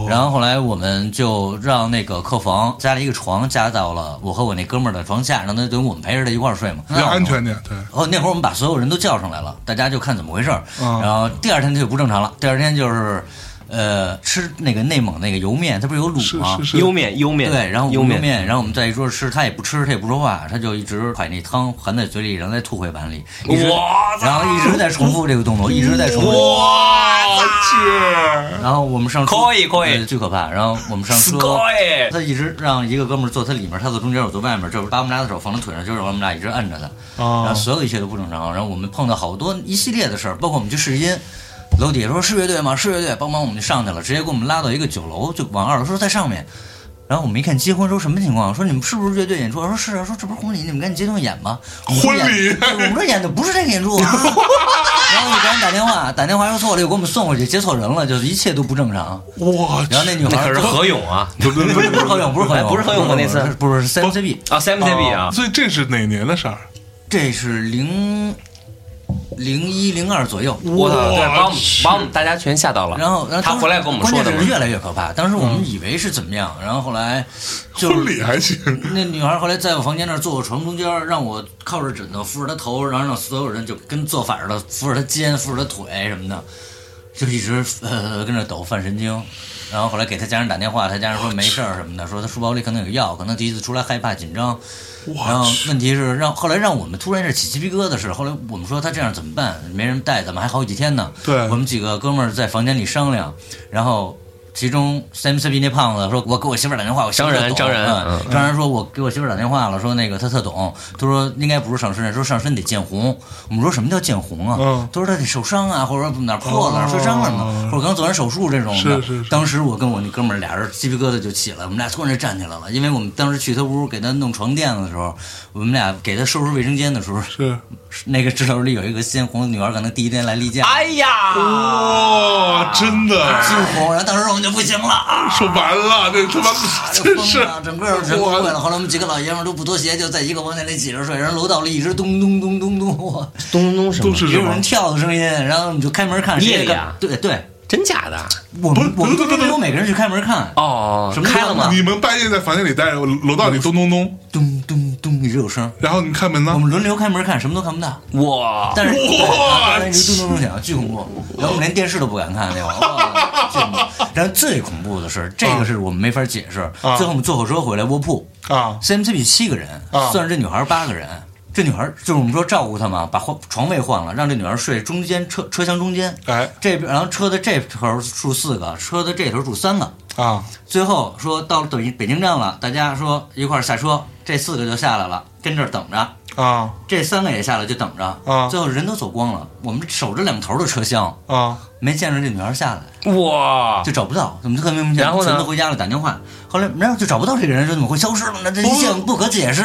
S1: 哇，
S4: 然后后来我们就让那个客房加了一个床，加到了我和我那哥们儿的床下，让他等于我们陪着他一块儿睡嘛，
S1: 要安全点，对，
S4: 哦，那会儿我们把所有人都叫上来了，大家就看怎么回事儿。
S1: 嗯
S4: 然后第二天他就不正常了，第二天就是，呃，吃那个内蒙那个油面，它不是有卤
S1: 是
S4: 吗？
S1: 是是，
S2: 优面优面
S4: 对，然后
S2: 优
S4: 牛面，然后我们在一桌吃，他也不吃，他也不说话，他就一直蒯那汤含在嘴里，然后再吐回碗里，一直
S2: 我操
S4: 然后一直在重复这个动作，一直在重复。
S1: 我去，
S4: 然后我们上车
S2: 可以可以
S4: 对巨可怕。然后
S2: *laughs*
S4: 我们上车，
S2: Sky
S4: 他一直让一个哥们儿坐他里面，他坐中间，我坐外面，就是把我们俩的手放他腿上，就是我们俩一直摁着他。
S1: 哦
S4: 然后所有一切都不正常。然后我们碰到好多一系列的事儿，包括我们去试音。楼底下说是乐队吗？是乐队，帮忙我们就上去了，直接给我们拉到一个酒楼，就往二楼说在上面。然后我们一看结婚，说什么情况？说你们是不是乐队演出？说是啊，说这不是婚礼，你们赶紧接团演吧。
S1: 婚礼
S4: 我们这演的不是这个演出 *laughs* 啊。然后就赶紧打电话，打电话说错了，又给我们送回去，接错人了，就是一切都不正常。
S1: 我去
S4: 然后那女
S2: 那
S4: 孩
S2: 可
S4: 儿
S2: 是何勇啊
S1: 不不
S4: *laughs* 不是不是何勇，不是何勇，哦
S2: 不是何勇吗那次
S4: 不是 CMCB，
S2: 啊，CMCB 啊，
S1: 哦所以这是哪年的事儿？
S4: 这是零零一零二左右。
S2: 我操，对，把我
S1: 我
S2: 们
S1: 去
S2: 把我们大家全吓到了。
S4: 然后，然后
S2: 他
S4: 当时
S2: 回来跟我们说
S4: 关
S2: 的
S4: 键
S2: 嘛
S4: 是越来越可怕。当时我们以为是怎么样，然后后来就是
S1: 婚礼还行，
S4: *laughs* 那女孩后来在我房间那儿坐我床中间儿，让我靠着枕头扶着她头，然后让所有人就跟做法似的扶着她肩、扶着她腿什么的，就一直呃跟着抖犯神经。然后后来给她家人打电话，她家人说没事儿什么的，说她书包里可能有药，可能第一次出来害怕紧张。然
S1: 我
S4: 后
S1: 去，
S4: 问题是让后来让我们突然是起鸡皮疙瘩是，后来我们说他这样怎么办？没人带，咱们还好几天呢。
S1: 对
S4: 我们几个哥们儿在房间里商量，然后其中 Sam Smith 那胖子说：“我给我媳妇儿打电话，我媳妇儿
S2: 张然
S4: 特懂
S2: 张然
S4: 嗯张然说：“我给我媳妇儿打电话了，说那个她特懂，她说应该不是上身，说上身得见红。我们说什么叫见红啊？
S1: 嗯
S4: 她说她得受伤啊，或者说哪儿破了、哪儿摔伤了什
S1: 哦
S4: 么，或者刚做完手术这种的。
S1: 是是是
S4: 当时我跟我那哥们儿俩人鸡皮疙瘩就起来了，我们俩突然就站起来了，因为我们当时去他屋给他弄床垫子的时候，我们俩给他收拾卫生间的时候，
S1: 是
S4: 那个指头里有一个鲜红的女孩，可能第一天来例假，
S2: 哎呀，哦
S1: 哇，哦真的
S4: 金红，然后当时我们就不行了啊！
S1: 说完了，这他妈
S4: 就
S1: 真
S4: 疯
S1: 是
S4: 了，啊整个人崩溃了。后来我们几个老爷们儿都不脱鞋，就在一个房间里挤着睡，然后楼道里一直咚咚咚咚咚，哇，
S2: 咚咚咚什
S1: 都是
S4: 也
S1: 什
S4: 有
S1: 么
S4: 人？跳的声音。然后我们就开门看，
S2: 夜
S4: 谁
S2: 里啊
S4: 对对，
S2: 真假的？
S4: 我们
S1: 不
S4: 我
S1: 是
S4: 们
S1: 不是不
S4: 都
S1: 是
S4: 没有每个人去开门看，
S2: 哦，
S4: 什么
S2: 开了吗？
S1: 你们半夜在房间里待着，楼道里咚咚咚，
S4: 咚咚咚，一直有声。
S1: 然后你看门
S4: 我
S1: 呢？
S4: 们轮流开门看，什么都看不到，
S2: 哇，
S4: 但是
S1: 哇
S4: 对啊当然一直咚咚咚响，巨恐怖。然后我们连电视都不敢看那会儿哇，巨恐怖。然后最恐怖的是，这个是我们没法解释。
S1: 啊
S4: 最后我们坐火车回来卧铺，
S1: 啊
S4: CMCP 七个人，
S1: 啊
S4: 算是这女孩儿八个人。这女孩儿就是我们说照顾她嘛，把换床位换了，让这女孩儿睡中间车车厢中间。
S1: 哎
S4: 这边然后车的这头住四个，车的这头住三个。
S1: 啊！
S4: 最后说到了北北京站了，大家说一块儿下车，这四个就下来了，跟这儿等着。
S1: 啊
S4: 这三个也下来就等着
S1: 啊
S4: 最后人都走光了，我们守着两头的车厢，
S1: 啊！
S4: 没见着这女孩儿下来。
S2: 哇，
S4: 就找不到，怎么就特别明显？
S2: 啊然后呢
S4: 全都回家了，打电话，后来然后就找不到这个人，说怎么会消失了呢？这一切不可解释。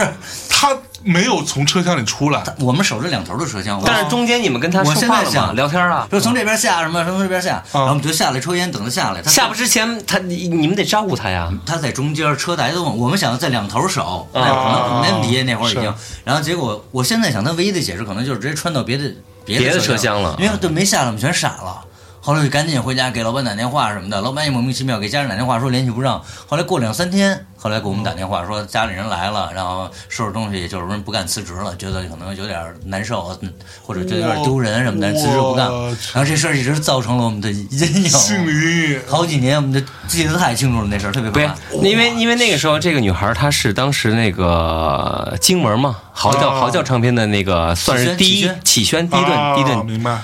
S1: 他没有从车厢里出来，
S4: 我们守着两头的车厢，我
S2: 但是中间你们跟他
S4: 我
S2: 说
S4: 现
S2: 话
S4: 在
S2: 了吗？
S4: 想
S2: 聊天啊？
S4: 说从这边下什么，从这边下，然后我们就下来抽烟，等他下来，他
S2: 下不之前，他你你们得照顾他呀。
S4: 他在中间，车大家都问，我们想在两头守，那可能
S1: 啊
S4: 肯定底下那会儿已
S1: 是
S4: 经，然后结果我现在想，他唯一的解释可能就是直接穿到别的
S2: 别的
S4: 的
S2: 车厢了
S4: 因为都没下来，我们全傻了。后来就赶紧回家给老板打电话什么的，老板也莫名其妙给家人打电话说哎联系不上。后来过两三天，后来给我们打电话说家里人来了，然后收拾东西，就是说不干辞职了，觉得可能有点难受，嗯或 *laughs* 者觉得有点丢人什么的，
S1: 我
S4: *laughs* 辞职不干
S1: 我。
S4: 然后这事儿一直造成了我们的阴影，
S1: 心理阴影。
S4: 好几年，我们就记得太清楚了，那事儿特别
S2: 不
S4: 可
S2: 是
S4: 怕。，
S2: 因为因为那个时候这个女孩她是当时那个京文嘛，嚎叫
S1: 啊
S2: 嚎叫唱片的那个算是第
S4: 启
S2: 一
S4: 轩
S2: 启轩第一
S1: 啊
S2: 哦顿第一顿
S1: 明白？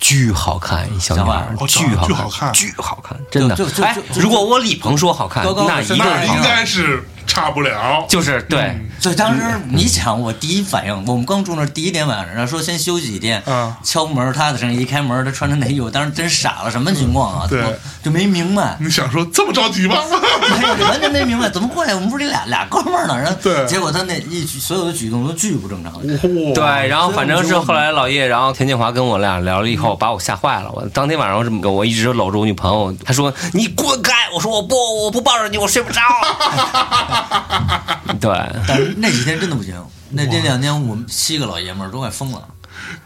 S2: 巨好看，一小女孩
S4: 小
S1: 花儿
S2: 巨
S1: 哦
S2: 好
S1: 巨好看
S2: 巨好看，真的
S4: 就就。就
S2: 哎
S4: 就，就
S2: 如果我李鹏说好看
S4: 高，高
S2: 那
S4: 的
S2: 一
S4: 身
S2: 定
S4: 材嗯
S1: 那
S2: 是好
S1: 应
S2: 看，
S1: 该是差不了。
S2: 就是对。
S4: 所以当时你想，我第一反应，我们刚住那儿第一天晚上，然后说先休息几天，
S1: 嗯
S4: 敲门，他的声音，一开门，他穿着内衣，我当时真傻了，什么情况啊？
S1: 对，
S4: 怎么就没明白 *laughs*
S1: 你想说这么着急吗？
S4: 没有完全没明白，怎么过来？我们不是俩俩哥们儿呢？然后
S1: 对
S4: 结果他那一举所有的举动都巨不正常。
S1: 对
S2: 对，然后反正是后来老叶，然后田建华跟我俩聊了以后，把我吓坏了。我当天晚上我这么我一直搂着我女朋友，她说你滚开，我说我不我不抱着你我睡不
S4: *laughs*
S2: 着。 *laughs* 对，
S4: 但是那几天真的不行，那那两天我们七个老爷们儿都快疯了，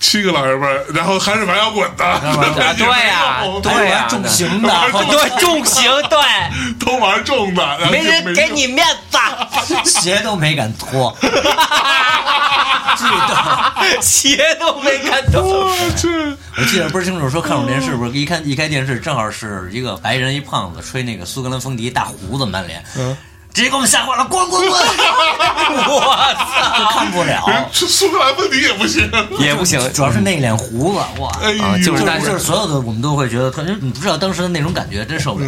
S1: 七个老爷们儿，然后还是玩摇滚的， *laughs*
S2: 对呀对
S4: 还有
S2: 呀
S4: 玩重刑的，
S1: 玩重刑
S2: *laughs* 对重刑，对，
S1: 都玩重的，然后
S2: 没
S1: 就
S2: 人给
S1: *laughs* 用
S2: 你面子，
S4: *laughs* 鞋都没敢脱，巨逗。
S2: 鞋都没看到。
S1: 我去，
S4: 我记得倍儿清楚，说看会儿电视，不是一看一开电视，正好是一个白人一胖子吹那个苏格兰风笛，大胡子满脸，直接给我们吓坏了，滚滚滚！ *laughs* 我操，都看不了
S1: 人，吃苏格兰问题也不行。
S2: 也不行
S4: 主要是那脸胡子，哇！
S1: 哎呦，
S2: 啊就是大
S4: 就是就是所有的我们都会觉得特，你不知道当时的那种感觉，真受不了。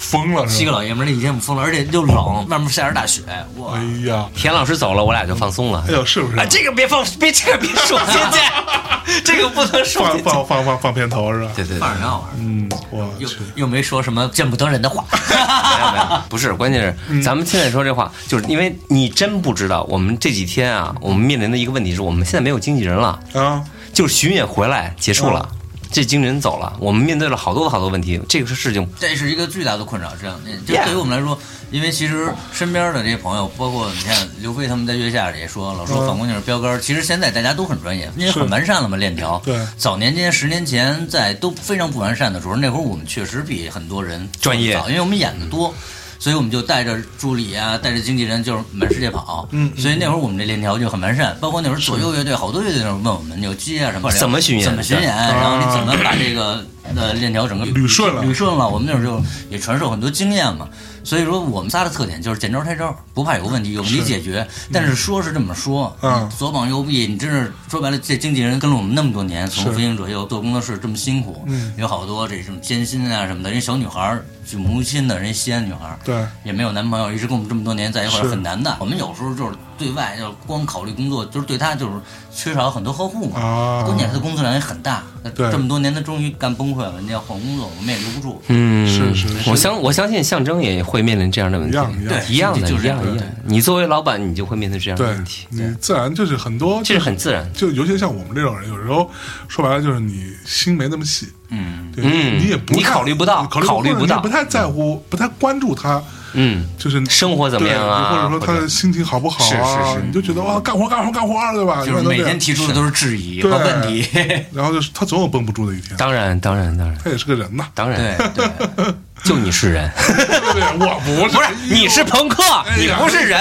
S1: 疯了
S4: 七
S1: 是
S4: 个
S1: 吧？
S4: 老爷们儿那几天我们疯了，而且又冷，外面下着大雪，哇
S1: 哎！呀，
S2: 田老师走了，我俩就放松了
S1: 哎。呦，是不是
S2: 啊，？这个别放，别这个别说进
S1: *laughs*
S2: 去，这个不能说
S1: 放
S2: 进去。
S1: 放放放放片头是吧？
S2: 对对对
S4: 范。儿闹玩儿，
S1: 嗯，我
S4: 又
S1: 去，
S4: 又没说什么见不得人的话。
S2: 没有没有，不是，关键
S1: 嗯
S2: 是咱们现在说这话，就是因为你真不知道，我们这几天啊，我们面临的一个问题是我们现在没有经纪人了，
S1: 啊，
S2: 就是巡演回来结束
S1: 嗯
S2: 了，这经纪人走了，我们面对了好多的好多问题，这个事情
S4: 这是一个巨大的困扰，这两天就
S2: Yeah
S4: 对于我们来说，因为其实身边的这些朋友，包括你看刘飞他们在月下里也说了，说
S1: 嗯
S4: 反光镜标杆儿，其实现在大家都很专业，因为
S1: 是
S4: 很完善了嘛，链条。
S1: 对
S4: 早年间十年前在都非常不完善的时候，那会儿我们确实比很多人
S2: 专业
S4: 早因为我们演的
S1: 嗯
S4: 多。所以我们就带着助理啊，带着经纪人，就是满世界跑。
S1: 嗯
S4: 所以那会儿我们这链条就很完善，包括那会儿左右乐队，好多乐队那会儿问我们有机啊什么的，
S2: 怎么巡演
S4: 怎么巡演，
S1: 对
S4: 然后你怎么把这个呃链条整个
S1: 捋顺了
S4: 捋顺了。我们那时候就也传授很多经验嘛，所以说我们仨的特点就是见招拆招，不怕有个问题，勇于解决。但是说是这么说，
S1: 嗯
S4: 左膀右臂，你真是说白了，这经纪人跟了我们那么多年，从
S1: 是嗯
S4: 飞行者又做工作室这么辛苦，有好多这什么艰辛啊什么的，人家小女孩儿举母亲的，人家西安女孩儿，
S1: 对
S4: 也没有男朋友，一直跟我们这么多年在一块儿
S1: 是
S4: 很难的。我们有时候就是对外就是光考虑工作，就是对他就是缺少很多呵护嘛。
S1: 啊
S4: 关键是他工作量也很大，那
S1: 对
S4: 这么多年他终于干崩溃了，人家换工作，我们也留不住。
S2: 嗯，
S1: 是是是
S2: 我相我相信象征也会面临这样的问
S1: 一
S2: 题
S1: 样一样，
S4: 对
S2: 一样的，
S4: 就
S2: 一
S4: 是这
S2: 样
S4: 样
S2: 一样的。你作为老板，你就会面对这样的
S1: 对
S2: 问题，
S1: 你自然就是很多，
S2: 这是很自然。
S1: 就尤其像我们这种人，有时候说白了就是你心没那么细，
S4: 嗯，
S1: 对
S2: 嗯
S1: 你也不
S2: 你
S1: 太
S2: 考虑不到考
S1: 考
S2: 虑
S1: 虑
S2: 不到
S1: 或者你也不太在乎，不太关注他，
S2: 嗯，
S1: 就是
S2: 生活怎么样啊
S1: 对或者说他
S2: 或
S1: 的心情好不好啊？
S2: 是是是嗯
S1: 你就觉得哇，干活干活干活，对吧？
S4: 就是
S1: 一般都
S4: 每
S1: 这样
S4: 天提出的都是质疑和
S1: 对
S4: 问题。
S1: 然后就是他总有绷不住的一天，
S2: 当然，当然，当然，。
S1: 他也是个人呐
S2: *laughs* 当
S4: 对
S2: 然，
S4: 对，
S2: 就你是人，
S1: 对不对？我不是，
S2: *laughs* 不是你是朋克，
S1: 哎
S2: 你
S1: 呀
S2: 不是
S1: *laughs*
S2: 人。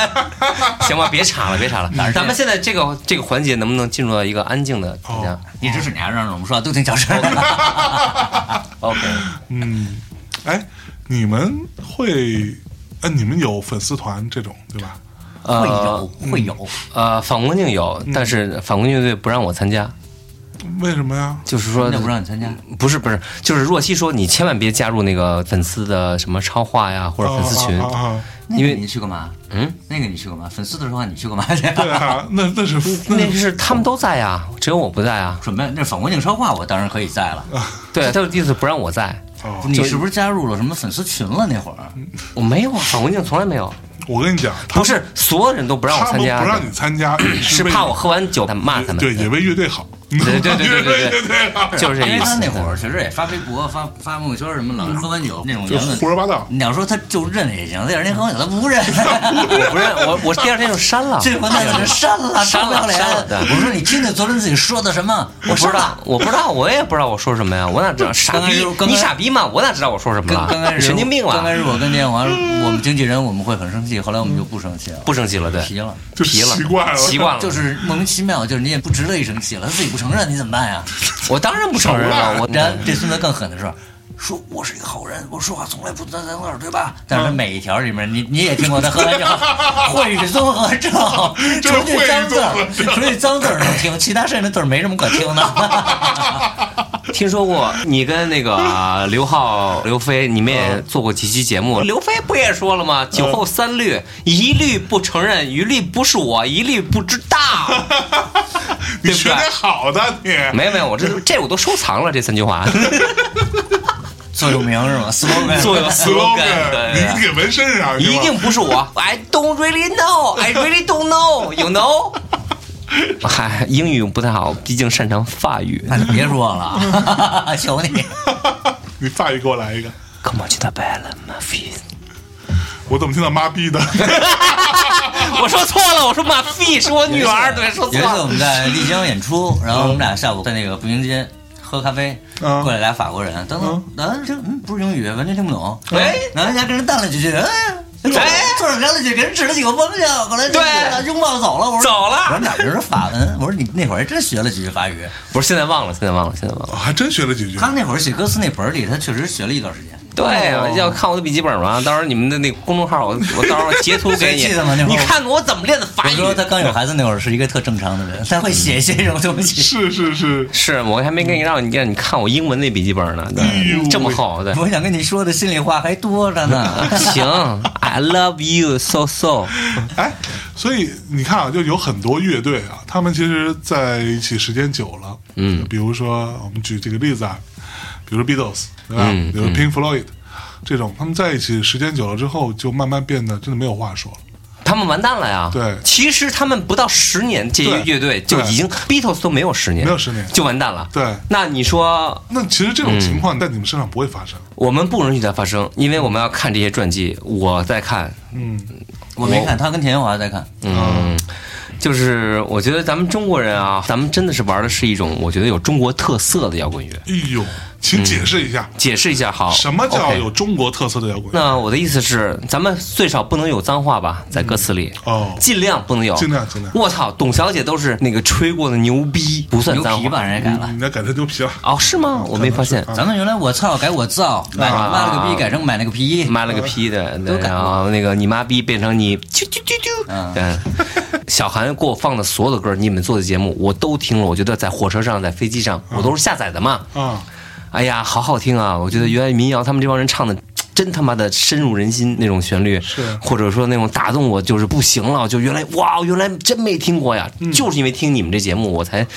S2: 行吧，别岔了，别岔了。咱们现在这个这个环节能不能进入到一个安静的大家
S1: 哦
S4: *laughs* 一直是你还让我们说，都挺小声 *laughs* 的。
S2: ？OK，
S1: 嗯，哎，你们会，哎，你们有粉丝团这种对吧？
S4: 会有哎
S1: 嗯
S4: 会有，
S2: 呃，反光镜有，但是反光镜乐队不让我参加，
S1: 为什么呀？
S2: 就是说
S4: 哦那不让你参加。
S2: 不是不是，就是若曦说你千万别加入那个粉丝的什么超话呀，或者粉丝群，
S1: 啊啊啊啊
S4: 那
S2: 因
S4: 个
S2: 为
S4: 你去干嘛？
S2: 嗯，
S4: 那个你去干嘛？粉丝的说话你去干嘛去？
S1: *laughs* 对啊，那那是
S2: 那是他们都在呀，只有我不在啊。
S4: *laughs* 准备那反光镜超话，我当然可以在了。
S2: 对，他的意思不让我在，
S1: 哦，
S4: 你是不是加入了什么粉丝群了？那会儿
S2: 我没有啊，反光镜从来没有，
S1: 我跟你讲，他
S2: 不是所有人都不让我
S1: 他
S2: 参
S1: 们
S2: 加
S1: 不让
S2: 的，
S1: 你参加，
S2: *clears throat*
S1: 也
S2: 是
S1: 为
S2: 怕我喝完酒他们骂他们。
S1: 对，也为乐队好，
S2: *laughs* 对对对对对对
S1: 对 *laughs* 对好，
S2: 就是这
S4: 因为
S2: 意
S4: 哎他
S2: 思。
S4: 那会儿确实也发微博、发发朋友圈什么，老是喝完酒那种
S1: 就
S4: 言
S1: 是
S4: 论
S1: 胡。说八道。
S4: 你要说他就认了也行，他有人喝完酒他不认，
S2: 我不是我，我第二天就
S1: *laughs*
S2: 删了。
S4: 这回那就删了，
S2: 删了
S4: 受不
S2: 删了
S4: 了
S2: 对
S4: 了。我说你听听昨天自己说的什么，
S2: 我
S4: 我
S2: 不
S4: 删
S2: 知道
S4: 了。，
S2: 我不知道，我也不知道我说什么呀，我哪知道？傻
S4: 刚开
S2: 逼
S4: 始刚，开
S2: 你
S4: 始
S2: 傻逼吗？我哪知道我说什么
S4: 跟刚开
S2: 了？
S4: 始
S2: 神经病啊
S4: 刚开
S2: 了！
S4: 始我跟建华，我们经纪人我们会很生气，后来我们就不生气了，
S2: 不生气了，对，
S4: 皮了。
S1: 就
S2: 皮了，
S1: 习惯了，
S2: 习惯嗯了，
S4: 就是莫名其妙，就是你也不值得一生气了，他自己不承认，你怎么办呀？
S2: 我当然不承认了，我
S4: 然后这孙子更狠的是，说我是一个好人，我说话从来不沾脏味儿，对吧？但
S1: 嗯
S4: 是他每一条里面，你你也听过他喝完酒会语综合
S1: *laughs*
S4: 症，
S1: 这是
S4: 除去脏字
S1: 会语综合症
S4: 儿，除去脏字儿能听，其他剩下的字儿没什么可听的。 *laughs*
S2: 听说过你跟那个 *laughs* 刘浩、刘飞，你们也做过几期节目。刘飞不也说了吗？酒后三律，一律不承认，一律不是我，一律不知 *laughs* 道。
S1: 你学点好的，你
S2: 没有没有，我这这我都收藏了这三句话，
S4: 座右铭是吗？座右
S2: *laughs*
S4: 铭，*laughs*
S2: *laughs* 做有 slogan，
S1: slogan，
S2: 对
S1: 你给纹身上，
S2: 一定不是我。I don't really know, I really don't know, you *laughs* know。嗨，英语不太好，毕竟擅长法语。
S4: 那就哎别说了， *laughs* 求你。
S1: 你法语给我来一个，
S2: Come on to the bed, my feet。
S1: 我怎么听到妈逼的？
S2: *laughs* 我说错了，我说 my feet 是我女儿，对，说错
S4: 有一次我
S2: 了。
S4: 们在丽江演
S2: *laughs*
S4: 出，然后我们俩下午在那个步行街喝咖啡，
S1: 嗯
S4: 过来俩法国人，等等，啊，这嗯不是英语，完全听不懂。
S2: 哎
S4: 然后人家跟人淡了几句，哎，
S2: 哎
S4: 坐着聊了几句，给人指了几个方向，后来
S2: 对
S4: 拥抱走了，我说
S2: 走了
S4: 我说哪儿是法文？我说你那会儿还真学了几句法语。
S2: 不是，现在忘了，现在忘了，现在忘了。
S1: 我还真学了几
S2: 嗯
S1: 句
S4: 他那会儿写歌词那本儿里，他确实学了一段时间。
S2: 对，要看我的笔记本嘛，到时候你们的那个公众号，我我到时候截图给你
S4: 记得吗那，会
S2: 你
S4: 儿
S2: 看我怎么练的法
S4: 我
S2: 语。
S4: 说他刚有孩子那会儿是一个特正常的人，他会写一些这种东
S1: *laughs*
S4: 西。
S1: 是是是，
S2: *laughs* 是我还没给你让你让你看我英文那笔记本呢，
S1: 哎
S2: 对，
S1: 呦
S2: 这么厚，对。
S4: *laughs* 我想跟你说的心里话还多着
S2: *laughs*
S4: 呢。
S2: 行，I love you so so。
S1: 哎，所以你看啊，就有很多乐队啊，他们其实在一起时间久了，
S2: 嗯
S1: 比如说我们举几个例子啊，比如 Beatles 对吧？
S2: 嗯
S1: 比如 Pink Floyd 这种，他们在一起时间久了之后，就慢慢变得真的没有话说了。
S2: 他们完蛋了呀！
S1: 对
S2: 其实他们不到十年，这
S1: 对
S2: 乐队就
S1: 对
S2: 已经 Beatles 都没有十年，
S1: 没有10年
S2: 就完蛋了。
S1: 对
S2: 那你说
S1: 那其实这种情
S2: 嗯
S1: 况在你们身上不会发生，
S2: 我们不允许它发生，因为我们要看这些传记，我在看，
S1: 嗯，
S4: 我没看，他跟田华在看。
S1: 哦
S2: 嗯，就是我觉得咱们中国人啊，咱们真的是玩的是一种我觉得有中国特色的摇滚乐。
S1: 哎呦，请解释一下，
S2: 解释一下好。
S1: 什么叫
S2: 嗯哦 OK
S1: 有中国特色的摇滚乐？
S2: 那我的意思是，咱们最少不能有脏话吧，在歌词里，
S1: 嗯哦
S2: 尽量不能有，
S1: 尽量尽量
S2: 我操，董小姐都是那个吹过的牛逼，不算
S4: 牛
S2: 脏
S4: 皮
S2: 话
S4: 吧，人家改了。
S1: 你那改成牛皮了。
S2: 哦？是吗？我没发现
S1: 可能是啊，
S4: 咱们原来我操改我造，买
S2: 啊
S4: 卖了个逼改成买了个皮，
S2: 妈了个
S1: *laughs*
S2: 批的，对然后那个你妈逼变成你啾啾啾啾，
S4: 嗯
S2: 对。 *laughs* 小韩给我放的所有的歌，你们做的节目我都听了，我觉得在火车上、在飞机上，我都是下载的嘛。
S1: 啊，
S2: 哎呀，好好听啊！我觉得原来民谣他们这帮人唱的。真他妈的深入人心那种旋律，
S1: 是
S2: 或者说那种打动我，就是不行了，就原来哇，原来真没听过呀，就是因为听你们这节目我才，
S1: 嗯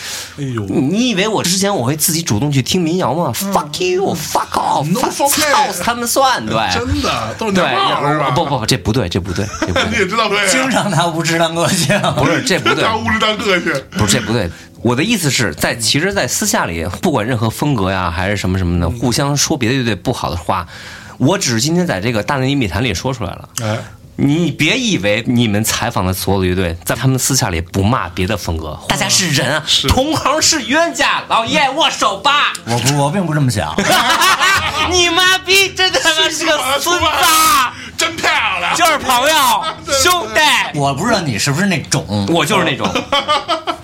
S1: 哎呦嗯
S2: 你以为我之前我会自己主动去听民谣吗、f u c k you，fuck
S1: No
S2: off，fuck
S1: fuck it
S2: house，他们算对，
S1: 真的都是
S2: 哎对，哦
S1: 娘们儿是吧？
S2: 不不，不，这不对，这不对，这不
S1: 你
S2: 对，
S1: 也知道对啊，
S4: 经常拿无知当过奖。
S2: 不是这不对，
S1: 当物质当个性。
S2: 不是这不对。我的意思是在，其实，在私下里，不管任何风格呀，还是什么什么的，互相说别的乐队不好的话，我只是今天在这个大内密密谈里说出来了。
S1: 哎，
S2: 你别以为你们采访的所有的乐队，在他们私下里不骂别的风格，大家是人啊，
S1: 是
S2: 同行是冤家，老爷握手吧。 *laughs*
S4: 我不，我并不这么 *laughs* 想。
S2: 你妈逼，真他妈是个孙子，啊
S1: 真漂亮！
S2: 就是朋友
S1: *laughs* 对对
S2: 兄弟，
S4: 我不知道你是不是那种，
S2: 我就是 *laughs* 那种。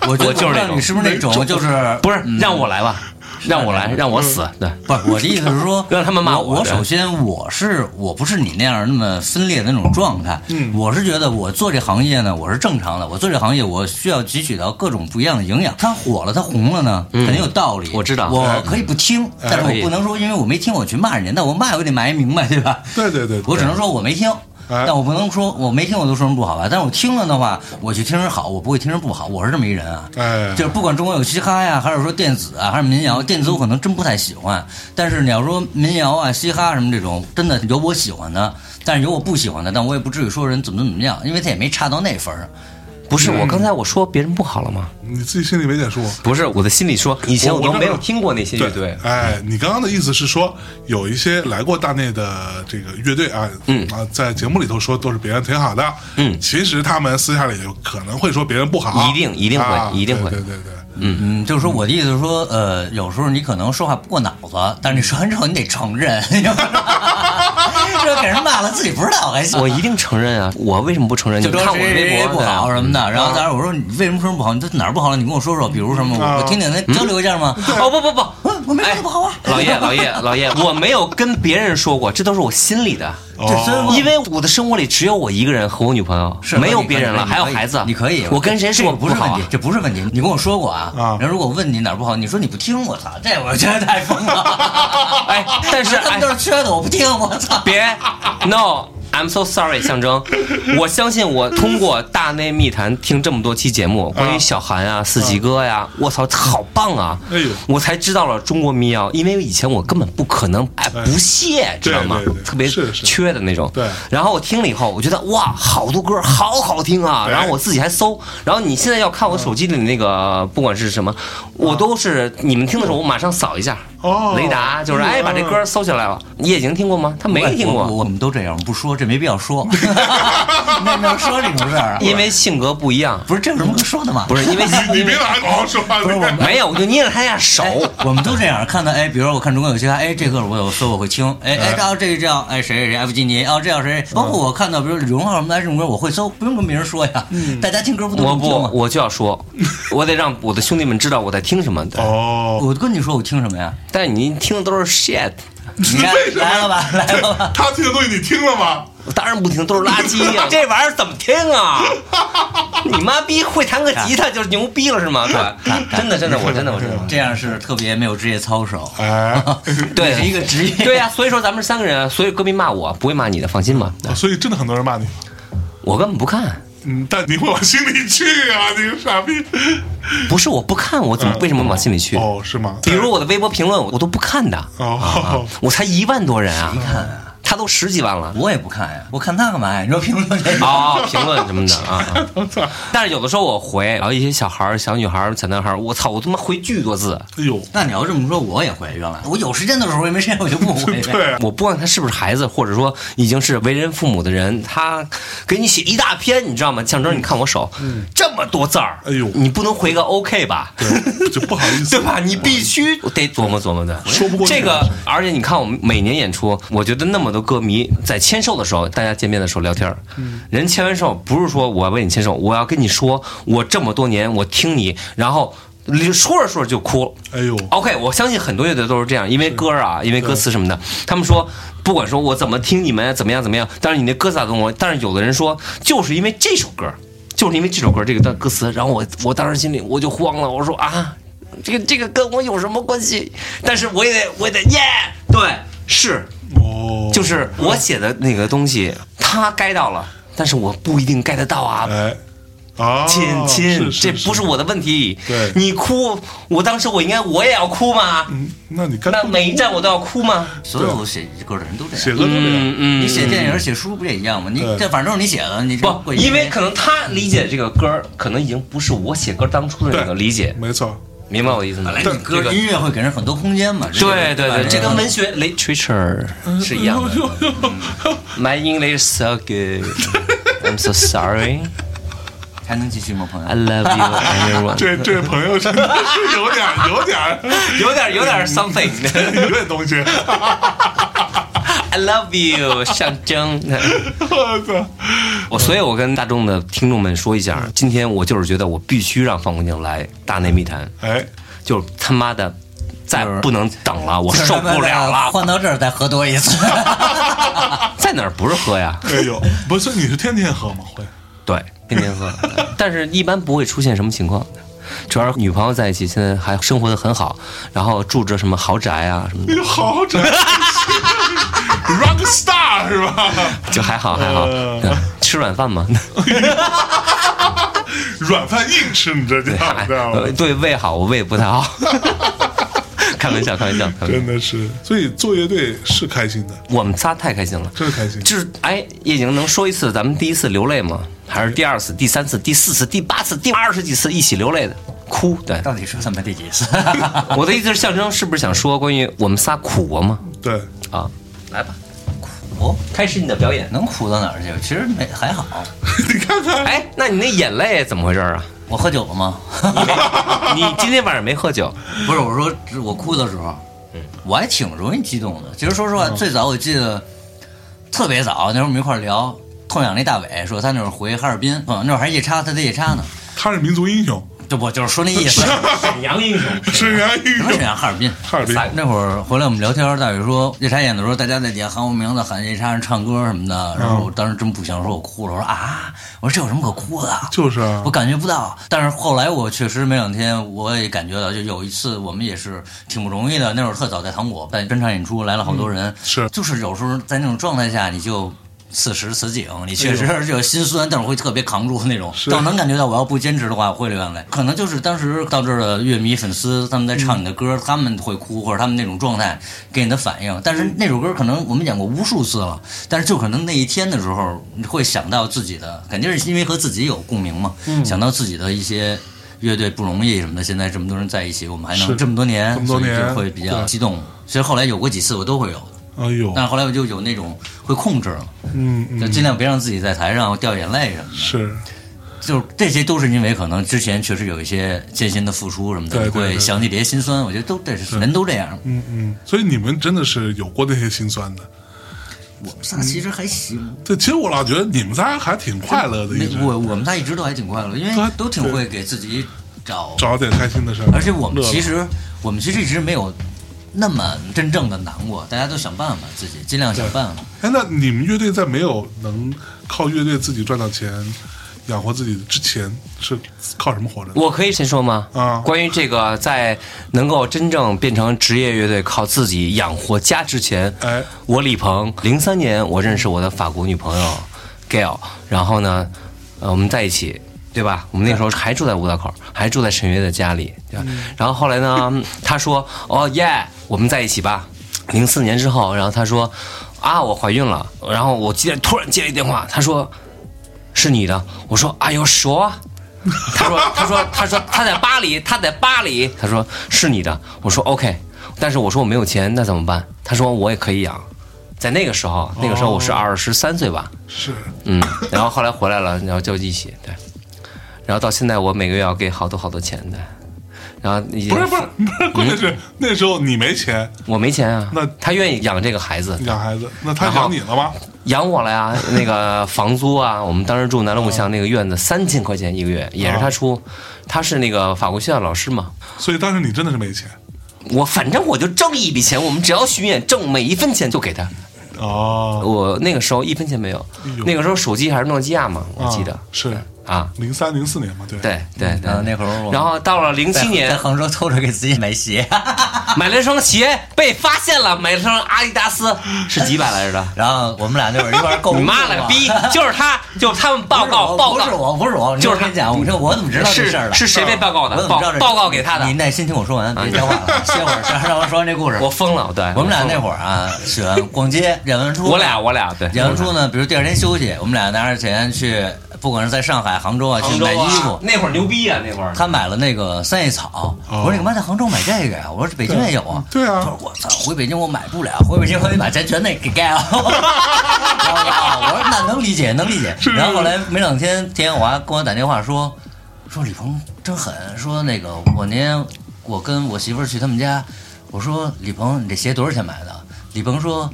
S4: 我
S2: 我就是
S4: 不知
S2: 那
S4: 道
S2: 种
S4: 你是不是那种，就是
S2: 不是，让我来吧，让我来，让我死。对，，
S4: 不是我的意思是说
S2: *laughs* 让他们骂我
S4: 我。
S2: 对
S4: 首先我是我不是你那样那么分裂的那种状态，
S2: 嗯
S4: 我是觉得我做这行业呢，我是正常的。我做这行业，我需要汲取到各种不一样的营养。它火了，它红了呢，肯定有道理。
S2: 嗯我知道嗯
S4: 我可以不听，但是
S2: 可以
S4: 我不能说因为我没听我去骂人家，那我骂我得骂一明白，对吧？
S1: 对对对对
S4: 我只能说我没听。
S1: 哎
S4: 但我不能说我没听我都说人不好吧，但是我听了的话，我去听人好，我不会听人不好，我是这么一人啊。
S1: 哎
S2: 嗯
S4: 就是不管中国有嘻哈呀，还是说电子啊，还是民谣，电子我可能真不太喜欢。但是你要说民谣啊、嘻哈什么这种，真的有我喜欢的，但是有我不喜欢的，但我也不至于说人怎么怎么样，因为他也没差到那份儿上。
S2: 不是我刚才我说别人不好了吗？
S1: 你自己心里没点数。
S2: 嗯不是，我的心里说，以前我都没有听过那些乐队。
S1: 哎，你刚刚的意思是说，有一些来过大内的这个乐队啊，嗯啊，在节目里头说都是别人挺好的，嗯，其实他们私下里有可能会说别人不好，
S2: 一定一定会
S1: 啊
S2: 一定会
S1: 对对对对，
S4: 嗯，就是说我的意思是说，呃，有时候你可能说话不过脑子，但是你说完之后你得承认， *laughs* 就是给人骂了自己不知道还行。
S2: 我一定承认啊！我为什么不承认？你
S4: 就说
S2: 看我的
S4: 谁谁
S2: 微
S4: 谁
S2: 博啊嗯
S4: 不好什么的，然后当时我说你为什么说不好？你这哪儿不好了？你跟我说说，比如什么，
S2: 啊
S4: 我我听听，咱交流一下嘛。
S2: 哦不不不，
S4: 我我没说不好啊，
S2: 老爷老爷 *laughs* 老爷，我没有跟别人说过，这都是我心里的。
S4: 这真
S1: 哦，
S2: 因为我的生活里只有我一个人和我女朋友，
S4: 是
S2: 没有
S4: 你
S2: 别人了，
S4: 你
S2: 还
S4: 可以
S2: 有孩子。
S4: 你可以，
S2: 我跟谁说
S4: 这不是
S2: 好
S4: 问
S2: 啊。
S4: 题？，这不是问题。你跟我说过啊，
S1: 啊
S4: 然后如果我问你哪儿不好，你说你不听，我操，这我觉得太疯了 *laughs*
S2: 哎但 *laughs* 是
S4: 他们都是缺的，我不听，我操。
S2: 别，no。I'm so sorry，象征。我相信我通过《大内密谈》听这么多期节目，关于小韩啊、四季哥呀、我操，好棒啊！
S1: 哎呦
S2: 我才知道了中国民谣，因为以前我根本不可能哎
S1: 哎
S2: 不屑，知道吗
S1: 对对对？
S2: 特别
S1: 是是
S2: 缺的那种。
S1: 对
S2: 然后我听了以后，我觉得哇，好多歌好好听啊！
S1: 哎
S2: 然后我自己还搜，然后你现在要看
S1: 啊
S2: 我手机里那个，不管是什么，我都是你们听的时候，我马上扫一下。
S1: 哦
S2: 雷达就是哎，
S1: 嗯
S2: 把这歌搜下来了。叶莹听过吗？她没听
S4: 我我
S2: 过，
S4: 我们都这样，不说这没必要 *laughs* 说，没必要说这种事儿啊。
S2: 因为性格不一样，
S4: 不是这有什么可说的吗？
S2: 不是因为
S1: *laughs* 你别老好好说话，
S4: 不是我们
S2: 没有，我就捏着他俩手。
S4: 哎
S1: 哎
S4: 我们都这样看到，哎，比如说我看中国有嘻哈，哎，这歌我有搜我会听，哎哎，然后这个叫哎谁谁谁，F 基尼，哦这叫谁，包括我看到比如李荣浩什么的这种歌，我会搜，不用跟别人说呀，大家听嗯歌不都
S2: 我
S4: 能听
S2: 不
S4: 吗，？
S2: 我就要说，我得让我的兄弟们知道我在听什么。对，
S1: 哦，
S4: 我跟你说我听什
S2: *laughs*
S4: 么呀？
S2: 但你听的都是 shit，
S4: 你看
S1: 为什么
S4: 来
S2: *laughs*
S4: 了吧，来了吧，
S1: 他听的东西你听了吗？
S2: 我当然不听，都是垃圾
S1: *laughs*
S2: 呀、这玩意儿怎么听啊？你妈逼会弹个吉他就是牛逼了是吗？对，真的真的，我真的我真的。
S4: 这样是特别没有职业操守，
S1: 哎，
S2: *laughs* 对
S4: 你
S2: *laughs*
S4: 是一个职业，
S2: 对呀、所以说咱们三个人，啊所以歌迷骂我不会骂你的，放心吧。对
S1: 所以真的很多人骂你，
S2: 我根本不看，
S1: 嗯，但你会往心里去啊，你个傻逼。
S2: 不是我不看，我怎么为什么往心里去？
S1: 哦，是吗？哎
S2: 啊比如我的微博评论，我都不看的。
S1: 哦，
S2: 我才一万多人啊！他都十几万了。
S4: 我也不看呀，我看他干嘛呀？你说评论这个，
S2: 啊、评论什么的啊，啊但是有的时候我回，然后一些小孩儿、小女孩儿、小男孩儿，我操，我他妈回巨多字，
S1: 哎呦，
S4: 那你要这么说，我也回原来，我有时间的时候也没时间，我就不
S2: *laughs*
S4: 回呗。
S1: 对，
S2: 我不管他是不是孩子，或者说已经是为人父母的人，他给你写一大篇，你知道吗？象征，你看我手，这么多字儿，
S1: 嗯哎呦
S2: 你不能回个 OK 吧？
S1: 对，就不好意思，嗯
S2: *laughs* 对吧？你必须得琢磨琢磨的，
S1: 说不过去啊
S2: 这个。而且你看，我们每年演出，我觉得那么多歌迷在签售的时候，大家见面的时候聊天儿，
S1: 嗯
S2: 人签完售不是说我要为你签售，我要跟你说，我这么多年我听你，然后说着说着就哭了。
S1: 哎呦，
S2: OK，我相信很多乐队都是这样，因为歌儿啊，因为歌词什么的，他们说不管说我怎么听你们怎么样怎么样，但是你那歌词打动我。但是有的人说，就是因为这首歌，就是因为这首歌这个的歌词，然后我我当时心里我就慌了，我说啊，这个这个跟我有什么关系？但是我也得我也得耶对，是
S1: 哦，
S2: 就是我写的那个东西，他 get 到了，但是我不一定 get 得到啊，
S1: 哎，啊，
S2: 亲亲，
S1: 是
S2: 这不是，我的问题。
S1: 对
S2: 你哭，我当时我应该我也要哭吗？
S1: 嗯，那你干
S2: 那每一站我都要哭吗？
S4: 所有写歌的人都这
S1: 写
S4: 样。
S1: 歌都这样，
S2: 嗯
S4: 你写电影、写书不也一样吗？你
S1: 对
S4: 这反正是你写的，你这
S2: 不，
S4: 会
S2: 因为可能他理解这个歌儿，可能已经不是我写歌当初的那个理解，
S1: 没错，
S2: 明白我的意思吗？
S4: 你歌音乐会给人很多空间嘛。
S2: 对对
S4: 吧
S2: 对，这跟文学 literature 是一样的。My 嗯
S1: *laughs*
S2: English so good, I'm so sorry,
S4: 还能继续吗，朋
S2: I
S4: 友？
S2: love you, everyone。
S1: 这这位朋友真的是有点儿有点儿
S2: 有点有点 something。
S1: *laughs* 有点东西，
S2: *laughs* I love you，象征。
S1: 我操，
S2: 我哦所以，我跟大众的听众们说一下，今天我就是觉得我必须让范姑娘来大内密谈，
S1: 哎，
S2: 就是他妈的，再不能等了，我受不了了。
S4: *laughs* 换到这儿再喝多一次。 *laughs*
S2: *laughs* 在哪儿不是喝呀？
S1: 哎呦，不是你是天天喝吗？会，
S2: 对，天天喝， *laughs* 但是一般不会出现什么情况。主要是女朋友在一起，现在还生活的很好，然后住着什么豪宅啊什么 *laughs* 的，
S1: 你哎好好 *laughs* 整，rock star 是吧？
S2: 就还好还好。
S1: 呃
S2: 对 *laughs* 吃软饭嘛，
S1: 软饭硬吃，你这
S4: 哎
S1: 叫知道吗
S2: 呃？ *laughs* 对胃好，我胃不太好。 *laughs* 开玩笑，开玩笑，开玩笑
S1: 真。的是，所以做乐队是开心的，
S2: 我们仨太开心了，
S1: 真是开心。
S2: 就是哎，叶景能说一次咱们第一次流泪吗？还是第二次、第三次、第四次、第八次、第二十几次一起流泪的哭？对，
S4: 到底说他妈第几次？ *laughs*
S2: 我的意思是，象征是不是想说关于我们仨苦过吗？
S1: 对，
S2: 啊，来吧，
S4: 哦，
S2: 开始你的表演。
S4: 能哭到哪儿去？其实没还好。
S1: 你看看，
S2: 哎，那你那眼泪怎么回事啊？
S4: 我喝酒了吗？
S2: 你今天晚上没喝酒？
S4: *laughs* 不是，我说这我哭的时候，我还挺容易激动的。其实说实话，最早我记得特别早，那时候我们一块儿聊，痛痒那大伟说他那会儿回哈尔滨，嗯，那会儿还夜叉，他在夜叉呢，
S1: 他是民族英雄，
S4: 这不就是说那意 *laughs* 思？
S2: 沈阳英雄。
S4: 啊
S1: 沈阳英
S4: 什么沈
S1: 雄，
S4: 阳哈尔滨？
S1: 哈尔滨，
S4: 那会儿回来我们聊天，大伟说夜叉演的时候，大家在底下喊我名字，喊夜叉人唱歌什么的。然后我当时真不想说我哭了，我说啊，我说这有什么可哭的？
S1: 就是啊
S4: 我，感觉不到。但是后来我确实没两天，我也感觉到，就有一次我们也是挺不容易的。那会儿特早在糖果办专场演出，来了好多人，
S1: 是
S4: 就是有时候在那种状态下，你就。此时此景，你确实是有心酸，但是会特别扛住那种。
S1: 哎是
S4: 但我能感觉到，我要不坚持的话，我会流眼泪。可能就是当时到这儿的乐迷粉丝，他们在唱你的歌，他们会哭，或者他们那种状态给你的反应。但
S1: 嗯
S4: 是那首歌可能我们演过无数次了，但是就可能那一天的时候，你会想到自己的，肯定是因为和自己有共鸣嘛，
S1: 嗯
S4: 想到自己的一些。乐队不容易什么的，现在这么多人在一起，我们还
S1: 是
S4: 能这么多年，
S1: 这么多年
S4: 所以就会比较
S1: 对
S4: 激动。其实后来有过几次我都会有，
S1: 哎呦，
S4: 但是后来我就有那种会控制了，
S1: 嗯
S4: 就
S1: 嗯，
S4: 尽量别让自己在台上掉眼泪什么的。
S1: 是，
S4: 就是这些都是因为可能之前确实有一些艰辛的付出什么的，
S1: 对
S4: 你
S1: 对
S4: 会
S1: 对
S4: 想起这些心酸。我觉得都这是人都这样。
S1: 嗯嗯，所以你们真的是有过那些心酸的。
S4: 我们仨其实还行，
S1: 对，其实我老觉得你们仨还挺快乐的，一直
S4: 那我我们仨一直都还挺快乐，因
S1: 嗯对
S4: 为都挺会给自己找，
S1: 找点开心的事儿。
S4: 而且我
S1: 乐
S4: 们
S1: 了
S4: 其实我们其实一直没有那么真正的难过，大家都想办法自己尽量想办法。
S1: 哎，那你们乐队在没有能靠乐队自己赚到钱养活自己之前，是靠什么活着的？
S2: 我可以先说吗？
S1: 啊
S2: 关于这个，在能够真正变成职业乐队，靠自己养活家之前，
S1: 哎
S2: 我李鹏，零三年我认识我的法国女朋友 Gail，然后呢，呃，我们在一起，对吧？我们那时候还住在五道口，还住在沈月的家里，对吧？
S1: 嗯
S2: 然后后来呢，他说，哦耶，我们在一起吧。零四年之后，然后他说。啊，我怀孕了。然后我接突然接了一电话，他说是你的，我说哎呦说。他说：“他说，他说他在巴黎，他在巴黎。”他说：“是你的。”我说：“OK。”但是我说我没有钱，那怎么办？他说：“我也可以养。”在那个时候，那个时候我是二十三岁吧，
S1: 哦是
S2: 嗯，然后后来回来了，然后就一起对，然后到现在我每个月要给好多好多钱的，然后已经
S1: 不是不是不是？关键是
S2: 嗯
S1: 那时候你没钱
S2: 我没钱啊，
S1: 那
S2: 他愿意养这个孩子，
S1: 养孩子，那他
S2: 然后
S1: 养你了吗？
S2: 养我了呀，那个房租啊，我们当时住南锣鼓巷那个院子，三千块钱一个月也是他出，他是那个法国学校老师嘛，
S1: 所以当时你真的是没钱
S2: 我反正我就挣一笔钱，我们只要巡演挣每一分钱就给他，
S1: 哦。
S2: 我那个时候一分钱没有
S1: 哎呦，
S2: 那个时候手机还是诺基亚嘛，我
S1: 啊
S2: 记得
S1: 是
S2: 啊，
S1: 零三零四年嘛，对
S2: 对对对
S4: 然啊后，那会儿我
S2: 然后到了零
S4: 在
S2: 七年
S4: 在。 *laughs* 杭州偷着给自己买鞋，
S2: 买了一双鞋，被发现了，买了双阿迪达斯，是几百来着的？
S4: 然后我们俩那会儿一块儿购物。
S2: 你妈了个逼！就是他，就是他们报告
S4: *laughs*
S2: 报
S4: 啊不是
S2: 告，
S4: 我，不是我，
S2: 就是
S4: 我跟
S2: 他
S4: 你讲，我这我怎么知道这
S2: 是
S4: 事儿的？啊
S2: 是谁被报告
S4: 我
S2: 的？
S4: 怎么
S2: 报
S4: 知道这
S2: 报告给他
S4: 你
S2: 的。啊
S4: 耐心听我说完，别讲
S2: *laughs*
S4: 话了，歇会儿，让让我说完这故事。
S2: 我疯了，对，
S4: 我们俩
S2: 疯了
S4: 那会儿啊，喜欢逛街，演完出，
S2: 我俩我俩对，
S4: 演完出呢，比如第二天休息，我们俩拿着钱去，不管是在上海、杭州啊，去
S2: 杭州
S4: 买衣
S2: 啊
S4: 服，。
S2: 那会儿牛逼啊，那会儿
S4: 他买了那个三叶草，我说你干嘛在杭州买这个呀？我说北京也有啊。
S1: 哦对啊
S4: 他说我操，回北京我买不了，回北京我得把钱全得给
S1: *laughs*
S4: 盖了。然后我说那能理解，能理解。然后后来没两天，田小华跟我打电话说，说李鹏真狠，说那个我那天我跟我媳妇儿去他们家，我说李鹏你这鞋多少钱买的？李鹏说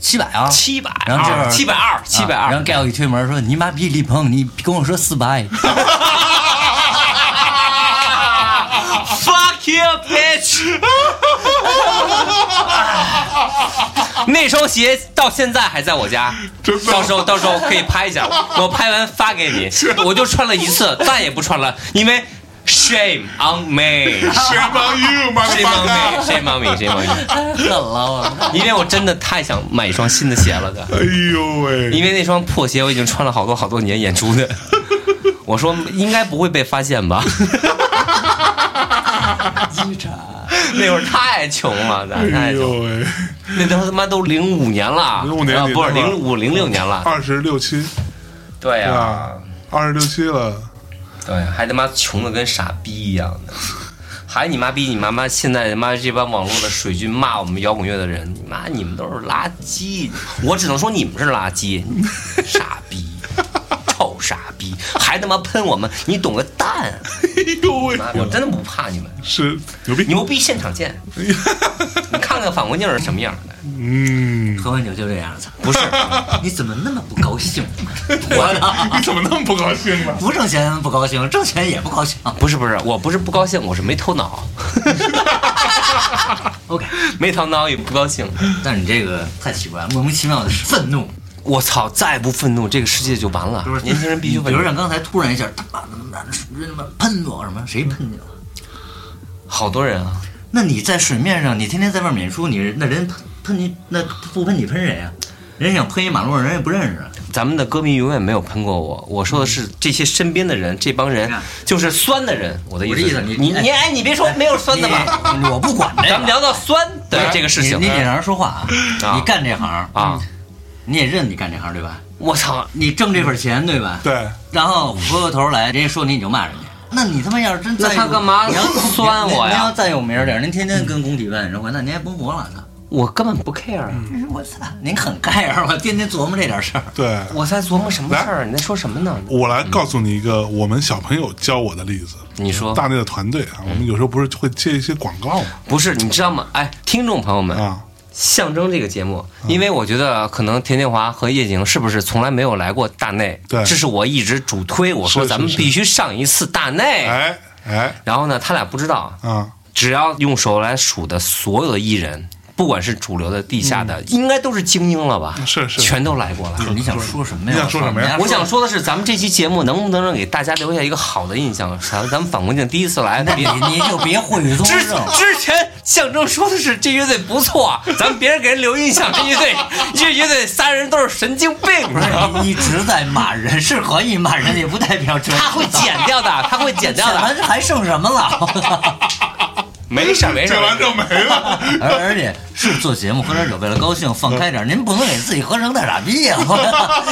S4: 七百啊，
S2: 七百
S4: 然后这会
S2: 二，
S4: 儿
S2: 七百二，七百
S4: 啊然
S2: 二
S4: 后。盖我一推门说你妈逼李鹏，你跟我说四百。
S2: Fuck you, bitch！那双鞋到现在还在我家，
S1: 真的
S2: 到时候到时候可以拍一下，我拍完发给你。我就穿了一次，再也不穿了，因为 shame on me，shame
S1: ，Shame on you，妈
S2: on
S1: 的！
S2: me，shame on me，shame on me，
S4: 狠了我！
S2: 因为我真的太想买一双新的鞋了的。
S1: 哎呦喂，
S2: *laughs* 因为那双破鞋我已经穿了好多好多年演出
S1: *laughs*
S2: 的，我说应该不会被发现吧。那会儿太穷了，咱
S1: 哎
S2: 太穷了，啊
S1: 呦喂，
S2: 那都他妈都零五年了，
S1: 05年
S2: 啊
S1: 你
S2: 不是
S1: 那会儿
S2: 零五零六年了，
S1: 二十六七
S2: 对
S1: 对啊
S2: 呀、
S1: 吧？二十六七了，
S2: 对
S1: 哎
S2: 呀，还他妈穷的跟傻逼一样的， *laughs* 还你妈逼你妈妈！现在他妈这帮网络的水军骂我们摇滚乐的人，你妈你们都是垃圾，我只能说你们是垃
S1: *laughs*
S2: 圾，傻逼，臭傻逼，还他妈喷我们，你懂个蛋！
S1: 哎呦喂，
S2: 妈我真的不怕你们，
S1: 是牛逼，
S2: 牛逼现
S1: *laughs*
S2: 场见，你看看反光镜是什么样的。
S1: 嗯，
S4: 喝完酒就这样子，不是？你怎么那么不高兴？啊我
S1: 你怎么那么不高兴呢？
S4: 不挣钱不高兴，挣钱也不高兴。 *laughs*
S2: 不是不是，我不是不高兴，我是没
S1: *laughs*
S2: 头脑， *laughs*
S4: OK，
S2: 没头脑也不高兴。
S4: 但是你这个太奇怪了，莫名其妙的愤怒，
S2: 我操！再不愤怒，这个世界就完了
S4: 不。是
S2: 年轻人必须
S4: 比
S2: 愤
S4: 如
S2: 怒。
S4: 像刚才突然一下，他妈的他妈喷我什么？谁喷你了？啊
S2: 好多人啊，
S4: 那你在水面上，你天天在外面演出，你那人喷喷你，那不喷你喷谁啊？人家想喷一马路上，人也不认识。啊
S2: 咱们的歌迷永远没有喷过我。我说的是这些身边的人，这帮人
S4: 你看
S2: 就是酸的人。我的意
S4: 我的意
S2: 思
S4: 思
S2: 是，
S4: 你
S2: 你
S4: 哎
S2: 你哎，你别说没有酸的吧？
S4: 你我不管这个，
S2: 咱们聊到酸的这个事情
S4: 你你得让人说话啊！
S2: 啊
S4: 你干这行，
S2: 啊，
S4: 你也认你干这行对吧？
S2: 我操！
S4: 你挣这份钱对吧？
S1: 对，
S4: 然后回过头来，人家说你你就骂人家。那你他妈要是真在
S2: 那他干嘛
S4: 你要
S2: 酸我呀
S4: 您要再有名儿点儿，您天天跟工体办人会，那您还甭活了呢。
S2: 我根本不 care，啊
S4: 我操，您很盖儿，啊我天天琢磨这点事儿。
S1: 对，
S2: 我在琢磨什么事儿？你在说什么呢？
S1: 我来告诉你一个我们小朋友教我的例子。
S2: 你说
S1: 大内的团队
S2: 嗯
S1: 啊，我们有时候不是会接一些广告嘛？
S2: 不是？你知道吗？哎，听众朋友们，
S1: 啊，
S2: 象征这个节目，
S1: 嗯
S2: 因为我觉得可能田建华和叶景是不是从来没有来过大内？
S1: 对
S2: 这是我一直主推，我说
S1: 是
S2: 咱们
S1: 是
S2: 必须上一次大内。
S1: 哎哎
S2: 然后呢，他俩不知道，
S1: 啊，
S2: 只要用手来数的所有的艺人，不管是主流的、地下的，应该都是精英了吧？
S1: 嗯是是嗯
S2: 全都来过了。
S4: 你想说什么呀？
S1: 你想说什么呀
S2: 我想说的是，咱们这期节目能不能让给大家留下一个好的印象？咱咱们反光镜第一次来，
S4: 那
S2: 别
S4: 你你就别秽语宗
S2: 之
S4: 正。
S2: 之前象征说的是这乐队不 *laughs* 错，咱们别人给人留印象，这乐 *laughs* 队这乐队仨人都是神经病， *laughs*
S4: 不是你一直在骂人，是可以骂人，也不代表这。
S2: 他会剪掉的，他会剪掉
S4: 剪
S2: 的，
S4: 完这还剩什么了？
S2: 没事儿没事
S1: 这
S2: 儿。
S1: 完就没了。
S4: 而而且是做节目喝点酒为了高兴放开点，您不能给自己喝成大傻逼呀！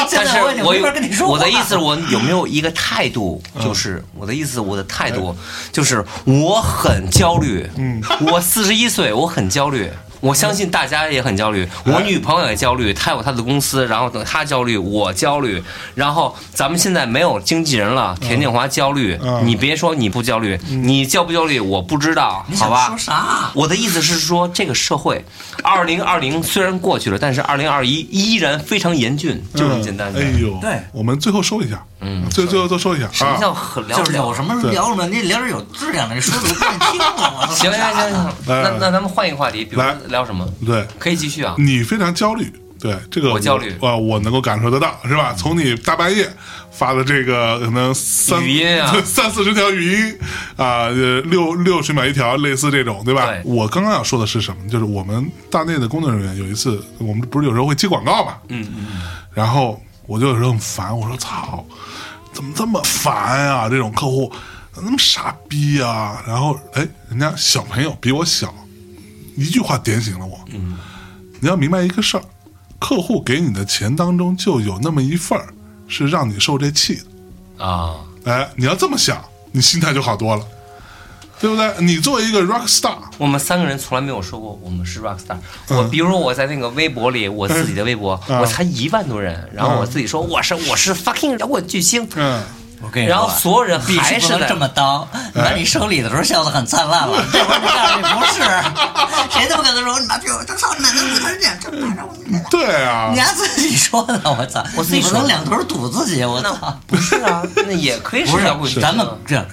S4: 现 *laughs*
S2: 但是
S4: 在我已经
S2: 我
S4: 没
S2: 有
S4: 法跟你说话嗯
S2: 我的意思，我有没有一个态度？就是我的意思，我的态度就是我很焦虑。嗯， *laughs* 我四十一岁，我很焦虑。我相信大家也很焦虑，
S4: 哎
S2: 我女朋友也焦虑，她有她的公司，然后等她焦虑，我焦虑，然后咱们现在没有经纪人了，田建华焦虑，
S1: 嗯
S2: 你别说你不焦虑，你焦不焦虑我不知道，
S4: 嗯你
S2: 好
S4: 想
S2: 吧？
S4: 说啥？
S2: 我的意思是说，这个社会，二零二零虽然过去了，但是二零二一依然非常严峻，就这么简单的。
S1: 哎呦，
S4: 对
S1: 我们最后收一下，嗯，最最后都收一下
S2: 什么叫
S1: 啊。
S2: 很聊？
S4: 就是有什么
S1: 对
S4: 聊什么，你聊点有质量的，你说的我不愿意听了。我都
S2: 行行行行，
S1: 来
S2: 那那咱们换一个话题，比如
S1: 哎来嗯
S2: 聊什么？
S1: 对
S2: 可以继续啊。
S1: 你非常焦虑，对这个
S2: 我焦虑
S1: 啊，我能够感受得到，是吧？从你大半夜发的这个可能三
S2: 语音啊
S1: *laughs* 三四十条语音啊，呃六六十秒一条，类似这种，对吧？
S2: 对
S1: 我刚刚要说的是什么？就是我们大内的工作人员有一次，我们不是有时候会接广告嘛，嗯嗯，然后我就有时候很烦，我说操，怎么这么烦啊？这种客户怎么那么傻逼啊？然后哎，人家小朋友比我小，一句话点醒了我，嗯，你要明白一个事儿，客户给你的钱当中就有那么一份儿是让你受这气的。
S2: 啊，
S1: 哎，你要这么想，你心态就好多了，对不对？你作为一个 rock star，
S2: 我们三个人从来没有说过我们是 rock star。我比如说我在那个微博里，我自己的微博，
S1: 嗯
S2: 我才一万多人，然后我自己说我是我是 fucking 摇滚巨星，
S1: 嗯，
S4: 我跟你说
S2: 然
S4: 啊，
S2: 后所有人
S4: 必须
S2: 还
S4: 不
S2: 是
S4: 能
S2: 在
S4: 这么当，拿你收礼的时候笑得很灿烂了，这会儿你告诉你不是，谁他妈跟他说你妈逼我这操你奶奶，我才是这样，这哪让我们
S1: 对啊
S4: 你，还自己说的，我操！
S2: 我自己
S4: 你不
S2: 说的
S4: 能两头堵自己，我操！
S2: 不是啊，那也可以
S4: 不
S2: 摇滚
S4: 是，
S2: 巨星啊。
S4: 咱们这样，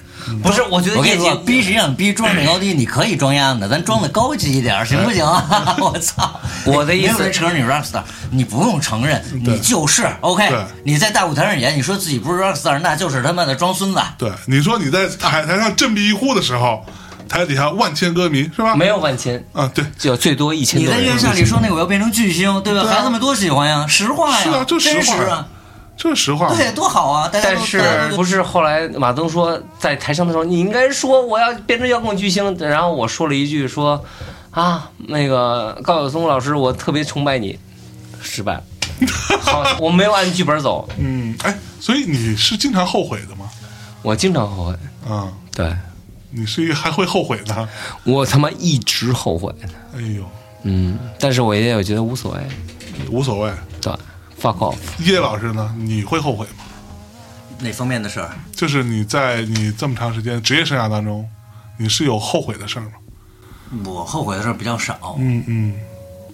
S2: 不是，我觉得
S4: 我跟
S2: 业
S4: 你
S2: 绩
S4: 说，逼实际上逼装的高低，你可以装样的，咱装的高级一点，行不行？ *laughs* 我操！
S2: 我的意思
S4: 没有人承认你是 rock star，你不用承认，你就是 OK
S1: 对。
S4: 你在大舞台上演，你说自己不是 rock star，那就是他妈的装孙子。
S1: 对，你说你在台台上振臂一呼的时候，台底下万千歌迷是吧？
S2: 没有万千，
S1: 啊，对，
S2: 就最多一千
S4: 你
S2: 多
S4: 在
S2: 人。
S4: 院校里说那我要变成巨星，对吧？
S1: 对啊
S4: 孩子们多喜欢呀，实话呀，
S1: 是啊，这
S4: 真
S1: 实
S4: 实
S1: 话
S4: 啊
S1: 呀，，这实话。
S4: 对，多好啊！大家
S2: 但
S4: 都大家
S2: 是
S4: 都
S2: 不是后来马东说哎在台上的时候，你应该说我要变成摇滚巨星，然后我说了一句说啊，那个高晓松老师，我特别崇拜你，失
S4: *laughs*
S2: 败了。好，我没有按剧本走，
S1: 嗯，哎，所以你是经常后悔的吗？
S2: 我经常后悔。
S1: 啊，
S2: 对
S1: 你是一个还会后悔的。
S2: 我他妈一直后悔，
S1: 哎呦，
S2: 嗯，但是我也有觉得无所谓，
S1: 无所谓。
S2: 对，fuck off。
S1: 叶老师呢？你会后悔吗？
S4: 哪方面的事儿？
S1: 就是你在你这么长时间职业生涯当中，你是有后悔的事儿吗？
S4: 我后悔的事儿比较少，
S1: 嗯嗯，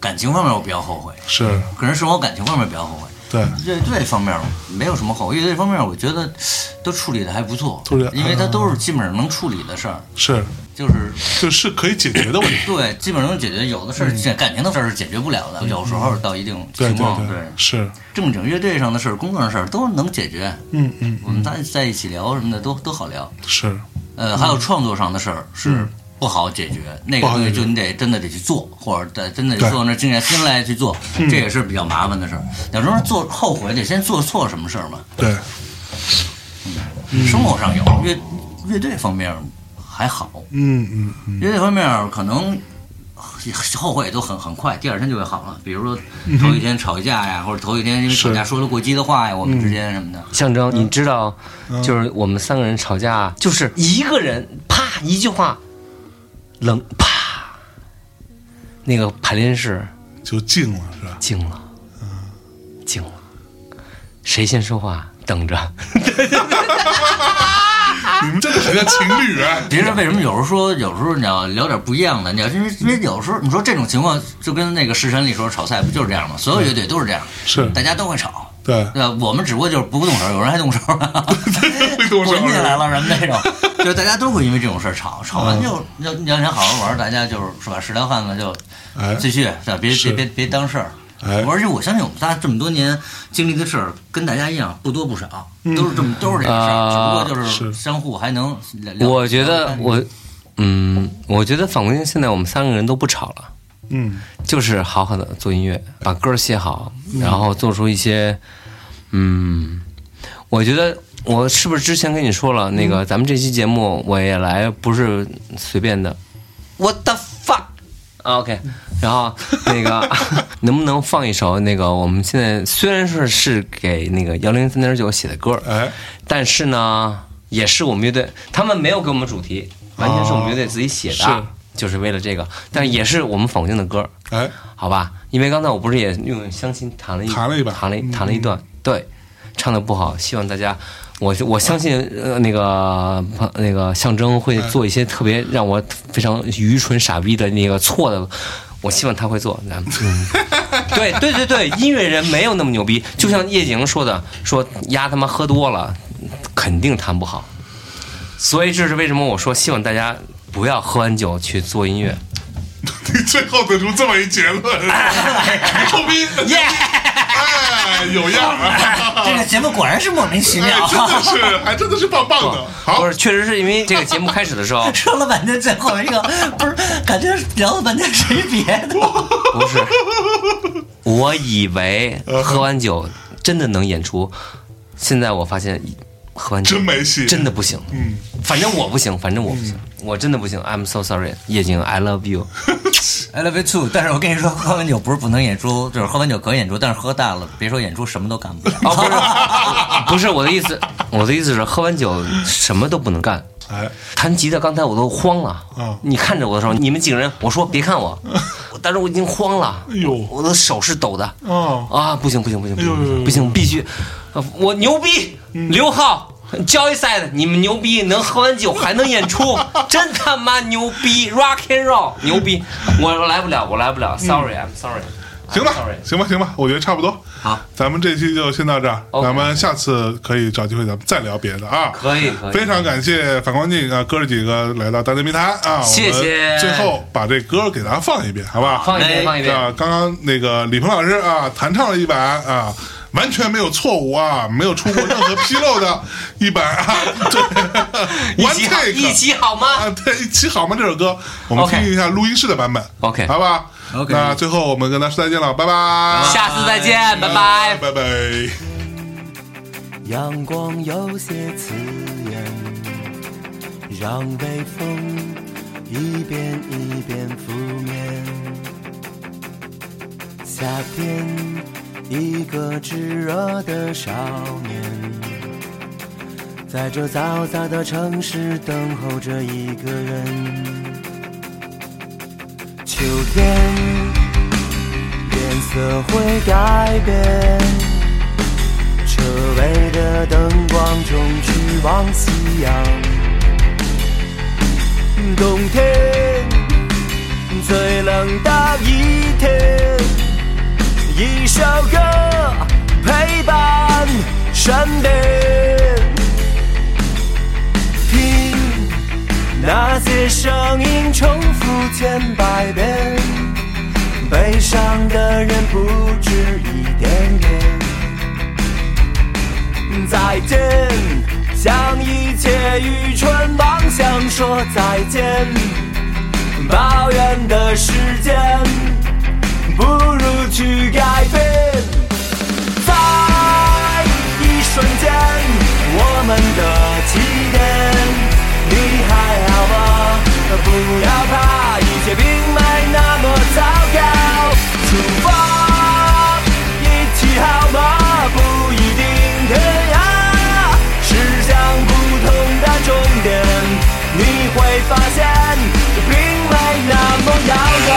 S4: 感情方面我比较后悔，
S1: 是
S4: 个人生活感情方面比较后悔。
S1: 对，
S4: 乐队方面没有什么后悔，乐队方面我觉得都处理的还不错
S1: 处理得，
S4: 因为它都是基本上能处理的事儿，
S1: 是，
S4: 就是
S1: 就是可以解决的问 *coughs* 题。
S4: 对，基本上能解决。有的事儿感情的事儿是解决不了的，有时候到一定
S1: 对
S4: 情
S1: 嗯
S4: 况，
S1: 对是，
S4: 正经乐队上的事儿、工作上的事儿都能解决。
S1: 嗯嗯，
S4: 我们在在一起聊什么的都都好聊。
S1: 是，
S4: 呃，还有创作上的事
S1: 嗯
S4: 儿是不好解决，那
S1: 不
S4: 个
S1: 好
S4: 东
S1: 解
S4: 西
S1: 决
S4: 就你得真的得去做，或者得真的
S1: 对嗯
S4: 得做那静下心来去做，这也是比较麻烦的事儿。有时候做后悔得先做错什么事儿嘛。
S1: 对，嗯
S4: 生活上有乐乐队方面还好，
S1: 嗯嗯嗯，
S4: 乐队方面可能后悔都很很快，第二天就会好了。比如说
S1: 嗯
S4: 头一天吵架呀，或者头一天因为吵架说了过激的话呀，我
S1: 嗯
S4: 们之间什么的。。
S2: 象征，你知道，就是我们三个人吵架，就是一个人啪一句话，冷啪，那个排练室
S1: 就静了，是吧？
S2: 静了，静了，谁先说话等着，啊
S1: 你们真的很像情侣哎 *laughs*
S4: 别人为什么有时候说，有时候你要聊点不一样的，你要因为因为有时候你说这种情况，就跟那个《食神》里说炒菜不就是这样吗？所有乐队都是这样，
S1: 是
S4: 大家都会吵，
S1: 对，
S4: 对吧？我们只不过就是不动手，有人还动手呢。
S1: 会动手
S4: 滚起来了什么
S1: *laughs*
S4: 那种，就是大家都会因为这种事儿吵，吵完就
S1: 嗯
S4: 要要想好好玩儿，大家就是是吧，是条汉子就
S1: 哎
S4: 继续，是吧？别
S1: 是
S4: 别别别当事儿。
S1: 哎
S4: 而且我相信我们仨这么多年经历的事儿，跟大家一样不多不少，都是这么都是这个事
S2: 啊
S4: 儿，只不过就是
S1: 嗯是
S4: 相互还能聊。聊
S2: 我觉得我，嗯，我觉得反观现在我们三个人都不吵了。
S1: 嗯，
S2: 就是好好的做音乐，把歌儿写好，然后做出一些，嗯，我觉得我是不是之前跟你说了，那个咱们这期节目我也来不是随便的，What the fuck，啊 OK，然后那个 *laughs* 能不能放一首那个我们现在虽然说是给那个幺零三点九写的歌儿，
S1: 哎，
S2: 但是呢，也是我们乐队，他们没有给我们主题，完全是我们乐队自己写的，啊
S1: 哦
S2: 就是为了这个，但也是我们否定的歌，
S1: 哎，
S2: 好吧？因为刚才我不是也用相亲弹了一
S1: 弹了一把嗯
S2: 弹了一弹了一段，对，唱的不好，希望大家。我我相信呃那个朋那个象征会
S1: 哎
S2: 做一些特别让我非常愚蠢傻逼的那个错的，我希望他会做。
S1: *laughs*
S2: 那嗯对对对对，音乐人没有那么牛逼，就像叶莹说的，说丫他妈喝多了，肯定弹不好。所以这是为什么我说希望大家不要喝完酒去做音乐。
S1: *laughs* 你最后得出这么一结论，牛逼，
S2: 耶、
S1: 哎，有样啊！
S4: 这个节目果然是莫名其
S1: 哎，
S4: 妙，，
S1: 真的是，还真的是棒棒的。好
S2: 不，是，确实是因为这个节目开始的时
S1: *laughs*
S2: 候
S4: *laughs* 说了半天最后一个不是，感觉聊了半天谁别
S1: *laughs*
S4: 的，
S2: 不是，我以为喝完酒真的能演出，现在我发现喝完酒
S1: 真没戏
S2: 真的不行。
S1: 嗯，
S2: 反正我不行，反正我不行，我真的不行。I'm so sorry，叶景，I love you。
S4: I love you too。但是我跟你说，喝完酒不是不能演出，就是喝完酒可以演出，但是喝大了，别说演出，什么都干不了。
S2: *laughs* 哦，不是，不是 *laughs* 我的意思，我的意思是喝完酒什么都不能干。
S1: 哎，
S2: 弹吉他，刚才我都慌了。
S1: 嗯
S2: 你看着我的时候，你们几个人，我说别
S1: *laughs*
S2: 看我，我但是我已经慌了。
S1: 哎呦
S2: 我的手是抖的。
S1: 哦
S2: 啊，不行不行不行不
S1: 哎呦呦呦
S2: 行
S1: 呦嗯
S2: 不行，必须，呃我牛逼，刘浩。交易赛的，你们牛逼，能喝完酒还能演出， *laughs* 真他妈牛逼！Rock and roll，牛逼！我来不了，我来不了，Sorry，I'm sorry。
S1: 嗯行
S2: s o r r
S1: 吧
S2: y，
S1: 行吧，行吧，我觉得差不多。
S2: 好，
S1: 咱们这期就先到这儿，
S2: OK
S1: 咱们下次可以找机会咱们再聊别的啊。
S2: 可以可以
S1: 非常感谢反光镜啊，哥儿几个来到大内密谈啊，
S2: 谢谢
S1: 我们最后把这歌给大家放一遍，好吧？
S2: 放一遍，
S4: 哎
S2: 放一遍。
S1: 啊，刚刚那个李鹏老师啊，弹唱了一版啊，完全没有错误啊，没有出过任何纰漏的一版
S2: *laughs*
S1: 啊，对， *laughs*
S2: 一
S1: 完
S2: 起好，
S1: take
S2: 一起好吗？
S1: 啊，对，一起好吗？这首歌，我们
S2: OK
S1: 听一下录音室的版本
S2: OK
S1: 好吧
S4: OK
S1: 那最后我们跟大家说再见了，拜拜，
S2: 下次再见，拜拜。
S1: 拜拜。
S5: 阳光有些刺眼，让北风一遍一遍拂面。夏天，一个炙热的少年，在这嘈杂的城市等候着一个人。秋天，颜色会改变。车尾的灯光中去往夕阳。冬天最冷的一天，一首歌陪伴身边。听那些声音重复千百遍，悲伤的人不止一点点。再见，向一切愚蠢妄想说再见。抱怨的时间，不如去改变。在一瞬间，我们的起点。你还好吗？不要怕，一切并没那么糟糕。出发，一起好吗？不一定天涯，驶向不同的终点，你会发现这并没那么遥远。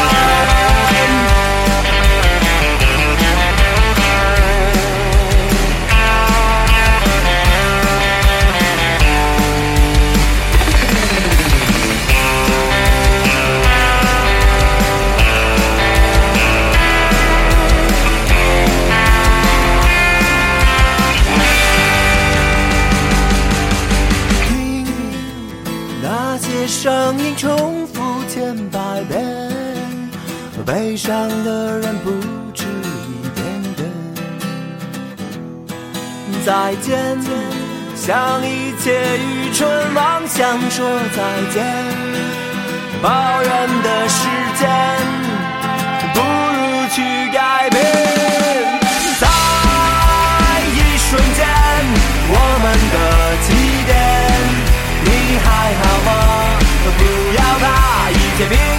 S5: 听那些声音重复千百遍，悲伤的人不止一点点。再见，向一切愚蠢妄想说再见。抱怨的时间，不如去改变。在一瞬间，我们的起点，你还好吗？不要怕，一切并